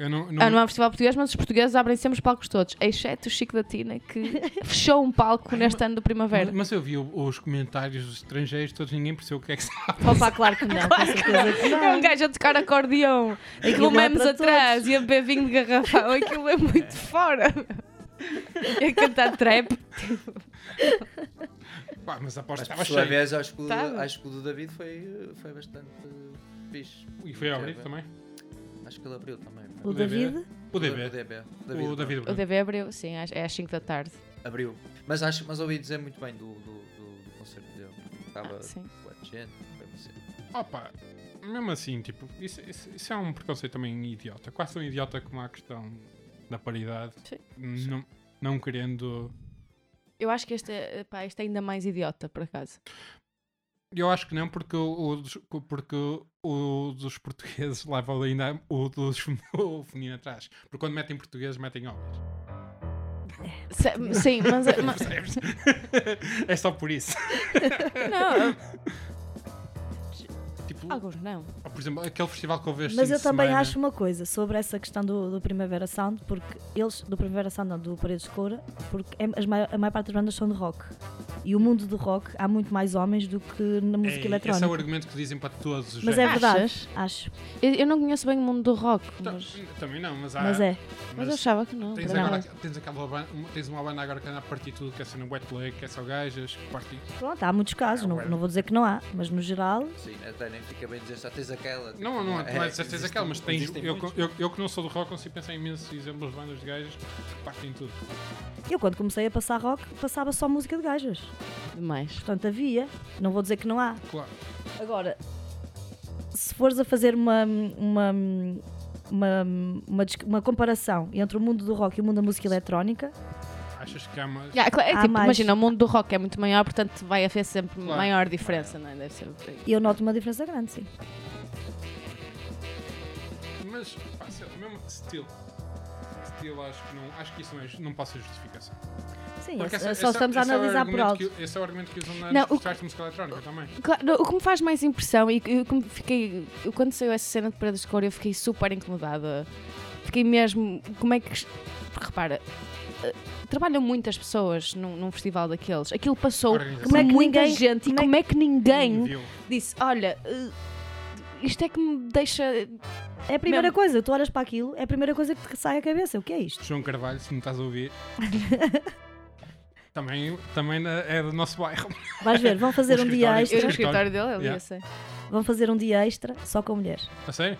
Speaker 3: Eu não, não,
Speaker 6: Ah, não há festival português, mas os portugueses abrem sempre os palcos todos, exceto o Chico da Tina, que fechou um palco neste ano do
Speaker 3: mas,
Speaker 6: Primavera.
Speaker 3: mas eu vi o- os comentários dos estrangeiros, todos ninguém percebeu o que é que se
Speaker 5: Opa, claro que não, com certeza que
Speaker 6: É um
Speaker 5: não.
Speaker 6: gajo a tocar acordeão,
Speaker 5: Aquilo
Speaker 6: com
Speaker 5: é
Speaker 6: memes
Speaker 5: para
Speaker 6: atrás e a beber vinho de garrafão, aquilo é muito fora. E a cantar trap.
Speaker 3: Pá, mas aposto
Speaker 4: Mas
Speaker 3: que estava
Speaker 4: por sua
Speaker 3: cheio.
Speaker 4: vez, acho que, o,
Speaker 6: Estava.
Speaker 4: acho que o do David foi, foi bastante eh, fixe.
Speaker 3: E foi ao abrir
Speaker 4: Teve-
Speaker 3: também.
Speaker 4: Acho que ele abriu também. é?
Speaker 5: O David?
Speaker 3: O
Speaker 4: O
Speaker 3: DB.
Speaker 4: DB.
Speaker 3: O David
Speaker 6: O
Speaker 3: Branco.
Speaker 6: DB abriu, sim, às- é às 5 da tarde.
Speaker 4: Abriu. Mas, acho, mas ouvi dizer muito bem do, do, do- do concerto dele. Estava
Speaker 6: Ah, sim.
Speaker 4: com a gente. Foi uma cena.
Speaker 3: Opa, mesmo assim, tipo, isso, isso- isso é um preconceito também idiota. Quase tão idiota como a questão da paridade.
Speaker 6: Sim.
Speaker 3: Não, não querendo.
Speaker 6: Eu acho que este é, pá, este é ainda mais idiota, por acaso.
Speaker 3: Eu acho que não, porque o, o dos- porque o dos portugueses leva ainda o dos o feminino atrás. Porque quando metem portugueses, metem homens.
Speaker 6: Se- sim, mas, eh, mas-
Speaker 3: Percebes? é só por isso.
Speaker 6: Não,
Speaker 3: Tipo,
Speaker 6: alguns não.
Speaker 3: por exemplo, aquele festival que eu vejo.
Speaker 5: Ah. Mas eu também acho uma coisa sobre essa questão do, do Primavera Sound, porque eles, do Primavera Sound, não, do Paredes de Coura, porque é- as mai- a maior parte das bandas são de rock. E o mundo do rock há muito mais homens do que na música
Speaker 3: Esse é o
Speaker 5: eletrónica.
Speaker 3: argumento que dizem para todos os
Speaker 5: Mas é
Speaker 3: géneros.
Speaker 5: verdade,
Speaker 6: Achas?
Speaker 5: acho.
Speaker 6: Eu, eu não conheço bem o mundo do rock,
Speaker 3: Ta-
Speaker 6: mas,
Speaker 3: Também não, Então, mas há.
Speaker 5: Mas é.
Speaker 6: mas eu achava que não.
Speaker 3: Tens,
Speaker 6: por
Speaker 3: agora,
Speaker 6: acaso.
Speaker 3: tens, aquela banda, uma- tens uma banda agora que anda a partir tudo, que é sendo wet leg, que é só gajas, que partem.
Speaker 5: Pronto, há muitos
Speaker 3: É
Speaker 5: casos, não, não vou dizer que não há, mas no geral,
Speaker 4: Sim, assim, né? até nem fica bem dizer só tens aquela. tipo,
Speaker 3: Não, não é, não é de certeza
Speaker 4: existem-
Speaker 3: aquela, mas tens.
Speaker 4: existem
Speaker 3: Eu,
Speaker 4: muitos.
Speaker 3: eu, eu que não sou do rock, consigo pensar em imensos exemplos de bandas de gajas que partem tudo.
Speaker 5: eu quando comecei a passar rock, passava só música de gajas.
Speaker 6: Demais.
Speaker 5: Portanto, havia, não vou dizer que não há.
Speaker 3: Claro.
Speaker 5: Agora, se fores a fazer uma, uma, uma, uma, dis- uma comparação entre o mundo do rock e o mundo da música eletrónica,
Speaker 3: Achas que há uma.
Speaker 6: Yeah, cla- é
Speaker 5: Há
Speaker 6: tipo,
Speaker 5: mais.
Speaker 6: imagina, o mundo do rock é muito maior, portanto vai haver sempre
Speaker 3: Claro.
Speaker 6: maior diferença, não é? Deve ser. por aí.
Speaker 5: eu noto uma diferença grande, sim.
Speaker 3: Mas, pá, sei lá, mesmo estilo. Estilo, acho que não, acho que isso não, é, ju- não passa justificação.
Speaker 5: Sim,
Speaker 3: Porque
Speaker 5: é-
Speaker 3: essa-
Speaker 5: é só
Speaker 3: essa-
Speaker 5: estamos a
Speaker 3: esse é o
Speaker 5: analisar por
Speaker 3: argumento
Speaker 5: alto.
Speaker 3: que- esse é o argumento que usam na
Speaker 6: Não,
Speaker 3: não,
Speaker 6: o que-
Speaker 3: de música eletrónica também.
Speaker 6: Claro, não, o que me faz mais impressão e que- e o que me fiquei. eu Quando saiu essa cena de Paredes de Cor, eu fiquei super incomodada. Fiquei mesmo. Como é que. Porque repara, eh, trabalham muitas pessoas num, num festival daqueles. Aquilo passou
Speaker 3: Organização.
Speaker 6: por
Speaker 5: Como é que
Speaker 6: muita
Speaker 5: ninguém-
Speaker 6: gente
Speaker 5: como é
Speaker 6: e como é que ninguém
Speaker 3: Viu?
Speaker 6: disse: olha, eh, isto é que me deixa.
Speaker 5: É a primeira
Speaker 6: Mesmo.
Speaker 5: coisa, tu olhas para aquilo, é a primeira coisa que te sai à cabeça. O que é isto?
Speaker 3: João Carvalho, se me estás a ouvir. também também na- é do nosso bairro.
Speaker 5: Vais ver, vão fazer
Speaker 3: O
Speaker 5: um
Speaker 3: escritório-
Speaker 5: dia
Speaker 6: Eu no
Speaker 5: extra,
Speaker 3: Escritório.
Speaker 6: escritório dele, ele
Speaker 3: Yeah.
Speaker 6: ia ser.
Speaker 5: vão fazer um dia extra só com mulheres.
Speaker 3: A sério?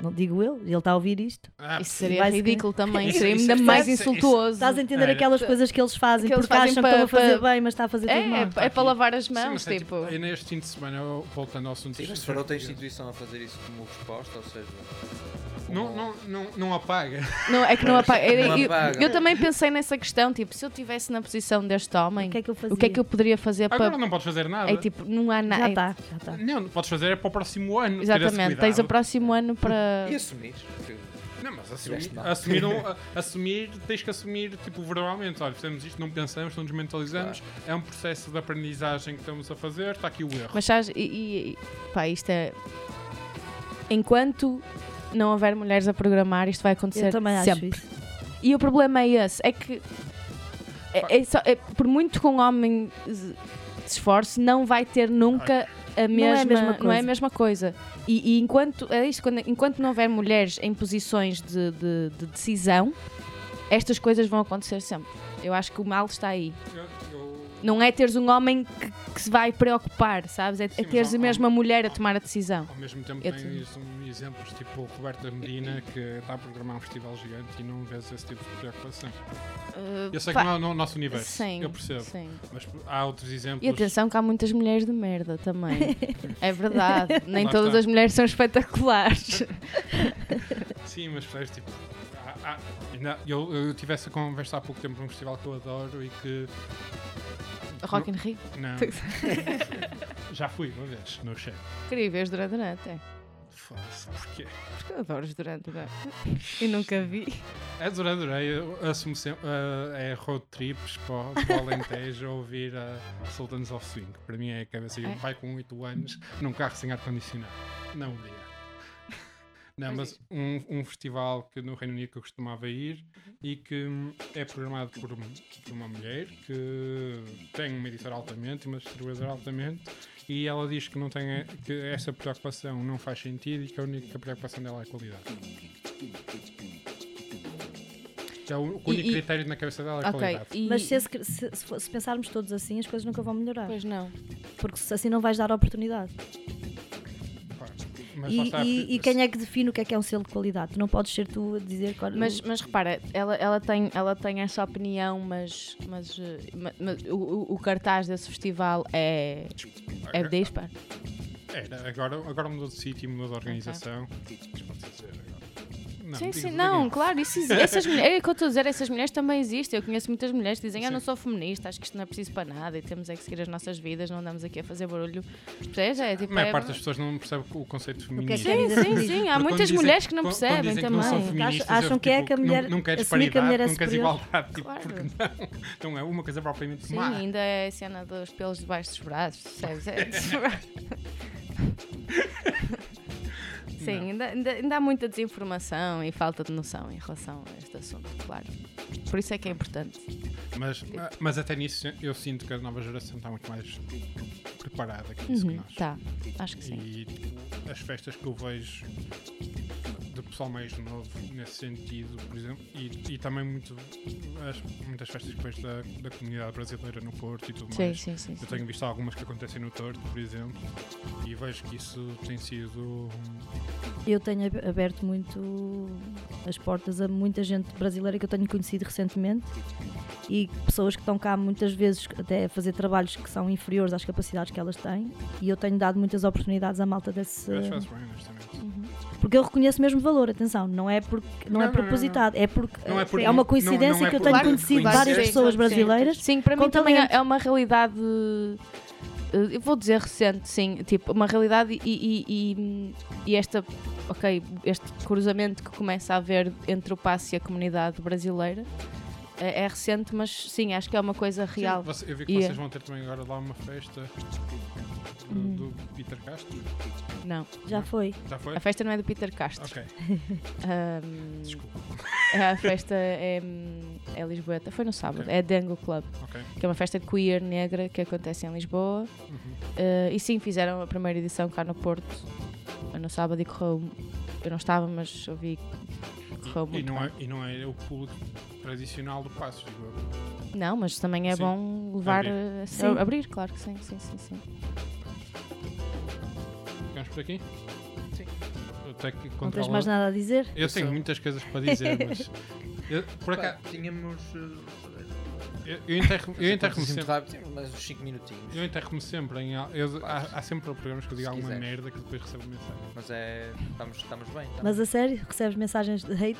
Speaker 5: Não digo eu, ele está a ouvir isto.
Speaker 3: Ah,
Speaker 6: Isso seria
Speaker 5: Vai ser-
Speaker 6: ridículo também,
Speaker 3: Isso-
Speaker 6: seria
Speaker 3: isso-
Speaker 6: ainda
Speaker 3: isso- é
Speaker 6: mais
Speaker 3: isso- isso-
Speaker 6: insultuoso.
Speaker 5: é Estás a entender
Speaker 3: É.
Speaker 5: aquelas coisas que eles fazem
Speaker 6: Que eles
Speaker 5: porque
Speaker 6: fazem
Speaker 5: acham
Speaker 6: para-
Speaker 5: que estão a fazer
Speaker 6: para-
Speaker 5: bem, mas está a fazer tudo mal.
Speaker 6: É, é para lavar as
Speaker 3: Tá Sim,
Speaker 6: mãos,
Speaker 3: mas é
Speaker 6: tipo.
Speaker 3: é neste fim de semana, eu- voltando ao assunto.
Speaker 4: Sim,
Speaker 3: dos
Speaker 4: mas se for outra
Speaker 3: estrangeiros.
Speaker 4: instituição a fazer isso como resposta, ou seja.
Speaker 3: Não,
Speaker 4: como-
Speaker 3: não, não, não apaga.
Speaker 6: Não, é que não apaga. Eu,
Speaker 4: Não
Speaker 6: eu-
Speaker 4: apaga.
Speaker 6: eu também pensei nessa questão, tipo, se eu estivesse na posição deste homem,
Speaker 5: O que é que eu fazia?
Speaker 6: o que é que eu poderia fazer
Speaker 3: Agora
Speaker 6: para.
Speaker 3: não podes fazer nada.
Speaker 6: É tipo, não há
Speaker 5: Já tá.
Speaker 6: nada.
Speaker 5: está, já está.
Speaker 3: Não, não podes fazer é para o próximo ano. ter esse
Speaker 6: Exatamente, tens o
Speaker 3: cuidado.
Speaker 6: próximo ano para.
Speaker 4: E assumir. que-
Speaker 3: Não, mas assumir,
Speaker 4: Fizeste mal.
Speaker 3: assumir, não- a- assumir, tens que assumir, tipo, verbalmente. Olha, fizemos isto, não pensamos, não nos mentalizamos. É um processo de aprendizagem que estamos a fazer. Está aqui o erro.
Speaker 6: Mas sabes, e, e- pá, isto é. Enquanto não houver mulheres a programar, isto vai acontecer
Speaker 5: Eu também acho
Speaker 6: sempre.
Speaker 5: isso.
Speaker 6: E o problema é esse, é que é, é só- é- por muito que um homem se se esforce, não vai ter nunca
Speaker 5: Não é
Speaker 6: a mesma,
Speaker 5: a mesma
Speaker 6: não é a
Speaker 5: coisa.
Speaker 6: mesma coisa. E, e enquanto é isto, quando- enquanto não houver mulheres em posições de, de- de decisão, estas coisas vão acontecer sempre. Eu acho que o mal está aí.
Speaker 3: Eu- eu-
Speaker 6: Não é teres um homem que, que se vai preocupar, sabes? É, é
Speaker 3: Sim, mas
Speaker 6: teres
Speaker 3: há-
Speaker 6: a
Speaker 3: há-
Speaker 6: mesma mulher a tomar a decisão.
Speaker 3: Ao mesmo tempo
Speaker 6: Eu
Speaker 3: tens um, exemplos tipo o Roberto Medina que está a programar um festival gigante e não vês esse tipo de preocupação. Eu sei
Speaker 6: Pá,
Speaker 3: que não é no nosso universo,
Speaker 6: sim,
Speaker 3: eu percebo,
Speaker 6: sim.
Speaker 3: mas há outros exemplos.
Speaker 6: E atenção que há muitas mulheres de merda também. É verdade. Nem
Speaker 3: Lá
Speaker 6: todas
Speaker 3: está.
Speaker 6: as mulheres são espetaculares.
Speaker 3: Sim, mas percebes, tipo. há- há- ainda- eu, eu tive essa conversa há pouco tempo num festival que eu adoro e que.
Speaker 6: Rock in Rio.
Speaker 3: Não. Já fui uma vez, no chefe.
Speaker 6: Queria ver os Durante Durante.
Speaker 3: Foda-se, porquê?
Speaker 6: Porque eu adoro os Durante Durante. E nunca vi.
Speaker 3: É Durei Durei, eu assumo sempre, ah, é road trips para o- para o Alentejo a ouvir a Sultans of Swing. Para mim é a cabeça de um
Speaker 6: Ai.
Speaker 3: pai com 8 anos num carro sem ar-condicionado. Não o diga. Não,
Speaker 6: Mas
Speaker 3: mas
Speaker 5: é.
Speaker 3: um, um festival que no Reino Unido que eu costumava ir
Speaker 5: Uhum.
Speaker 3: e que hum, é programado por, um- por uma mulher que tem uma editora altamente, uma distribuidora altamente e ela diz que, não tem, a- que essa preocupação não faz sentido e que a única preocupação dela é a qualidade. Que é o o único
Speaker 6: e-
Speaker 3: critério na cabeça dela é a
Speaker 6: Ok,
Speaker 3: qualidade.
Speaker 6: e-
Speaker 5: Mas se, esse- se- se for- se pensarmos todos assim, as coisas nunca vão melhorar.
Speaker 6: Pois não.
Speaker 5: Porque se- assim não vais dar oportunidade.
Speaker 3: Pá, Mas
Speaker 5: E,
Speaker 3: lá está,
Speaker 5: e- e quem é que define o que é que é um selo de qualidade? Tu não podes ser tu a dizer que olha,
Speaker 6: Mas, mas repara, ela, ela, tem, ela tem essa opinião, mas, mas, eh, ma- ma- o, o- o cartaz desse festival é, é dispar.
Speaker 3: Era, É, né, agora, agora mudou de sítio, mudou de organização. Mas pode-se dizer agora. Não,
Speaker 6: sim,
Speaker 3: digo-
Speaker 6: sim,
Speaker 3: digo-
Speaker 6: não, claro, isso, exi- essas mulheres, é o que eu estou a dizer, essas mulheres também existem. Eu conheço muitas mulheres que dizem, eu não sou feminista, acho que isto não é preciso para nada e temos é que seguir as nossas vidas, não andamos aqui a fazer barulho. Percebes? É,
Speaker 3: A
Speaker 6: tipo,
Speaker 3: maior
Speaker 6: é-
Speaker 3: parte das pessoas não percebe o conceito de
Speaker 5: que é que
Speaker 3: feminismo.
Speaker 6: Sim, sim, sim, há
Speaker 3: Porque quando
Speaker 6: muitas
Speaker 3: dizem-
Speaker 6: mulheres que não
Speaker 3: quando- quando
Speaker 6: percebem
Speaker 3: dizem que não são
Speaker 6: também.
Speaker 3: feministas,
Speaker 5: Acham-
Speaker 3: eu
Speaker 5: acham que é
Speaker 3: fico, tipo,
Speaker 5: que a mulher-
Speaker 3: Não, não
Speaker 6: assim,
Speaker 3: queres
Speaker 5: assumir que a
Speaker 3: paridade,
Speaker 5: mulher é
Speaker 3: não queres
Speaker 5: superior.
Speaker 3: igualdade. Tipo,
Speaker 6: Claro.
Speaker 3: porque não? Não é uma coisa propriamente
Speaker 6: Sim,
Speaker 3: má.
Speaker 6: ainda é a cena dos pelos debaixo dos braços, percebes? É- Sim, ainda, ainda, ainda há muita desinformação e falta de noção em relação a este assunto, claro. Por isso é que é importante.
Speaker 3: Mas, mas até nisso eu sinto que a nova geração está muito mais preparada que isso que nós.
Speaker 6: Tá, acho que sim.
Speaker 3: E tipo, as festas que eu vejo do pessoal mais novo nesse sentido, por exemplo, e, e também muito, as- muitas festas que vejo da, da comunidade brasileira no Porto e tudo
Speaker 6: Sim,
Speaker 3: mais.
Speaker 6: sim, sim.
Speaker 3: Eu tenho visto algumas que acontecem no Torto, por exemplo, e vejo que isso tem sido. um
Speaker 5: eu tenho ab- aberto muito as portas a muita gente brasileira que eu tenho conhecido recentemente e pessoas que estão cá muitas vezes até a fazer trabalhos que são inferiores às capacidades que elas têm e eu tenho dado muitas oportunidades à malta desse
Speaker 3: Eu acho que faz bem, honestamente.
Speaker 6: Um
Speaker 5: porque eu reconheço mesmo valor, atenção, não é porque não,
Speaker 3: Não, não,
Speaker 5: é
Speaker 3: não,
Speaker 5: propositado, é porque
Speaker 3: Não é por-
Speaker 5: uma
Speaker 3: não-
Speaker 5: coincidência
Speaker 3: não é
Speaker 5: que eu
Speaker 3: por
Speaker 5: tenho
Speaker 3: Claro,
Speaker 5: conhecido
Speaker 3: claro,
Speaker 5: várias
Speaker 3: sim,
Speaker 5: pessoas
Speaker 6: sim.
Speaker 5: brasileiras
Speaker 6: Sim, para
Speaker 5: com
Speaker 6: mim também é
Speaker 5: talento.
Speaker 6: é uma realidade. eh, Eu vou dizer recente, sim, tipo, uma realidade e, e- e- e esta, ok, este cruzamento que começa a haver entre o passe e a comunidade brasileira eh, é, recente, mas sim, acho que é uma coisa real.
Speaker 3: Sim, você- eu vi que
Speaker 6: E é.
Speaker 3: vocês vão ter também agora lá uma festa do,
Speaker 6: Uhum.
Speaker 3: do Peter Castro.
Speaker 6: Não,
Speaker 5: Já foi.
Speaker 3: Já foi?
Speaker 6: a festa não é do Peter Castro.
Speaker 3: Ok,
Speaker 6: Ahm,
Speaker 3: desculpa.
Speaker 6: a festa é, hum, é Lisboeta, foi no sábado, é Dango Club.
Speaker 3: Ok. Uhum.
Speaker 6: que é uma festa queer negra que acontece em Lisboa. Eh, e sim, fizeram a primeira edição cá no Porto no sábado e correu. Eu não estava, mas ouvi que correu
Speaker 3: E
Speaker 6: muito.
Speaker 3: não,
Speaker 6: bem.
Speaker 3: é, e não é o público tradicional do Passos, digo eu.
Speaker 6: Não, mas também é
Speaker 3: Sim.
Speaker 6: bom levar
Speaker 3: Abrir. É,
Speaker 6: eh, a se-
Speaker 5: Sim.
Speaker 6: abrir, claro que sim, sim, sim, sim.
Speaker 3: Ficamos por aqui? Sim. Eu tenho que
Speaker 5: Não tens
Speaker 3: controlar.
Speaker 5: mais nada a dizer?
Speaker 3: Eu tenho muitas coisas para dizer, mas. Eu, por acaso,
Speaker 2: Pá, Tínhamos. eh,
Speaker 3: eu, eu enterro- eu enterro-me
Speaker 4: Assim,
Speaker 3: sempre.
Speaker 4: rápido.
Speaker 2: Temos mais uns 5 minutinhos.
Speaker 3: Eu enterro-me sempre em. al- eu- há, há sempre programas que eu digo
Speaker 4: Se
Speaker 3: alguma
Speaker 4: quiseres.
Speaker 3: merda que depois recebo mensagem.
Speaker 4: Mas é. Estamos, estamos bem.
Speaker 2: tá?
Speaker 4: Estamos...
Speaker 5: Mas a sério, recebes mensagens de hate?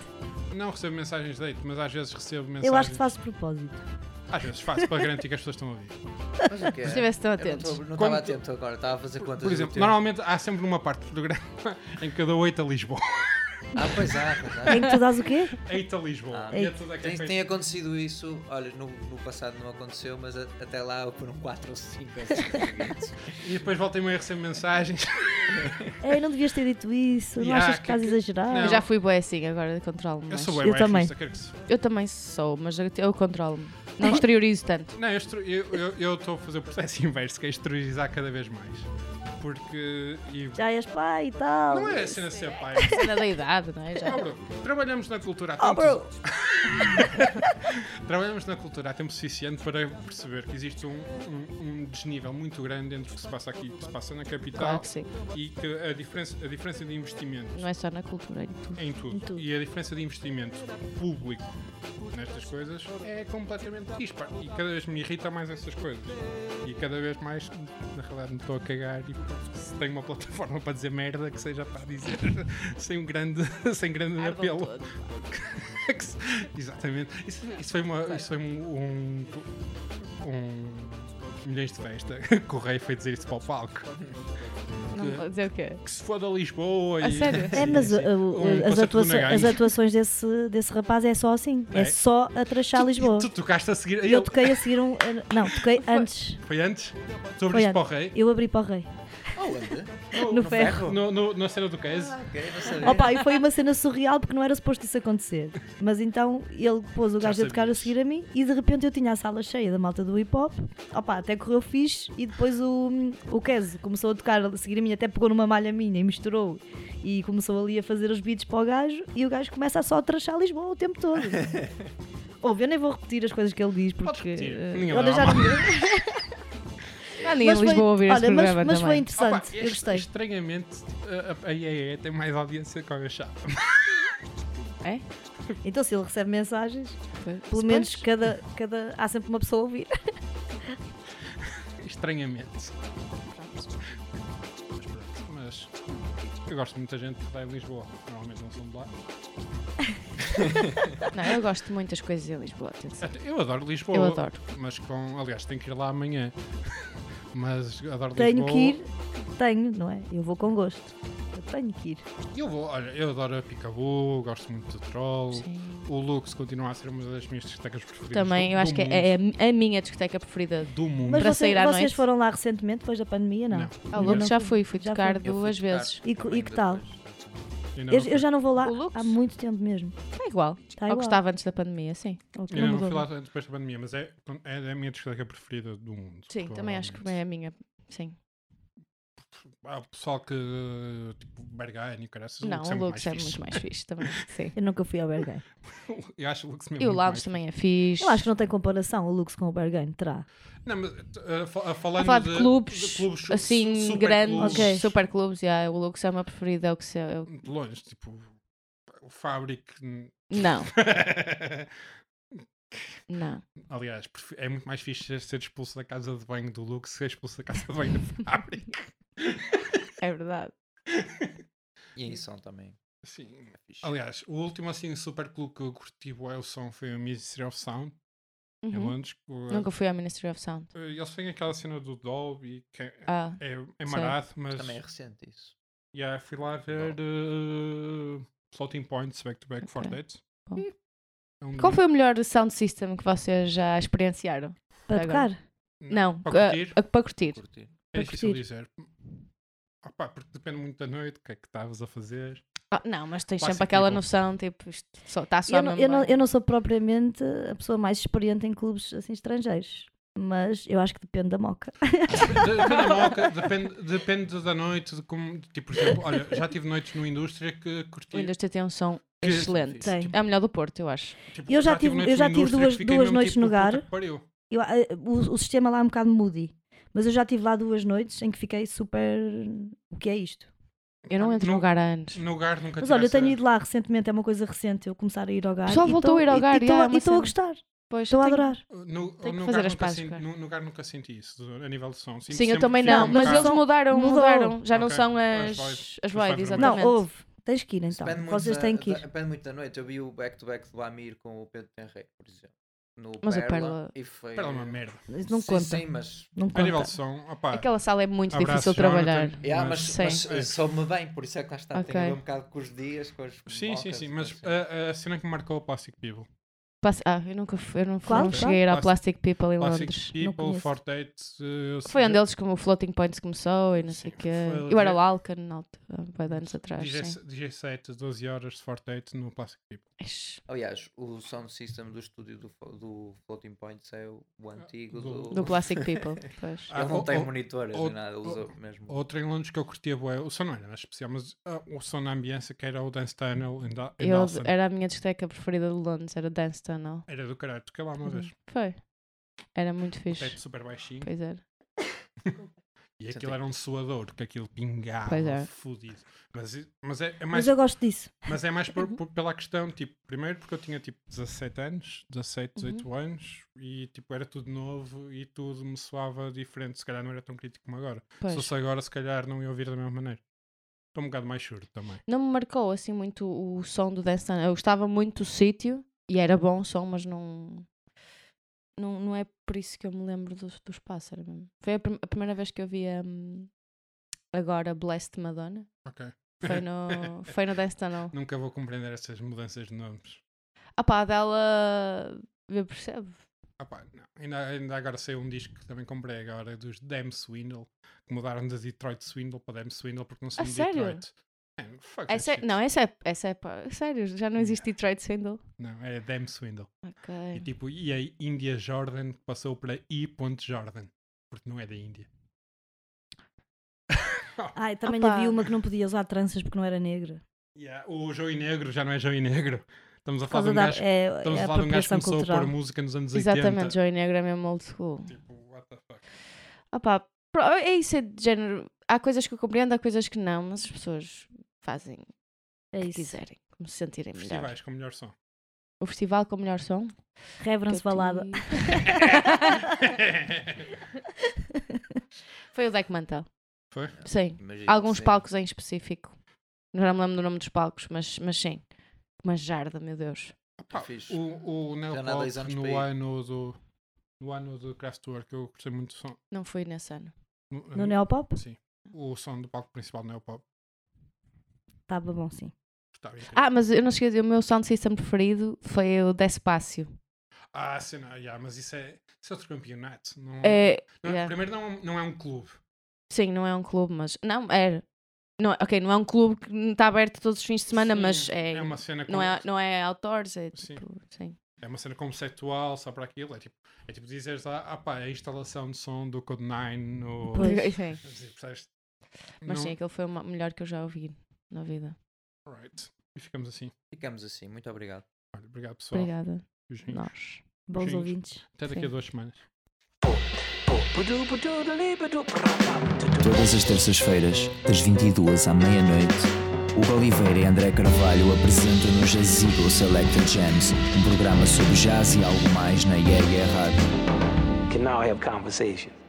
Speaker 3: Não recebo mensagens de date, mas às vezes recebo mensagens.
Speaker 5: Eu acho que fazes de propósito.
Speaker 3: Às vezes faço para garantir que as pessoas estão a ouvir.
Speaker 2: Mas o que é?
Speaker 6: Se estivesse tão
Speaker 2: Eu não tô-
Speaker 6: atentos.
Speaker 2: não
Speaker 3: Quando-
Speaker 2: estava atento agora, estava a fazer contas.
Speaker 3: Por
Speaker 2: do
Speaker 3: exemplo,
Speaker 2: tempo.
Speaker 3: normalmente há sempre uma parte do programa em que eu dou 8 a Lisboa.
Speaker 2: Ah, pois há, pois há.
Speaker 5: Em que tu dás o quê?
Speaker 3: 8 a Lisboa.
Speaker 2: Ah.
Speaker 3: e é tudo aquilo
Speaker 2: Tem,
Speaker 3: que é
Speaker 2: tem acontecido isso, olha, no, no passado não aconteceu, mas a- até lá eu por um 4 ou 5.
Speaker 3: feito. E depois voltem-me a receber mensagens.
Speaker 2: Ah,
Speaker 5: Ei, É, não devias ter dito isso, não
Speaker 3: Ya,
Speaker 5: achas que
Speaker 3: que-
Speaker 5: estás a exagerar?
Speaker 3: Não.
Speaker 6: Eu já fui boa assim, agora controlo-me.
Speaker 3: Eu
Speaker 6: mais.
Speaker 3: sou
Speaker 5: Eu
Speaker 3: bem
Speaker 5: também.
Speaker 3: quero que se
Speaker 6: Eu também sou, mas eu, eu controlo-me. Não exteriorizo tanto.
Speaker 3: Não, eu estou eu, eu estou a fazer o processo inverso, que é exteriorizar cada vez mais. Porque. e-
Speaker 5: Já és pai e tal.
Speaker 3: não é a cena de ser pai.
Speaker 6: Cena da idade, não é? Já.
Speaker 3: Oh, bro, trabalhamos na cultura há
Speaker 5: Oh,
Speaker 3: tanto.
Speaker 5: bro!
Speaker 3: Trabalhamos na cultura há tempo suficiente para perceber que existe um, um- um desnível muito grande entre o que se passa aqui e o que se passa na
Speaker 6: Claro
Speaker 3: capital
Speaker 6: que sim.
Speaker 3: e que a diferença, a diferença de investimentos
Speaker 6: Não é só na cultura, é em tudo.
Speaker 3: em tudo.
Speaker 5: Em tudo.
Speaker 3: E a diferença de investimento público nestas coisas é completamente dispar. E cada vez me irrita mais essas coisas. E cada vez mais, na realidade, me estou a cagar e se tenho uma plataforma para dizer merda que seja para dizer sem um grande, sem grande
Speaker 6: Ardam
Speaker 3: apelo.
Speaker 6: todo.
Speaker 3: Que se- Exatamente. Isso, isso foi, uma, isso foi um, um, um milhões de festa que o rei foi dizer isso para o palco.
Speaker 6: Não vou dizer o quê?
Speaker 3: Que se foda Lisboa
Speaker 6: A
Speaker 3: e.
Speaker 6: sério?
Speaker 5: É, mas uh, uh,
Speaker 3: Um
Speaker 5: as,
Speaker 3: concerto
Speaker 5: atua-
Speaker 3: do Nagai.
Speaker 5: as atuações desse, desse rapaz é só assim. É,
Speaker 3: É.
Speaker 5: só a trachar Lisboa.
Speaker 3: Tu tocaste a seguir.
Speaker 5: E eu toquei a seguir um. Não, toquei antes.
Speaker 3: Foi antes? Tu
Speaker 5: Foi
Speaker 3: abriste
Speaker 5: antes.
Speaker 3: para o rei?
Speaker 5: Eu abri para o rei.
Speaker 6: Oh,
Speaker 2: Aonde?
Speaker 5: no ferro.
Speaker 3: No, no- na cena do Case.
Speaker 2: Ok, não sabia.
Speaker 5: Opa, e foi uma cena surreal porque não era suposto isso acontecer. Mas então ele pôs o
Speaker 3: Já
Speaker 5: gajo a tocar a
Speaker 3: sabias.
Speaker 5: seguir a mim e de repente eu tinha a sala cheia da malta do hip hop. Opa, até correu fixe e depois o, o Kezo começou a tocar a seguir a mim, até pegou numa malha minha e misturou e começou ali a fazer os beats para o gajo e o gajo começa a só a trachar Lisboa o tempo todo. Ouve, eu nem vou repetir as coisas que ele diz
Speaker 3: Podes
Speaker 5: porque.
Speaker 3: repetir.
Speaker 5: eh,
Speaker 3: Ninguém
Speaker 5: olha,
Speaker 3: leva
Speaker 5: já
Speaker 3: a
Speaker 5: não-
Speaker 6: Há ninguém em
Speaker 5: mas foi-
Speaker 6: Lisboa a ouvir este
Speaker 5: olha, mas-
Speaker 6: programa
Speaker 5: mas foi
Speaker 6: também.
Speaker 3: Opa,
Speaker 5: interessante, eu
Speaker 3: est-
Speaker 5: gostei.
Speaker 3: Estranhamente, a- a IEE tem mais audiência que a Chapa.
Speaker 6: É?
Speaker 5: Então se ele recebe mensagens,
Speaker 6: Foi.
Speaker 5: pelo
Speaker 6: Se
Speaker 5: menos
Speaker 6: pões-
Speaker 5: cada, cada. há sempre uma pessoa a ouvir.
Speaker 3: Estranhamente. Mas pronto, mas eu gosto de muita gente que está em Lisboa. Normalmente não são de lá.
Speaker 6: Não, eu gosto de muitas coisas em Lisboa, atenção.
Speaker 3: Até- Eu adoro Lisboa.
Speaker 6: Eu adoro.
Speaker 3: Mas com. Aliás, tenho que ir lá amanhã. Mas adoro
Speaker 5: Tenho
Speaker 3: Lisboa.
Speaker 5: que ir, tenho, não é? Eu vou com gosto. Eu tenho que ir.
Speaker 3: Eu vou, olha, eu adoro a Picabu, gosto muito do Troll.
Speaker 6: Sim.
Speaker 3: O Lux continua a ser uma das minhas discotecas preferidas.
Speaker 6: Também,
Speaker 3: do-
Speaker 6: eu
Speaker 3: do
Speaker 6: acho que
Speaker 3: mundo.
Speaker 6: é, é a minha discoteca preferida.
Speaker 3: Do mundo.
Speaker 5: Mas
Speaker 6: Para
Speaker 5: você-
Speaker 6: sair à
Speaker 5: vocês
Speaker 6: noite?
Speaker 5: foram lá recentemente, depois da pandemia, não?
Speaker 3: Não.
Speaker 6: Ah,
Speaker 3: Não.
Speaker 6: o Luke já fui, fui
Speaker 5: Já
Speaker 6: tocar
Speaker 2: Eu fui
Speaker 6: duas
Speaker 2: tocar
Speaker 6: vezes.
Speaker 5: E co-
Speaker 2: também
Speaker 5: e que tal?
Speaker 2: depois.
Speaker 3: Ainda
Speaker 5: Eu,
Speaker 3: não
Speaker 5: eu
Speaker 3: fui.
Speaker 5: já não vou lá
Speaker 6: O Lux?
Speaker 5: há muito tempo mesmo.
Speaker 6: Está É Tá igual.
Speaker 5: Está
Speaker 6: Ou
Speaker 5: igual.
Speaker 6: gostava antes da pandemia, sim.
Speaker 5: Ok,
Speaker 3: Ainda não
Speaker 5: mudou.
Speaker 3: fui lá depois da pandemia, mas é, é a minha discoteca preferida do mundo.
Speaker 6: Sim, também acho que
Speaker 3: provavelmente.
Speaker 6: é a minha. Sim.
Speaker 3: Há o pessoal que, tipo, Berghain e caras.
Speaker 6: Não,
Speaker 3: Lux é
Speaker 6: o
Speaker 3: muito
Speaker 6: Lux
Speaker 3: mais
Speaker 6: é
Speaker 3: fixe.
Speaker 6: muito mais fixe também. Sim.
Speaker 5: Eu nunca fui ao Bergain.
Speaker 3: Eu acho o Lux mesmo
Speaker 6: E o
Speaker 3: muito
Speaker 6: Lounge
Speaker 3: mais
Speaker 6: também é fixe.
Speaker 5: Eu acho que não tem comparação o Lux com o Bergain, terá.
Speaker 3: Não, mas uh, fa- uh, falando
Speaker 6: é. A falar Tá de, clubes,
Speaker 3: clubes
Speaker 6: assim,
Speaker 3: su- super
Speaker 6: grandes,
Speaker 3: clubes,
Speaker 5: Ok.
Speaker 6: super clubes, yeah, o Lux é o meu preferido, é o que se... é o-
Speaker 3: De longe, tipo, o Fabric. hum,
Speaker 6: Não, não.
Speaker 3: Aliás, prefi- é muito mais fixe ser- ser expulso da casa de banho do Lux que ser expulso da casa de banho do Fabric.
Speaker 6: É verdade.
Speaker 2: E em som também.
Speaker 3: Sim.
Speaker 2: é fixe.
Speaker 3: Aliás, o último, assim, super clube que eu curti bué o som foi o Ministry of Sound, em
Speaker 6: Uhum.
Speaker 3: Londres. O-
Speaker 6: Nunca fui ao Ministry of Sound.
Speaker 3: eh, Eles têm aquela cena do Dolby, que é,
Speaker 6: Ah,
Speaker 3: é, é
Speaker 6: sim.
Speaker 3: marado, mas...
Speaker 2: Também é recente isso.
Speaker 3: Yeah, fui lá ver eh, Floating Points Back to Back for
Speaker 6: Ok.
Speaker 3: Dead.
Speaker 6: Bom.
Speaker 3: É um
Speaker 6: qual
Speaker 3: do-
Speaker 6: foi o melhor sound system que vocês já experienciaram?
Speaker 5: Para
Speaker 6: Agora.
Speaker 5: tocar?
Speaker 6: Não,
Speaker 3: Para
Speaker 6: ah,
Speaker 3: curtir,
Speaker 6: ah, para curtir.
Speaker 2: Curtir.
Speaker 3: é
Speaker 5: para
Speaker 3: difícil
Speaker 5: curtir.
Speaker 3: dizer. Ah pá, porque depende muito da noite, o que é que estavas a fazer.
Speaker 6: Ah, não, mas tens
Speaker 3: Vai
Speaker 6: sempre
Speaker 3: ser
Speaker 6: aquela
Speaker 3: tipo-
Speaker 6: noção, tipo, isto só, está só
Speaker 5: Eu
Speaker 6: a
Speaker 5: não,
Speaker 6: mesma...
Speaker 5: eu, não, eu não sou propriamente a pessoa mais experiente em clubes assim, estrangeiros. Mas eu acho que depende da moca.
Speaker 3: De- Depende da moca, depende, depende da noite, de como, tipo, por exemplo, olha, já tive noites no Indústria que curti.
Speaker 6: O indústria tem um som
Speaker 3: Que-
Speaker 6: excelente.
Speaker 5: Tem.
Speaker 6: É o melhor do Porto, eu acho.
Speaker 3: tipo,
Speaker 5: Eu já
Speaker 3: tive
Speaker 5: tive-
Speaker 3: noites
Speaker 5: eu já
Speaker 3: no
Speaker 5: tive
Speaker 3: Indústria que
Speaker 5: duas-
Speaker 3: fiquei
Speaker 5: duas
Speaker 3: mesmo,
Speaker 5: noites
Speaker 3: tipo,
Speaker 5: no
Speaker 3: puta
Speaker 5: Gar.
Speaker 3: que pariu.
Speaker 5: Eu, eh, o, o sistema lá é um bocado moody. Mas eu já estive lá duas noites em que fiquei super. O que é isto?
Speaker 6: Eu não
Speaker 3: Ah,
Speaker 6: entro
Speaker 3: não-
Speaker 6: no lugar há anos.
Speaker 3: No Gar nunca
Speaker 5: Mas
Speaker 3: tive
Speaker 5: olha, eu
Speaker 3: essa-
Speaker 5: tenho ido lá recentemente, é uma coisa recente, eu começar a ir ao
Speaker 6: O
Speaker 5: gar.
Speaker 6: pessoal
Speaker 5: e
Speaker 6: voltou
Speaker 5: tô-
Speaker 6: a ir ao
Speaker 5: e-
Speaker 6: Gar,
Speaker 5: E
Speaker 6: já, é
Speaker 5: estou
Speaker 6: uma
Speaker 5: a
Speaker 6: cena.
Speaker 5: gostar,
Speaker 6: Pois,
Speaker 5: estou a
Speaker 6: tenho-
Speaker 5: adorar.
Speaker 3: No,
Speaker 6: Tenho que
Speaker 3: no,
Speaker 6: fazer
Speaker 3: Gar
Speaker 6: as
Speaker 3: nunca
Speaker 6: pazes,
Speaker 3: senti,
Speaker 6: claro.
Speaker 3: no, no Gar nunca senti isso, a nível de som. Sinto
Speaker 6: Sim, eu
Speaker 3: sempre
Speaker 6: também
Speaker 3: que fico
Speaker 6: não,
Speaker 3: no
Speaker 6: mas
Speaker 3: Gar-
Speaker 6: eles mudaram,
Speaker 5: Mudou.
Speaker 6: mudaram. Já não
Speaker 3: Ok,
Speaker 6: são
Speaker 3: as
Speaker 6: as,
Speaker 3: vozes.
Speaker 6: as
Speaker 3: As vozes vermelhas.
Speaker 6: vibes, exatamente.
Speaker 5: Não, houve. Tens que ir então.
Speaker 2: Depende muito
Speaker 5: Vocês
Speaker 2: da-
Speaker 5: têm que
Speaker 2: da-
Speaker 5: ir.
Speaker 2: Depende muito da noite. Eu vi o back-to-back do Amir com o Pedro Tenrei, por exemplo. No
Speaker 6: Mas o
Speaker 2: Perla,
Speaker 6: Perla-
Speaker 2: E foi...
Speaker 3: Pera, é uma merda.
Speaker 5: Isso não
Speaker 2: sim,
Speaker 5: conta.
Speaker 2: Sim, mas...
Speaker 5: Não
Speaker 3: A nível
Speaker 5: conta.
Speaker 3: de som, opá,
Speaker 6: Aquela sala é muito
Speaker 3: abraço,
Speaker 6: difícil de trabalhar.
Speaker 3: Jonathan,
Speaker 2: Yeah, mas,
Speaker 6: Sim.
Speaker 2: mas, eh, soube-me bem, por isso é que lá está. Tem a
Speaker 6: Ok.
Speaker 2: ver um bocado com os dias, com as
Speaker 3: É. Sim, sim,
Speaker 2: mocas,
Speaker 3: sim,
Speaker 2: com
Speaker 3: mas eh,
Speaker 2: assim.
Speaker 3: a, a cena que marcou o Plastic People.
Speaker 6: Plas- Ah, eu nunca fui, eu não, fui,
Speaker 5: Qual?
Speaker 6: não cheguei a ir ao
Speaker 3: Plastic-
Speaker 6: Plastic People em
Speaker 3: Plastic
Speaker 6: Londres.
Speaker 3: People,
Speaker 5: conheço.
Speaker 3: Fortnite. eh,
Speaker 6: Foi onde
Speaker 3: se-
Speaker 6: eles como o Floating Points começou e não sei o
Speaker 3: Sim,
Speaker 6: quê.
Speaker 3: foi-
Speaker 6: Eu era o Alcan na altura, há bué de anos atrás.
Speaker 3: DJ,
Speaker 6: Sim.
Speaker 3: se- DJ 7, 12 horas de Fortnite no Plastic People.
Speaker 6: Ixi,
Speaker 2: Aliás, o sound system do estúdio do, fo- do Floating Points é o o antigo
Speaker 3: Ah, do-
Speaker 2: do...
Speaker 6: Do Plastic People, pois.
Speaker 3: Ah,
Speaker 2: Ele não
Speaker 3: o-
Speaker 2: tem
Speaker 3: o-
Speaker 2: monitores
Speaker 3: o-
Speaker 2: nem nada, usa mesmo.
Speaker 3: Outro em Londres que eu curtia bué, o som não era nada especial, mas ah, o som na ambiência que era o Dance Tunnel em, da, em
Speaker 6: Eu,
Speaker 3: Dawson. era...
Speaker 6: era a minha discoteca preferida de Londres, era Dance Tunnel.
Speaker 3: do caralho, toquei lá uma vez.
Speaker 6: Foi. Era muito
Speaker 3: Teto
Speaker 6: Uhum. fixe.
Speaker 3: super baixinho.
Speaker 6: Pois era.
Speaker 3: E aquilo era um suador, que aquilo pingava,
Speaker 6: Pois é.
Speaker 3: fudido. Mas, i- mas é, é mais,
Speaker 5: Mas eu gosto disso.
Speaker 3: mas é mais por-
Speaker 6: Uhum.
Speaker 3: por- pela questão, tipo, primeiro porque eu tinha tipo 17 anos,
Speaker 6: Uhum.
Speaker 3: 17, 18 anos, e tipo, era tudo novo e tudo me soava diferente. Se calhar não era tão crítico como agora. Se
Speaker 6: Pois.
Speaker 3: fosse agora, se calhar não ia ouvir da mesma maneira. Estou um bocado mais surdo também.
Speaker 6: Não me marcou assim muito o som do Dance Tunnel. Eu gostava muito do sítio e era bom o som, mas não. Não, não é por isso que eu me lembro do, do espaço. Era mesmo. Foi a, prim- a primeira vez que eu vi hum, agora Blessed Madonna.
Speaker 3: Ok.
Speaker 6: Foi no, foi no Dance Tunnel.
Speaker 3: Nunca vou compreender essas mudanças de nomes.
Speaker 6: Ah pá, a dela. Eu percebo.
Speaker 3: Ah pá, não. Ainda, ainda agora saiu um disco que também comprei agora dos Damn Swindle, que mudaram de Detroit Swindle para Damn Swindle porque não são de
Speaker 6: sério?
Speaker 3: Detroit. É, fuck that
Speaker 6: Essa é-
Speaker 3: shit.
Speaker 6: não, essa é, essa é pá, sério, já não existe Detroit Swindle.
Speaker 3: Não, é Damn Swindle.
Speaker 6: Ok.
Speaker 3: E tipo, e a Índia Jordan passou para I. Jordan, porque não é da Índia.
Speaker 5: Ai, também
Speaker 6: Opa.
Speaker 5: havia uma que não podia usar tranças porque não era negra.
Speaker 3: Yeah, o Joey Negro já não é Joey Negro. Estamos a
Speaker 5: Por
Speaker 3: falar de
Speaker 5: causa
Speaker 3: um
Speaker 5: da
Speaker 3: gajo,
Speaker 5: é,
Speaker 3: estamos
Speaker 5: é
Speaker 3: a
Speaker 5: a
Speaker 3: falar de um gajo que
Speaker 5: apropriação
Speaker 3: começou a
Speaker 5: cultural.
Speaker 3: pôr música nos anos 80.
Speaker 6: Exatamente, Joey Negro é mesmo old school.
Speaker 3: Tipo, what the fuck.
Speaker 6: Ah pá, pro- é isso, é de género. Há coisas que eu compreendo, há coisas que não, mas as pessoas fazem o
Speaker 5: É
Speaker 6: que
Speaker 5: isso.
Speaker 6: quiserem, como se sentirem melhor.
Speaker 3: Festivais com melhor som.
Speaker 6: O festival com o melhor som?
Speaker 5: Reverence
Speaker 6: Que eu
Speaker 5: balada.
Speaker 6: tive. Foi o Deck Mantel.
Speaker 3: Foi?
Speaker 6: Sim.
Speaker 2: Imagino que
Speaker 6: Alguns
Speaker 2: sim.
Speaker 6: palcos em específico. Já me lembro do nome dos palcos, mas, mas sim. Uma jarda, meu Deus.
Speaker 3: Pá,
Speaker 2: fixe.
Speaker 3: o, o Neo
Speaker 2: Já não há dois
Speaker 3: Pop
Speaker 2: anos para
Speaker 3: no
Speaker 2: ir.
Speaker 3: ano do no ano do Kraftwerk eu gostei muito do som.
Speaker 6: Não fui nesse ano.
Speaker 5: No Neopop?
Speaker 3: Sim. O som do palco principal do Neopop.
Speaker 5: Estava bom, sim.
Speaker 3: Estava incrível.
Speaker 6: Ah, mas eu não cheguei a dizer, o meu sound system preferido foi o Despácio.
Speaker 3: Ah, sim, não, yeah, mas isso é, isso é outro campeonato. Não,
Speaker 6: É,
Speaker 3: não-
Speaker 6: yeah.
Speaker 3: Primeiro não, é um- não é um clube.
Speaker 6: Sim, não é um clube, mas. Não, era. Não, é- ok, não é um clube que está aberto todos os fins de semana,
Speaker 3: Sim,
Speaker 6: mas é.
Speaker 3: é uma cena
Speaker 6: não, é,
Speaker 3: com-
Speaker 6: não é outdoors, é
Speaker 3: Sim.
Speaker 6: tipo. Sim.
Speaker 3: É uma cena conceptual só para aquilo. É tipo, é tipo dizeres lá, ah pá, a instalação de som do Code 9 no. É
Speaker 5: Pois.
Speaker 6: Sim.
Speaker 3: Percebes? Não-
Speaker 6: Mas sim, aquele foi o ma- melhor que eu já ouvi na vida.
Speaker 3: Right. E ficamos assim.
Speaker 2: Ficamos assim, muito obrigado.
Speaker 3: Olha, obrigado pessoal.
Speaker 6: Obrigada.
Speaker 3: Beijinhos.
Speaker 6: Nós.
Speaker 5: Bons
Speaker 3: Sim.
Speaker 5: ouvintes.
Speaker 3: Até daqui
Speaker 6: Sim.
Speaker 3: a duas semanas.
Speaker 1: Todas as terças-feiras, das 22 à meia-noite, Hugo Oliveira e André Carvalho apresentam-nos a Zero Selected Jams, um programa sobre jazz e algo mais na IER Rádio.
Speaker 7: can now have conversation.